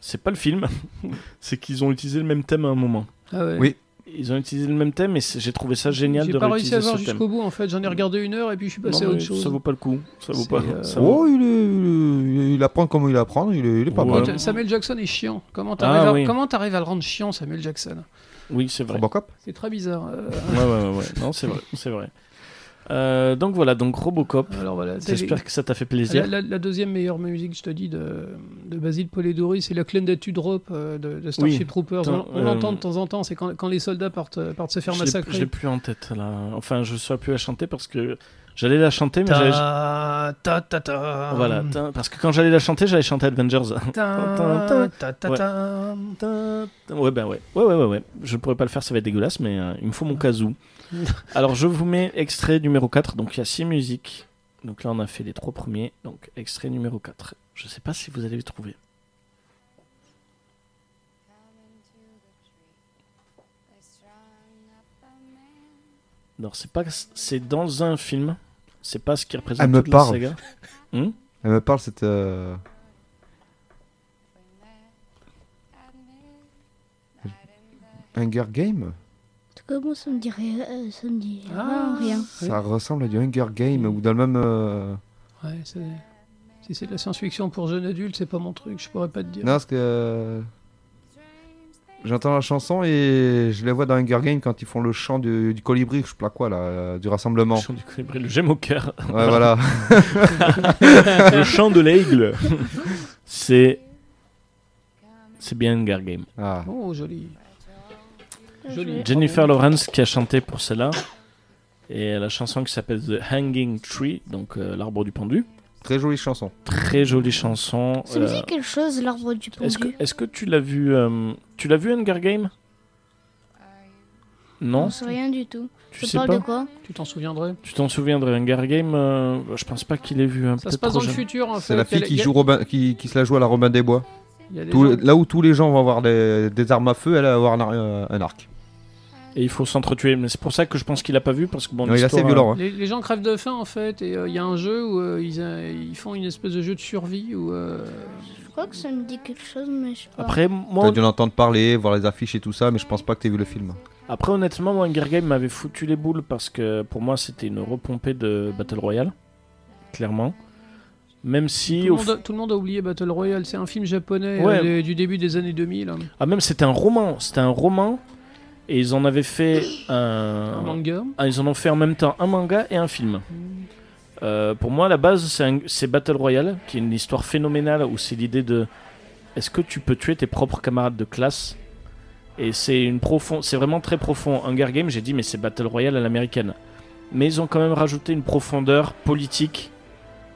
c'est pas le film, c'est qu'ils ont utilisé le même thème à un moment. Ah ouais. Oui. Ils ont utilisé le même thème et c'est- j'ai trouvé ça génial J'ai de pas réussi réutiliser à voir ce thème. jusqu'au bout en fait. J'en ai regardé une heure et puis je suis passé Non, à mais Bah, autre chose. Ça vaut pas le coup. Ça vaut C'est, pas. euh, ça vaut- Oh, il, est- il est- il apprend comment il apprend, il est, il est pas Ouais. mal. Écoute, Samuel Jackson est chiant. Comment t'arrives Ah, à- oui. comment t'arrives à le rendre chiant, Samuel Jackson Oui, c'est vrai. Robocop C'est très bizarre. euh, Ouais, ouais, ouais, ouais. Non, c'est vrai. C'est vrai. Euh, donc voilà, donc Robocop. alors voilà, c'est- J'espère que ça t'a fait La, plaisir. la- la deuxième meilleure musique, je te dis, de, de Basile Polidori, c'est la clé d'Atu Drop euh, de, de Starship Oui. Troopers. Attends, On, on euh, l'entend de temps en temps, c'est quand, quand les soldats partent, euh, partent se faire Je l'ai- je massacrer. l'ai plus en tête là. Enfin, je saurais plus la chanter parce que j'allais la chanter, mais j'avais- Ta, ta, ta, ta. voilà. tin, Parce que quand j'allais la chanter, j'allais chanter Avengers. Ta, ta, ta, ta. ouais, ben ouais. Ouais, ouais, ouais, ouais. Je pourrais pas le faire, ça va être dégueulasse, mais euh, il me faut mon kazoo. Alors, je vous mets extrait numéro 4. Donc, il y a 6 musiques. Donc là, on a fait les trois premiers. Donc, extrait numéro 4. Je sais pas si vous allez le trouver. Non, c'est pas. C'est dans un film. C'est pas ce qui représente Elle me toute la parle. saga. Elle me parle cette. euh, Hunger Game En tout cas, moi, ça me dit rien. euh, ça me dit Ah. vraiment rien. Ça ressemble à du Hunger Game ou dans le même. euh, Ouais, c'est- si c'est de la science-fiction pour jeunes adultes, c'est pas mon truc, je pourrais pas te dire. Non, parce que. euh, J'entends la chanson et je la vois dans Hunger Game quand ils font le chant du, du colibri, je sais pas quoi, là, euh, du Le rassemblement. chant du colibri, le gemme au cœur. Ouais, voilà. le chant de l'aigle. C'est. C'est bien Hunger Game. Ah. Oh, joli. Joli. Jennifer Lawrence qui a chanté pour celle-là. Et la chanson qui s'appelle The Hanging Tree, donc euh, l'arbre du pendu. Très jolie chanson. Très jolie chanson. Ça me Euh, dit quelque chose, l'arbre du pendu. Est-ce que, est-ce que tu l'as vu euh, Tu l'as vu Hunger Game Non Euh, Non, c'est rien du tout. Tu Ça sais parle pas de quoi Tu t'en souviendrais Tu t'en souviens de Hunger Game euh, Je pense pas qu'il ait vu. hein, Ça se peut-être passe trop dans le jeune. futur, en fait. C'est la Il fille y a- qui, il y a- joue Robin, qui, qui se la joue à la Robin des Bois. il y a des Tout- gens- là où tous les gens vont avoir des, des armes à feu, elle va avoir un, ar- euh, un arc. Et il faut s'entretuer. Mais c'est pour ça que je pense qu'il a pas vu parce que bon, Non, il est assez l'histoire, euh, violent. hein. Les, les gens crèvent de faim en fait, et euh, il y a un jeu où euh, ils, euh, ils font une espèce de jeu de survie où. euh, Je crois que ça me dit quelque chose, mais je sais euh, Ah. pas. Après, T'as moi, dû l'entendre parler, voir les affiches et tout ça, mais je pense pas que t'aies vu le film. après honnêtement, moi, Hunger Game m'avait foutu les boules parce que pour moi, c'était une repompée de Battle Royale, clairement. Même tout, si, le au monde a, tout le monde a oublié Battle Royale, c'est un film japonais Ouais. euh, des- du début des années 2000, hein. Ah même c'était un roman, c'était un roman et ils en avaient fait un un, manga. ah, ils en ont fait en même temps un manga et un film. Euh, pour moi à la base c'est un- c'est Battle Royale qui est une histoire phénoménale où c'est l'idée de est-ce que tu peux tuer tes propres camarades de classe et c'est une profond c'est vraiment très profond Hunger Games j'ai dit mais c'est Battle Royale à l'américaine mais ils ont quand même rajouté une profondeur politique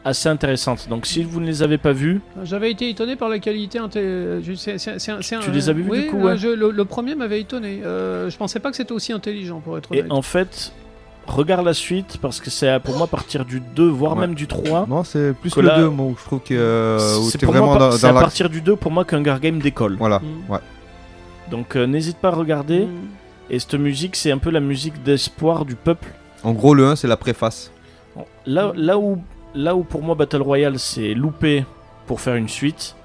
assez intéressante donc si vous ne les avez pas vus J'avais été étonné par la qualité. inté- euh, je sais- c'est- c'est- c'est un- Tu les avais vus, oui, du coup, ouais. un jeu- le, le premier m'avait étonné. Euh, je pensais pas que c'était aussi intelligent pour être Et honnête. en fait, regarde la suite parce que c'est à- pour moi à partir du 2, voire Ouais. même du 3. Non, c'est plus Que le là- 2, moi, où je trouve que euh, où Ah. c'est t'es pour moi vraiment par- dans, c'est dans à la. partir du 2 pour moi qu'Hunger Game décolle. Voilà. Mm. Donc euh, n'hésite pas à regarder. Mm. Et cette musique, c'est un peu la musique d'espoir du peuple. En gros, le 1, c'est la préface. Là, là, où, là où pour moi Battle Royale c'est loupé pour faire une suite,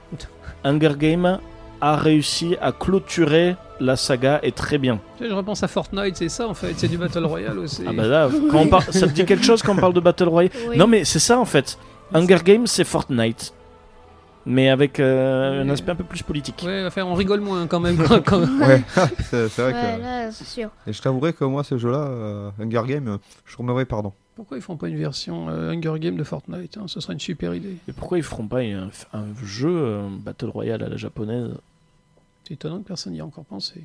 Hunger Game a réussi à clôturer la saga et très bien. Tu sais, je repense à Fortnite, c'est ça en fait, c'est du Battle Royale aussi. Ah bah là, quand on par- ça te dit quelque chose quand on parle de Battle Royale Oui. Non mais c'est ça en fait. Hunger Games c'est Fortnite. Mais avec euh, un Mais- aspect un peu plus politique. Ouais, enfin, on rigole moins quand même. quand- quand- Ouais, c'est c'est vrai Ouais, que. euh, là, c'est sûr. Et je t'avouerai que moi, ce jeu-là, euh, Hunger Game, euh, je tournerai, pardon. Pourquoi ils font pas une version euh, Hunger Game de Fortnite hein Ce serait une super idée. Mais pourquoi ils feront pas un, un jeu euh, Battle Royale à la japonaise C'est étonnant que personne n'y ait encore pensé.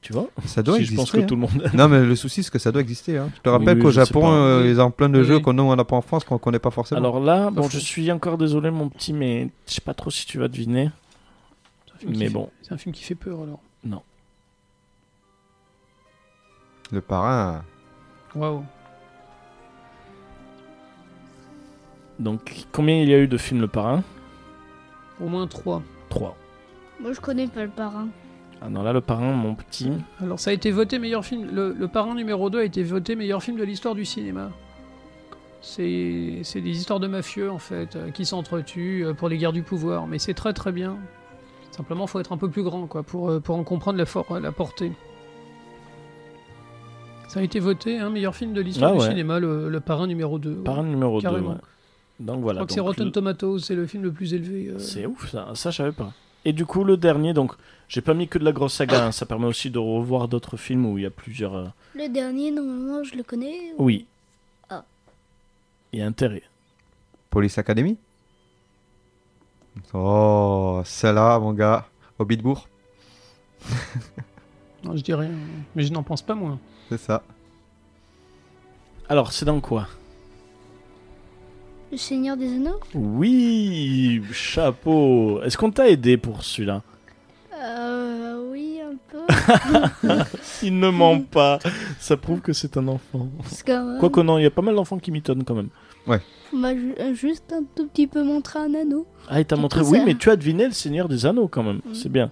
Tu vois Ça doit Si je exister. pense que hein. tout le monde. Non, mais le souci, c'est que ça doit exister. hein. Je te rappelle oui, qu'au je sais Japon, pas. euh, ils ont plein de Oui. jeux qu'on nous, on n'a pas en France, qu'on connaît pas forcément. Alors là, bon, faux. je suis encore désolé mon petit, mais je sais pas trop si tu vas deviner. C'est un film qui Mais fait- bon, C'est un film qui fait peur alors. Le parrain. Waouh. donc combien il y a eu de films Le Parrain Au moins trois. 3. Moi, je connais pas le parrain. Ah non, là Le Parrain, mon petit. Alors ça a été voté meilleur film. Le, le parrain numéro 2 a été voté meilleur film de l'histoire du cinéma. C'est c'est des histoires de mafieux en fait, euh, qui s'entretuent euh, pour les guerres du pouvoir. Mais c'est très très bien. Simplement, faut être un peu plus grand quoi pour, euh, pour en comprendre la, for- la portée. Ça a été voté, hein, meilleur film de l'histoire Ah du ouais. cinéma, le, le parrain numéro 2. ouais. Parrain numéro 2. Carrément. Donc Je voilà. crois que c'est donc Rotten le- Tomatoes, c'est le film le plus élevé. euh. C'est ouf, ça, ça je savais pas. Et du coup, le dernier, donc, j'ai pas mis que de la grosse saga, hein, ça permet aussi de revoir d'autres films où il y a plusieurs. euh, Le dernier, normalement, je le connais. ou- Oui. Ah. Il y a intérêt. Police Academy Oh, celle-là, mon gars. Au Bitbourg, Non, je dis rien, mais je n'en pense pas moins. c'est ça. Alors, c'est dans quoi Le Seigneur des Anneaux Oui, chapeau. Est-ce qu'on t'a aidé pour celui-là Euh, oui, un peu. Il ne ment pas. Ça prouve que c'est un enfant. Parce que euh, Quoi que non, il y a pas mal d'enfants qui m'étonnent quand même. on m'a ju- euh, juste un tout petit peu montré un anneau. Ah, il t'a Tout montré. ça. Oui, mais tu as deviné le Seigneur des Anneaux quand même. Mm. C'est bien.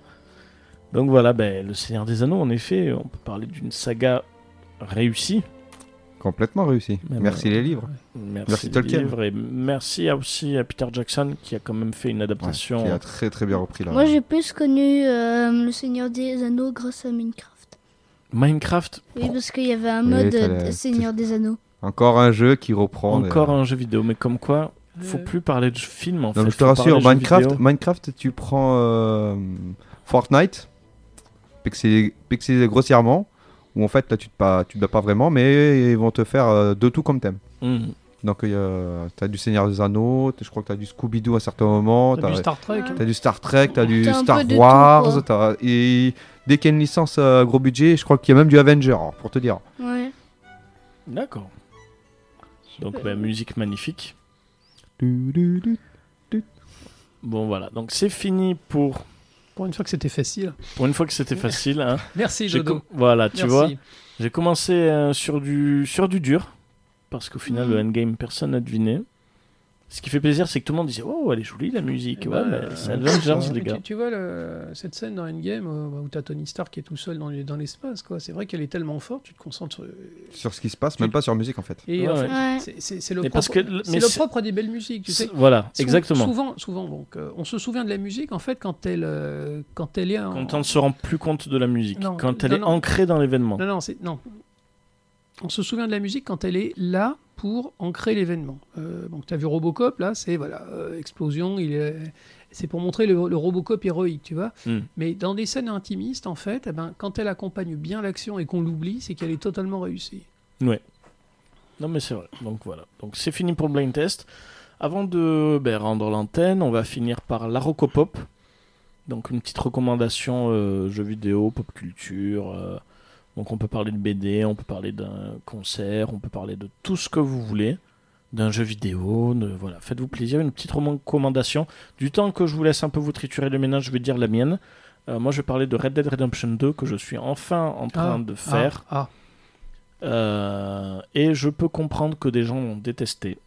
Donc voilà, ben, le Seigneur des Anneaux, en effet, on peut parler d'une saga réussie. Complètement réussi. Mais Merci voilà. les livres. Merci, Merci Tolkien. Tolkien. et merci à- aussi à Peter Jackson qui a quand même fait une Ouais, qui adaptation. a très très bien repris là. Moi, j'ai plus connu euh, Le Seigneur des Anneaux grâce à Minecraft. Minecraft, Oui, parce qu'il y avait un Oui, mode t'as euh, la- Seigneur des Anneaux. Encore un jeu qui reprend. les- encore un jeu vidéo, mais comme quoi, faut Euh, plus parler de film en Non, fait. mais je faut te parler rassure, de jeux euh, Minecraft, vidéo. Minecraft, tu prends euh, Fortnite, pixelisé, pixelisé grossièrement, où en fait là tu te pas, tu te bats pas vraiment, mais ils vont te faire euh, de tout comme thème. Mhm. Donc euh, t'as du Seigneur des Anneaux, t'as- je crois que t'as du Scooby-Doo à un certain moment, T'as t'as vu Star Trek Ouais. hein. t'as du Star Trek, t'as du T'as un Star peu de tout, Wars, quoi. t'as- et dès qu'il y a une licence euh, gros budget, je crois qu'il y a même du Avenger, alors, pour te dire. Ouais. D'accord. Donc, bah, musique magnifique. Bon, voilà. Donc, c'est fini pour. hein. Pour une fois que c'était facile. Pour une fois que c'était facile. hein. Merci J'ai Dodo. com- Voilà, tu Merci. vois. J'ai commencé euh, sur, du... sur du dur. Parce qu'au final, Mhm. le endgame, personne n'a deviné. Ce qui fait plaisir, c'est que tout le monde disait Oh, elle est jolie la musique. Eh Ouais, ben, bah, euh, c'est Avengers, tu- les gars. Tu, tu vois le- cette scène dans Endgame euh, où t'as Tony Stark qui est tout seul dans, les- dans l'espace, quoi. C'est vrai qu'elle est tellement forte, tu te concentres. euh, Sur ce qui se passe, même pas sur la musique en fait. Et Ouais, en fait, ouais. Ouais. c'est- c'est c'est le, Mais propre, parce que le- c'est mais le c'est- propre des belles musiques, tu sais. C'est- Voilà, Sou- exactement. Souvent, souvent donc, euh, on se souvient de la musique en fait quand elle, euh, quand elle est en- Quand on ne se rend plus compte de la musique, Non, quand elle non, est non. ancrée dans l'événement. Non, non, c'est non. On se souvient de la musique quand elle est là pour ancrer l'événement. Euh, donc, tu as vu Robocop, là, c'est voilà, euh, explosion, il est- c'est pour montrer le, le Robocop héroïque, tu vois. Mm. Mais dans des scènes intimistes, en fait, eh ben, quand elle accompagne bien l'action et qu'on l'oublie, c'est qu'elle est totalement réussie. Non, mais c'est vrai. Donc voilà. Donc c'est fini pour le blind test. Avant de ben, rendre l'antenne, on va finir par la Rocopop. Donc une petite recommandation euh, jeux vidéo, pop culture. euh, donc on peut parler de BD, on peut parler d'un concert, on peut parler de tout ce que vous voulez, d'un jeu vidéo. De, voilà, faites-vous plaisir. Une petite recommandation. Du temps que je vous laisse un peu vous triturer le ménage, je vais dire la mienne. Euh, moi, je vais parler de Red Dead Redemption 2 que je suis enfin en train de faire. Ah, Euh, et je peux comprendre que des gens l'ont détesté.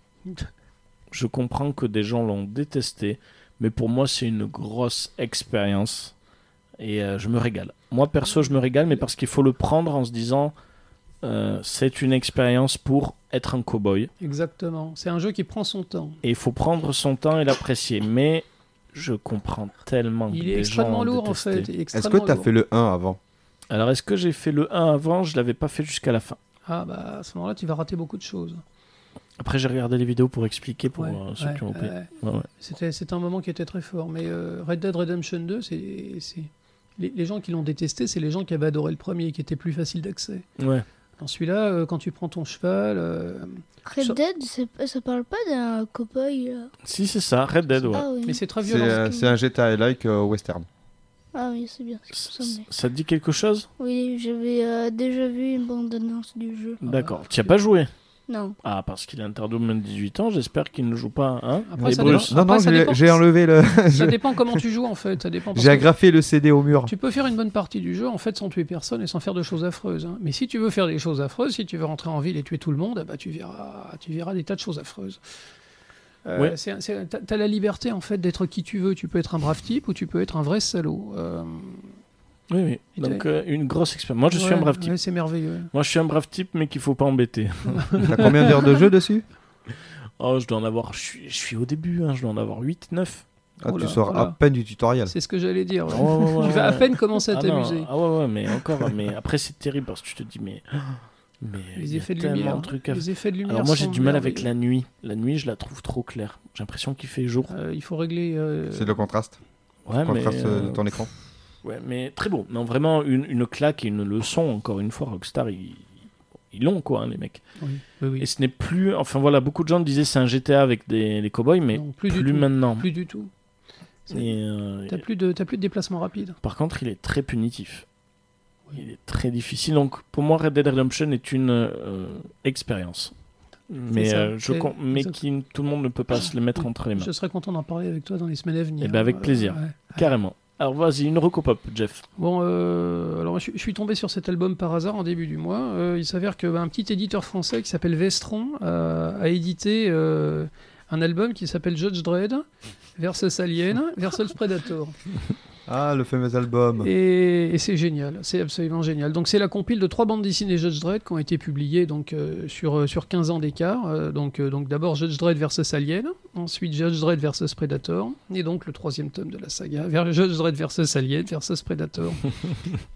Je comprends que des gens l'ont détesté, mais pour moi c'est une grosse expérience et euh, je me régale. Moi perso je me régale, mais parce qu'il faut le prendre en se disant euh, c'est une expérience pour être un cowboy ah, exactement. C'est un jeu qui prend son temps. et il faut prendre son temps et l'apprécier. Mais je comprends tellement. que Il des est gens extrêmement l'ont lourd, en détesté. fait. Est-ce que extrêmement t'as lourd. fait le 1 avant Alors est-ce que j'ai fait le 1 avant Je l'avais pas fait jusqu'à la fin. Ah, bah, à ce moment-là, tu vas rater beaucoup de choses. Après j'ai regardé les vidéos pour expliquer pour Ouais, euh, ceux ouais, qui ont oublié. ouais. Ouais, ouais. C'était, c'était un moment qui était très fort. Mais euh, Red Dead Redemption 2, c'est, c'est... Les, les gens qui l'ont détesté, c'est les gens qui avaient adoré le premier, qui était plus facile d'accès. Ouais. Dans celui-là, euh, quand tu prends ton cheval, euh, Ça- Red Dead, c'est- ça parle pas d'un cow-boy là. Si, c'est ça, Red Dead, ouais. Ah oui. mais c'est très C'est violent. euh, c'est un GTA-like euh, western. Ah oui, c'est bien. c'est C- pour ça, c- mais- Ça te dit quelque Ah, chose Oui, j'avais euh, déjà vu une bande-annonce du jeu. bah, D'accord. Tu as pas joué Non. Ah, parce qu'il est interdit au moins de 18 ans, j'espère qu'il ne joue pas, hein Après, Et ça Bruce dépend. Non, non, Après, ça j'ai dépend- j'ai enlevé le. Ça je- dépend comment tu joues en fait. Ça dépend parce J'ai que agrafé le CD au mur. tu peux faire une bonne partie du jeu en fait sans tuer personne et sans faire de choses affreuses. hein. Mais si tu veux faire des choses affreuses, si tu veux rentrer en ville et tuer tout le monde, ah bah, tu, verras, tu verras des tas de choses affreuses. Euh, Ouais. c'est- c'est- t'as, t'as la liberté en fait d'être qui tu veux. Tu peux être un brave type ou tu peux être un vrai salaud. Euh, Oui, oui. Et Donc, t'as- euh, une grosse expérience. Moi, je suis Ouais, un brave type. ouais, c'est merveilleux. Moi, je suis un brave type, mais qu'il faut pas embêter. T'as combien d'heures de jeu dessus Oh, je dois en avoir. Je suis, je suis au début, hein, je dois en avoir 8, 9. ah, Oh là, Tu sors oh là. à peine du tutoriel. C'est ce que j'allais dire. ouais. Oh, ouais, ouais, tu vas à ouais. peine commencer à Ah, non. t'amuser. ah ouais, ouais, mais encore. mais après, c'est terrible parce que tu te dis, mais. Mais il Les y a effets de tellement lumière. de trucs à faire. Les effets de lumière. Alors, moi, j'ai sont du mal avec la merveilleux. nuit. La nuit, je la trouve trop claire. J'ai l'impression qu'il fait jour. Euh, il faut régler. euh, Ah, C'est le contraste. Ouais, mais. contraste euh, de euh, ton écran. Ouais, mais très beau. Non, vraiment une, une claque et une leçon, encore une fois, Rockstar, ils ils l'ont, quoi, hein, les mecs. Oui, oui, oui. Et ce n'est plus. Enfin voilà, beaucoup de gens disaient c'est un GTA avec des, les cowboys, mais Non, plus plus, du tout. maintenant. Plus du tout. C'est- Et, euh, T'as et- plus de, t'as plus de déplacement rapide. par contre, il est très punitif. Oui. Il est très difficile. Donc pour moi, Red Dead Redemption est une euh, expérience. Mais, ça, euh, je c'est- com- mais c'est- qui tout le monde ne peut pas se le mettre entre les mains. Je serais content d'en parler avec toi dans les semaines à venir. Eh ben, avec Euh, plaisir. ouais. Carrément. Alors vas-y, une recopop, Jeff. Bon, euh, alors je, je suis tombé sur cet album par hasard en début du mois. Euh, il s'avère qu'un petit éditeur français qui s'appelle Vestron euh, a édité euh, un album qui s'appelle Judge Dredd versus Alien versus Predator. Ah, le fameux album. Et, et c'est génial, c'est absolument génial. Donc c'est la compile de trois bandes dessinées Judge Dredd qui ont été publiées donc, euh, sur, euh, sur 15 ans d'écart. Euh, donc euh, donc d'abord Judge Dredd versus Alien, ensuite Judge Dredd versus Predator, et donc le troisième tome de la saga, vers- Judge Dredd versus Alien versus Predator.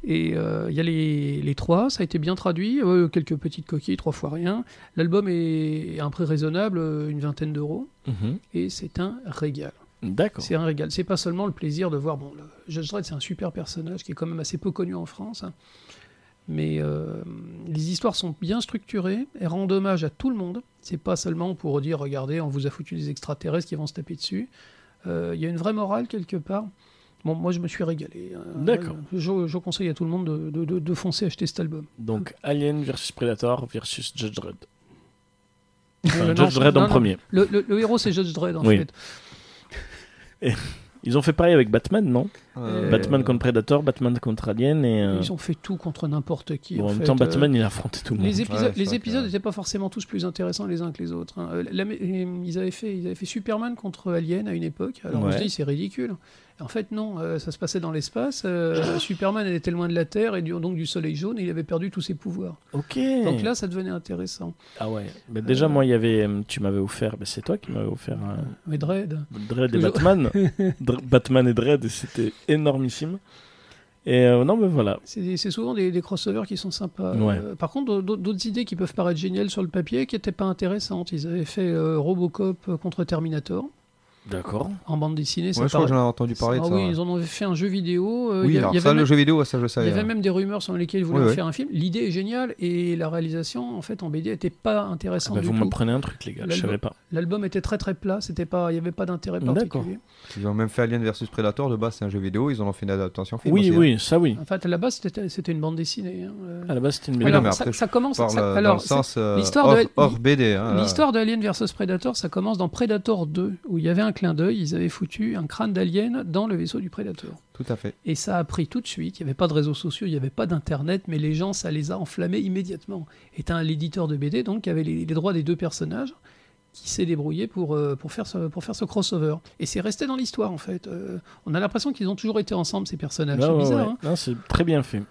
et euh, il y a les, les trois, ça a été bien traduit, euh, quelques petites coquilles, trois fois rien. L'album est à un prix raisonnable, euh, une vingtaine d'euros, Mhm. et c'est un régal. D'accord. C'est un régal. C'est pas seulement le plaisir de voir. Bon, le Judge Dredd, c'est un super personnage qui est quand même assez peu connu en France. hein. Mais euh, les histoires sont bien structurées. Elles rendent hommage à tout le monde. C'est pas seulement pour dire regardez, on vous a foutu des extraterrestres qui vont se taper dessus. Euh, Il y a une vraie morale quelque part. Bon, moi, je me suis régalé. hein. D'accord. Je, je conseille à tout le monde de, de- de- de foncer acheter cet album. Donc Alien versus Predator versus Judge Dredd. Enfin, Euh, non, Judge Dredd non, en non. premier. Le, le- le héros, c'est Judge Dredd, en Oui. fait. Ils ont fait pareil avec Batman, non Euh, Batman contre Predator, Batman contre Alien et. euh, Ils ont fait tout contre n'importe qui. bon, en, en même fait. temps, Euh, Batman, il a affronté tout le monde. Les Ouais, épisodes, c'est les vrai épisodes que- n'étaient pas forcément tous plus intéressants les uns que les autres. hein. Euh, la- la- ils, avaient fait, ils avaient fait Superman contre Alien à une époque. Alors on Ouais. se dit c'est ridicule. En fait non, euh, ça se passait dans l'espace. euh, Superman elle était loin de la Terre et du- donc du Soleil jaune et il avait perdu tous ses pouvoirs. Ok. Donc là ça devenait intéressant. Ah ouais. Mais déjà, moi, il y avait. euh, Tu m'avais offert. mais c'est toi qui m'avais offert. euh, Mais Dredd. Dread et Toujours. Batman. Dr- Batman et Dread, et c'était énormissime. Et euh, non, mais voilà. C'est des- c'est souvent des, des crossovers qui sont sympas. Ouais. Euh, par contre, d'autres d'autres idées qui peuvent paraître géniales sur le papier qui n'étaient pas intéressantes. Ils avaient fait euh, Robocop contre Terminator D'accord. en bande dessinée. ça Ouais, je crois que paraît- j'en ai entendu parler de ah ça. oui, ouais. ils en ont fait un jeu vidéo. euh, il Oui, y a- alors il y ça, avait le même- jeu vidéo, ouais, ça je le Il savais. hein. y avait ouais. même des rumeurs sur lesquelles ils voulaient Oui, en oui. faire un film. L'idée est géniale et la réalisation, en fait, en BD, était pas intéressante du Ah Ben, bah, vous tout. me prenez un truc, les gars. Je L'album. savais pas. L'album était très très plat, c'était pas, il n'y avait pas d'intérêt D'accord. particulier. Ils ont même fait Alien vs Predator, de base c'est un jeu vidéo, ils en ont fait une adaptation film. Oui, aussi, hein. oui, ça oui. En fait, à la base, c'était c'était une bande dessinée. hein. Euh, À la base, c'était une Oui, BD. non, mais ça, après, ça commence. Par ça- le- dans le alors, sens euh, l'histoire hors, de- hors BD. hein, L'histoire d'Alien versus Predator, ça commence dans Predator 2, où il y avait un clin d'œil, ils avaient foutu un crâne d'alien dans le vaisseau du Predator. Tout à fait. Et ça a pris tout de suite. Il n'y avait pas de réseaux sociaux, il n'y avait pas d'internet, mais les gens, ça les a enflammés immédiatement. Et t'as l'éditeur de BD, donc, qui avait les, les droits des deux personnages, qui s'est débrouillé pour, euh, pour, faire ce, pour faire ce crossover. Et c'est resté dans l'histoire, en fait. Euh, on a l'impression qu'ils ont toujours été ensemble, ces personnages. Ouais, c'est Ah ouais, bizarre, ouais. hein Non, c'est très bien fait.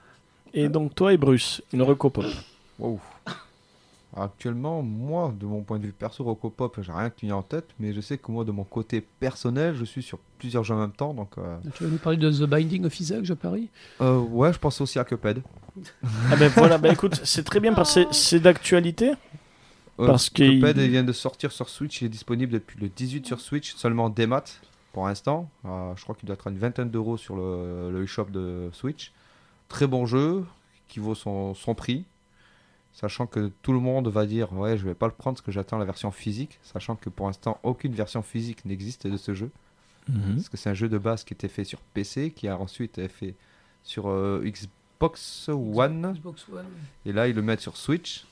Et donc, toi et Bruce, une recopop. Wow. Actuellement, moi, de mon point de vue perso, Rocopop, j'ai rien qui me vient en tête, mais je sais que moi, de mon côté personnel, je suis sur plusieurs jeux en même temps, donc euh, hein. Tu vas nous parler de The Binding of Isaac, je parie euh, ouais, je pense aussi à Cuphead. Ah ben voilà, ben écoute, c'est très bien parce que c'est- c'est d'actualité. Euh, Parce que Cuphead il- il vient de sortir sur Switch, il est disponible depuis le 18 sur Switch, seulement des maths pour l'instant. Euh, je crois qu'il doit être à une vingtaine d'euros sur le, le eShop de Switch. Très bon jeu qui vaut son, son prix. Sachant que tout le monde va dire ouais je vais pas le prendre parce que j'attends la version physique, sachant que pour l'instant aucune version physique n'existe de ce jeu. Parce que c'est un jeu de base qui était fait sur PC, qui a ensuite été fait sur euh, Xbox One, Xbox One. et là, ils le mettent sur Switch.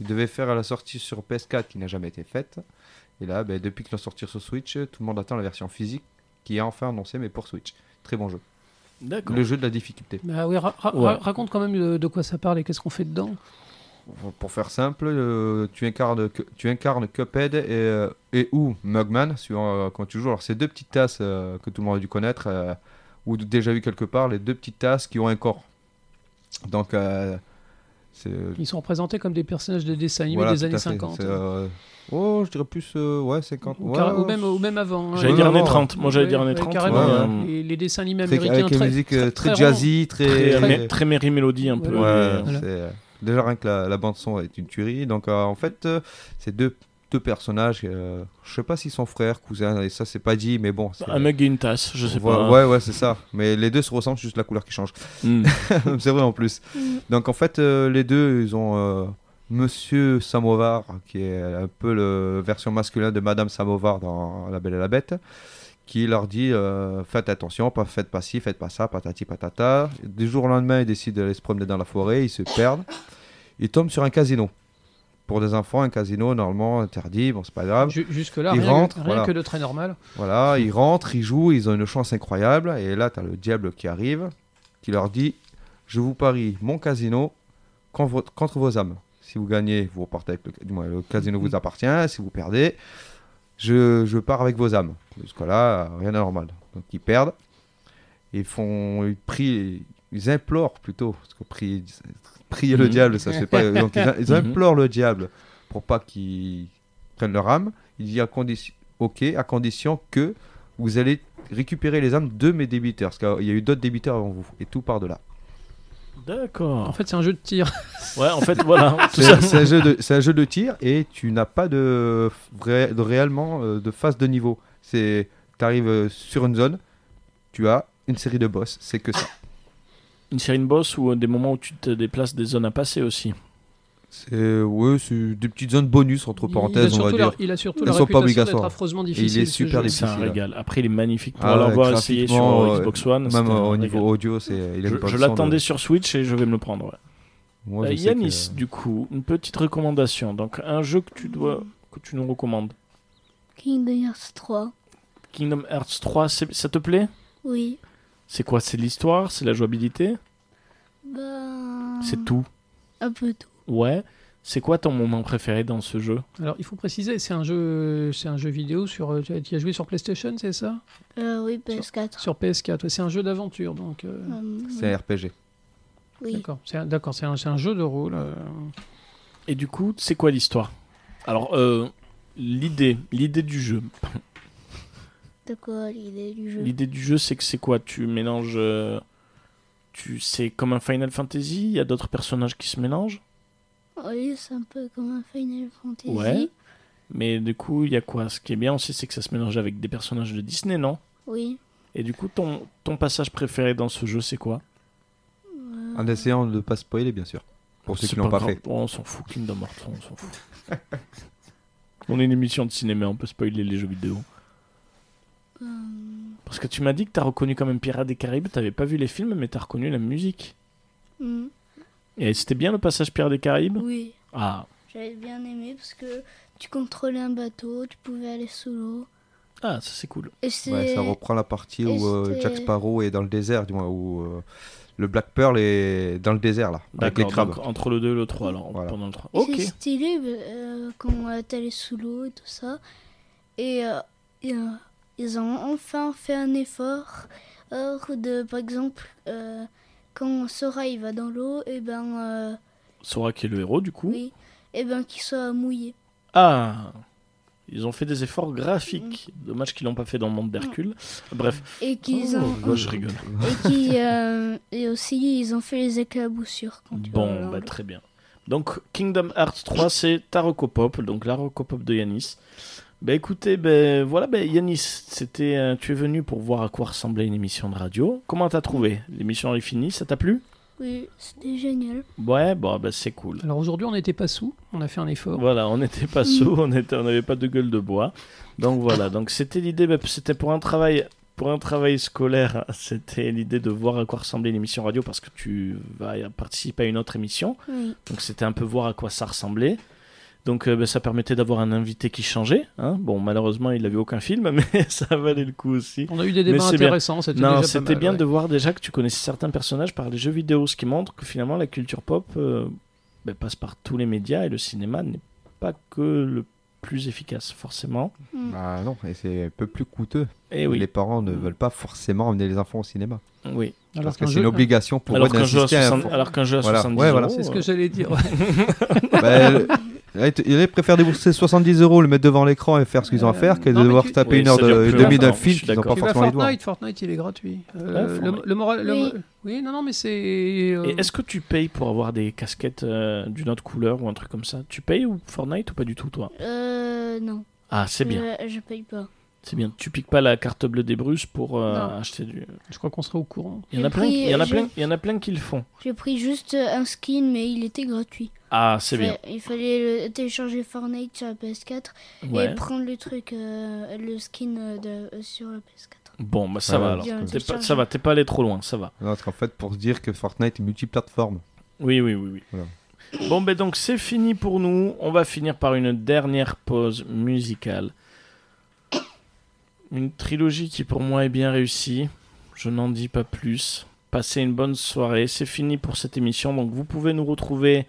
Ils devaient faire à la sortie sur PS4 qui n'a jamais été faite. Et là, ben, depuis qu'ils l'ont sorti sur Switch, tout le monde attend la version physique qui est enfin annoncée, mais pour Switch. Très bon jeu. D'accord. Le jeu de la difficulté. Bah oui, ra- ra- Ouais. ra- raconte quand même de, de quoi ça parle et qu'est-ce qu'on fait dedans. Pour faire simple, euh, tu, incarnes, Cu- tu incarnes Cuphead et, euh, et ou Mugman, suivant euh, quand tu joues. Alors, c'est deux petites tasses euh, que tout le monde a dû connaître, euh, ou d- déjà vu quelque part, les deux petites tasses qui ont un corps. Donc, euh, c'est Ils sont représentés comme des personnages de dessins animés Voilà, des tout années à fait. 50. C'est, euh, Oh, je dirais plus. euh, ouais, 50. Ou, ouais, carré- ou ouais, même, ou même avant. hein. J'allais Ouais, dire années ouais, 30. Moi, j'allais Ouais, dire années ouais, 30. carrément. mais, ouais. euh, Les, les dessins animés Très, américains avec une très, musique euh, très, très jazzy, très, très. mé- très Mary Melody, un peu. Ouais, Voilà. mais- c'est, euh, Déjà, rien que la, la bande-son est une tuerie. Donc, euh, en fait, euh, c'est deux, deux personnages. euh, je sais pas s'ils sont frères, cousins, et ça, c'est pas dit, mais bon. c'est- Bah, Un mec et une tasse, je sais Ouais, pas. hein. Ouais, ouais, c'est ça. Mais les deux se ressemblent, c'est juste la couleur qui change. Hmm. c'est vrai en plus. Donc en fait, euh, les deux, ils ont euh, Monsieur Samovar, qui est un peu la version masculine de Madame Samovar dans La Belle et la Bête, qui leur dit euh, faites attention, pas, faites pas ci, faites pas ça, patati patata. Du jour au lendemain, ils décident d'aller se promener dans la forêt, ils se perdent, ils tombent sur un casino. Pour des enfants, un casino normalement interdit, bon c'est pas grave. Ju- Jusque-là, Ils rien, que- rentrent, rien voilà. que de très normal. Voilà, ils rentrent, ils jouent, ils ont une chance incroyable. Et là, t'as le diable qui arrive, qui leur dit Je vous parie mon casino con- vo- contre vos âmes. Si vous gagnez, vous repartez avec le, ca- du moins, le casino vous appartient. Si vous perdez, je, je pars avec vos âmes. Jusque-là, euh, rien d'anormal. Donc, ils perdent. Ils font, ils prient, ils implorent plutôt, parce que prier, prier le Mhm. diable, ça se fait pas. Donc ils, ils Mhm. implorent le diable pour pas qu'il prenne leur âme. Il dit à condition, ok, à condition que vous allez récupérer les âmes de mes débiteurs, parce qu'il y a eu d'autres débiteurs avant vous, et tout part de là. En D'accord. fait, c'est un jeu de tir. Ouais, en fait, voilà. Tout ça. C'est c'est un, jeu de- c'est un jeu de tir et tu n'as pas de, vrai- de réellement euh, de phase de niveau. C'est, t'arrives euh, sur une zone, tu as une série de boss, c'est que ça. Une série de boss ou euh, des moments où tu te déplaces des zones à passer aussi. C'est, ouais, c'est des petites zones bonus entre Il- parenthèses, il a on va surtout la- dire. il a surtout Elles la sont pas réputation d'être obligatoires. affreusement est difficile. ce super jeu. difficile. C'est un Difficile, ouais. régal. Après, il est magnifique. Pour Ah ouais, l'avoir essayé sur graphiquement, euh, ouais. Xbox One. Même c'était un euh, au régal. niveau audio, c'est, il a Je, une bonne je sonde. l'attendais sur Switch et je vais me le prendre. ouais. Moi, Euh, je sais que- Yanis, du coup, une petite recommandation. Donc, un jeu que tu dois, que tu nous recommandes. Kingdom Hearts 3. Kingdom Hearts 3, c'est- ça te plaît Oui. C'est quoi C'est l'histoire C'est la jouabilité Ben. C'est tout. Un peu tout. Ouais. C'est quoi ton moment préféré dans ce jeu Alors, il faut préciser, c'est un jeu, c'est un jeu vidéo sur. euh, Tu as, tu as joué sur PlayStation, c'est ça Euh, oui, PS4. Sur PS4. ouais, c'est un jeu d'aventure, donc. euh, Euh, C'est un RPG. oui. D'accord. C'est un, d'accord. C'est un, c'est un jeu de rôle. euh, Et du coup, c'est quoi l'histoire Alors, euh, l'idée, l'idée du jeu. De quoi l'idée du jeu L'idée du jeu, c'est que c'est quoi Tu mélanges. euh, tu, c'est comme un Final Fantasy. Il y a d'autres personnages qui se mélangent. Oui, c'est Oh, un peu comme un Final Fantasy. Ouais. Mais du coup, il y a quoi Ce qui est bien aussi, c'est que ça se mélange avec des personnages de Disney, non Oui. Et du coup, ton, ton passage préféré dans ce jeu, c'est quoi En essayant de ne pas spoiler, bien sûr. Pour ceux Mm. C'est qui l'ont pas grave. fait. Oh, on s'en fout, Kingdom Hearts, on s'en fout. on est une émission de cinéma, on peut spoiler les jeux vidéo. Euh, Parce que tu m'as dit que t'as reconnu quand même Pirates des Caraïbes, t'avais pas vu les films, mais t'as reconnu la musique. hmm, Et c'était bien le passage Pirates des Caraïbes Oui. Ah, J'avais bien aimé parce que tu contrôlais un bateau, tu pouvais aller sous l'eau. ah ça c'est cool. Et c'est. Ouais, ça reprend la partie Et où euh, c'était- Jack Sparrow est dans le désert, du moins, où euh, le Black Pearl est dans le désert, là, avec les D'accord, crabes. donc entre le 2 et le 3, alors, Voilà. pendant le 3. Et Ok, C'est stylé euh, quand euh, t'allais sous l'eau et tout ça. Et, euh, et, euh, ils ont enfin fait un effort. Or de, par exemple, euh, quand Sora il va dans l'eau, et ben, euh, Sora qui est le héros du coup. oui, et ben qu'il soit mouillé. Ah Ils ont fait des efforts graphiques. Dommage qu'ils l'ont pas fait dans le monde d'Hercule. Bref, Et qu'ils ont. moi, je rigole. Et qui euh, et aussi ils ont fait les éclaboussures quand tu vas Bon, dans bah l'eau. très bien. Donc Kingdom Hearts 3, c'est ta recopop, donc la recopop de Yanis. Bah écoutez, ben voilà, ben Yanis, c'était, euh, tu es venu pour voir à quoi ressemblait une émission de radio. Comment t'as trouvé L'émission est finie, ça t'a plu Oui, c'était génial. Ouais, bon, bah c'est cool. Alors aujourd'hui, on n'était pas sous. On a fait un effort. Voilà, on n'était pas sous, on était, on n'avait pas de gueule de bois. Donc voilà, donc c'était l'idée, bah, c'était pour un travail, pour un travail scolaire, c'était l'idée de voir à quoi ressemblait l'émission radio parce que tu vas participer à une autre émission. Oui. Donc c'était un peu voir à quoi ça ressemblait. Donc euh, bah, ça permettait d'avoir un invité qui changeait. hein. Bon, malheureusement, il n'a vu aucun film, mais ça valait le coup aussi. On a eu des Mais débats c'est bien. intéressants. C'était Non, déjà pas c'était mal, bien ouais. de voir déjà que tu connaissais certains personnages par les jeux vidéo, ce qui montre que finalement la culture pop euh, bah, passe par tous les médias et le cinéma n'est pas que le plus efficace, forcément. Mm. Bah non, et c'est un peu plus coûteux. Et oui, Les parents ne Mm. veulent pas forcément emmener les enfants au cinéma. oui. Alors parce que qu'un c'est jeu- une obligation pour Alors eux qu'un jeu, à d'insister à 60 un- alors qu'un jeu à Voilà. 70 Ouais, voilà. euros, C'est ce euh, que j'allais dire. ouais. Bah, le- ouais, t- Il préfère débourser 70 euros, le mettre devant l'écran et faire ce qu'ils ont à faire, que de non, mais devoir tu- taper Oui, une heure ça dure de- plus et demie d'un longtemps, je film suis qu'ils n'ont d'accord. pas Tu vas à forcément les devoirs. bah, Fortnite. Fortnite, il est gratuit. Euh, Ouais, le, Fortnite. le moral. le- Oui. Oui. non, non, mais c'est. euh, Et est-ce que tu payes pour avoir des casquettes euh, d'une autre couleur ou un truc comme ça Tu payes ou Fortnite ou pas du tout toi Euh, non. Ah c'est bien, Je, je paye pas. c'est bien. Tu piques pas la carte bleue des Bruces pour euh, Non. acheter du. Je crois qu'on sera au courant. Il y en a J'ai plein, qui- il y en a pris- plein, il y en a plein qui le font. J'ai pris juste un skin, mais il était gratuit. Ah c'est bien. Fa- Il fallait le- télécharger Fortnite sur la PS4 Ouais. et prendre le truc, euh, le skin euh, de, euh, sur la PS4. Bon bah ça Ouais, va ouais, alors. c'est comme T'es ça. pas- ça va, t'es pas allé trop loin, ça va. Non, parce qu'en fait, pour se dire que Fortnite est multiplateforme. Oui, oui, oui. oui. Bon, ben donc c'est fini pour nous. On va finir par une dernière pause musicale. Une trilogie qui pour moi est bien réussie. Je n'en dis pas plus. Passez une bonne soirée. C'est fini pour cette émission. Donc vous pouvez nous retrouver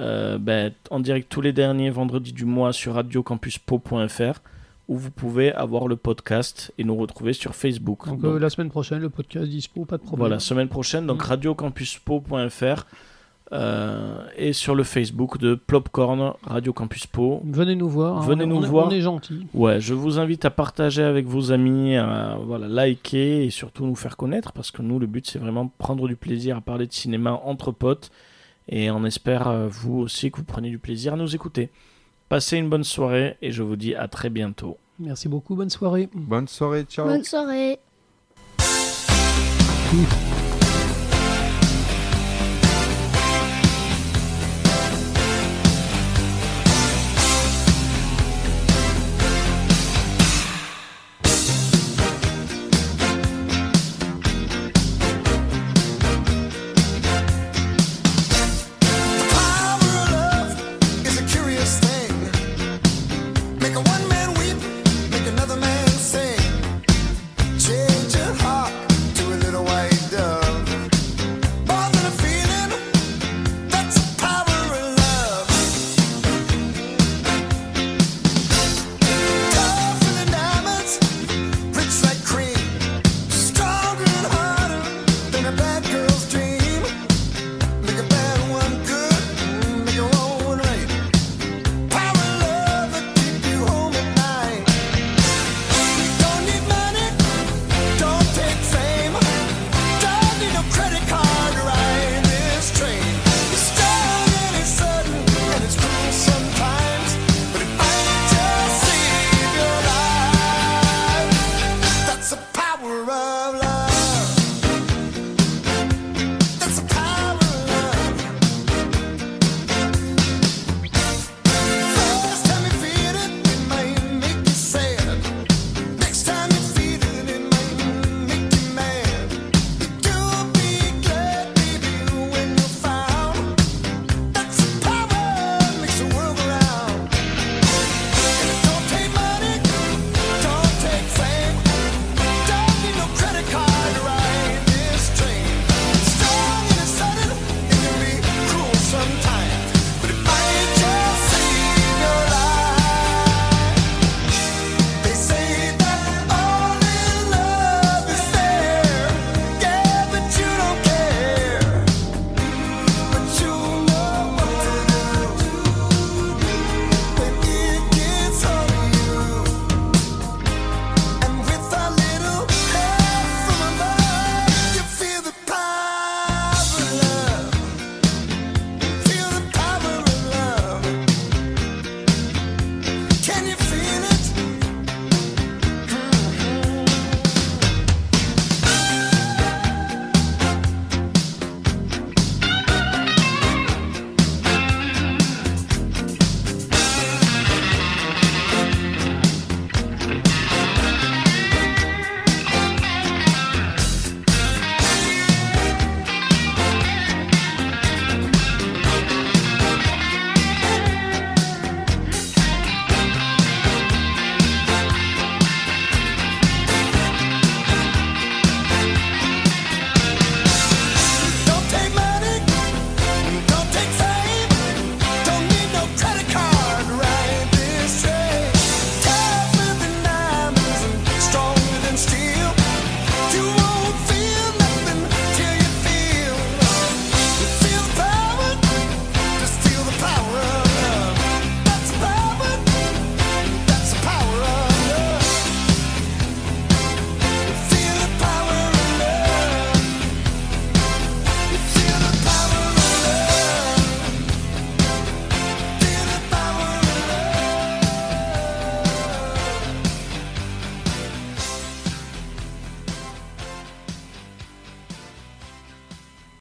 euh, ben, en direct tous les derniers vendredis du mois sur radiocampuspo.fr. où vous pouvez avoir le podcast et nous retrouver sur Facebook. Donc, Donc, euh, la semaine prochaine, le podcast dispo, pas de problème. Ah voilà, semaine prochaine, donc Mm. radiocampuspo.fr euh, et sur le Facebook de Plopcorn Radio Campus Po. Venez nous voir. hein, Venez on- nous on est- voir. On est gentils. Ouais, je vous invite à partager avec vos amis, à voilà, liker et surtout nous faire connaître parce que nous, le but, c'est vraiment prendre du plaisir à parler de cinéma entre potes et on espère, euh, vous aussi, que vous prenez du plaisir à nous écouter. Passez une bonne soirée et je vous dis à très bientôt. Merci beaucoup. Bonne soirée. Bonne soirée, ciao. Bonne soirée. Tout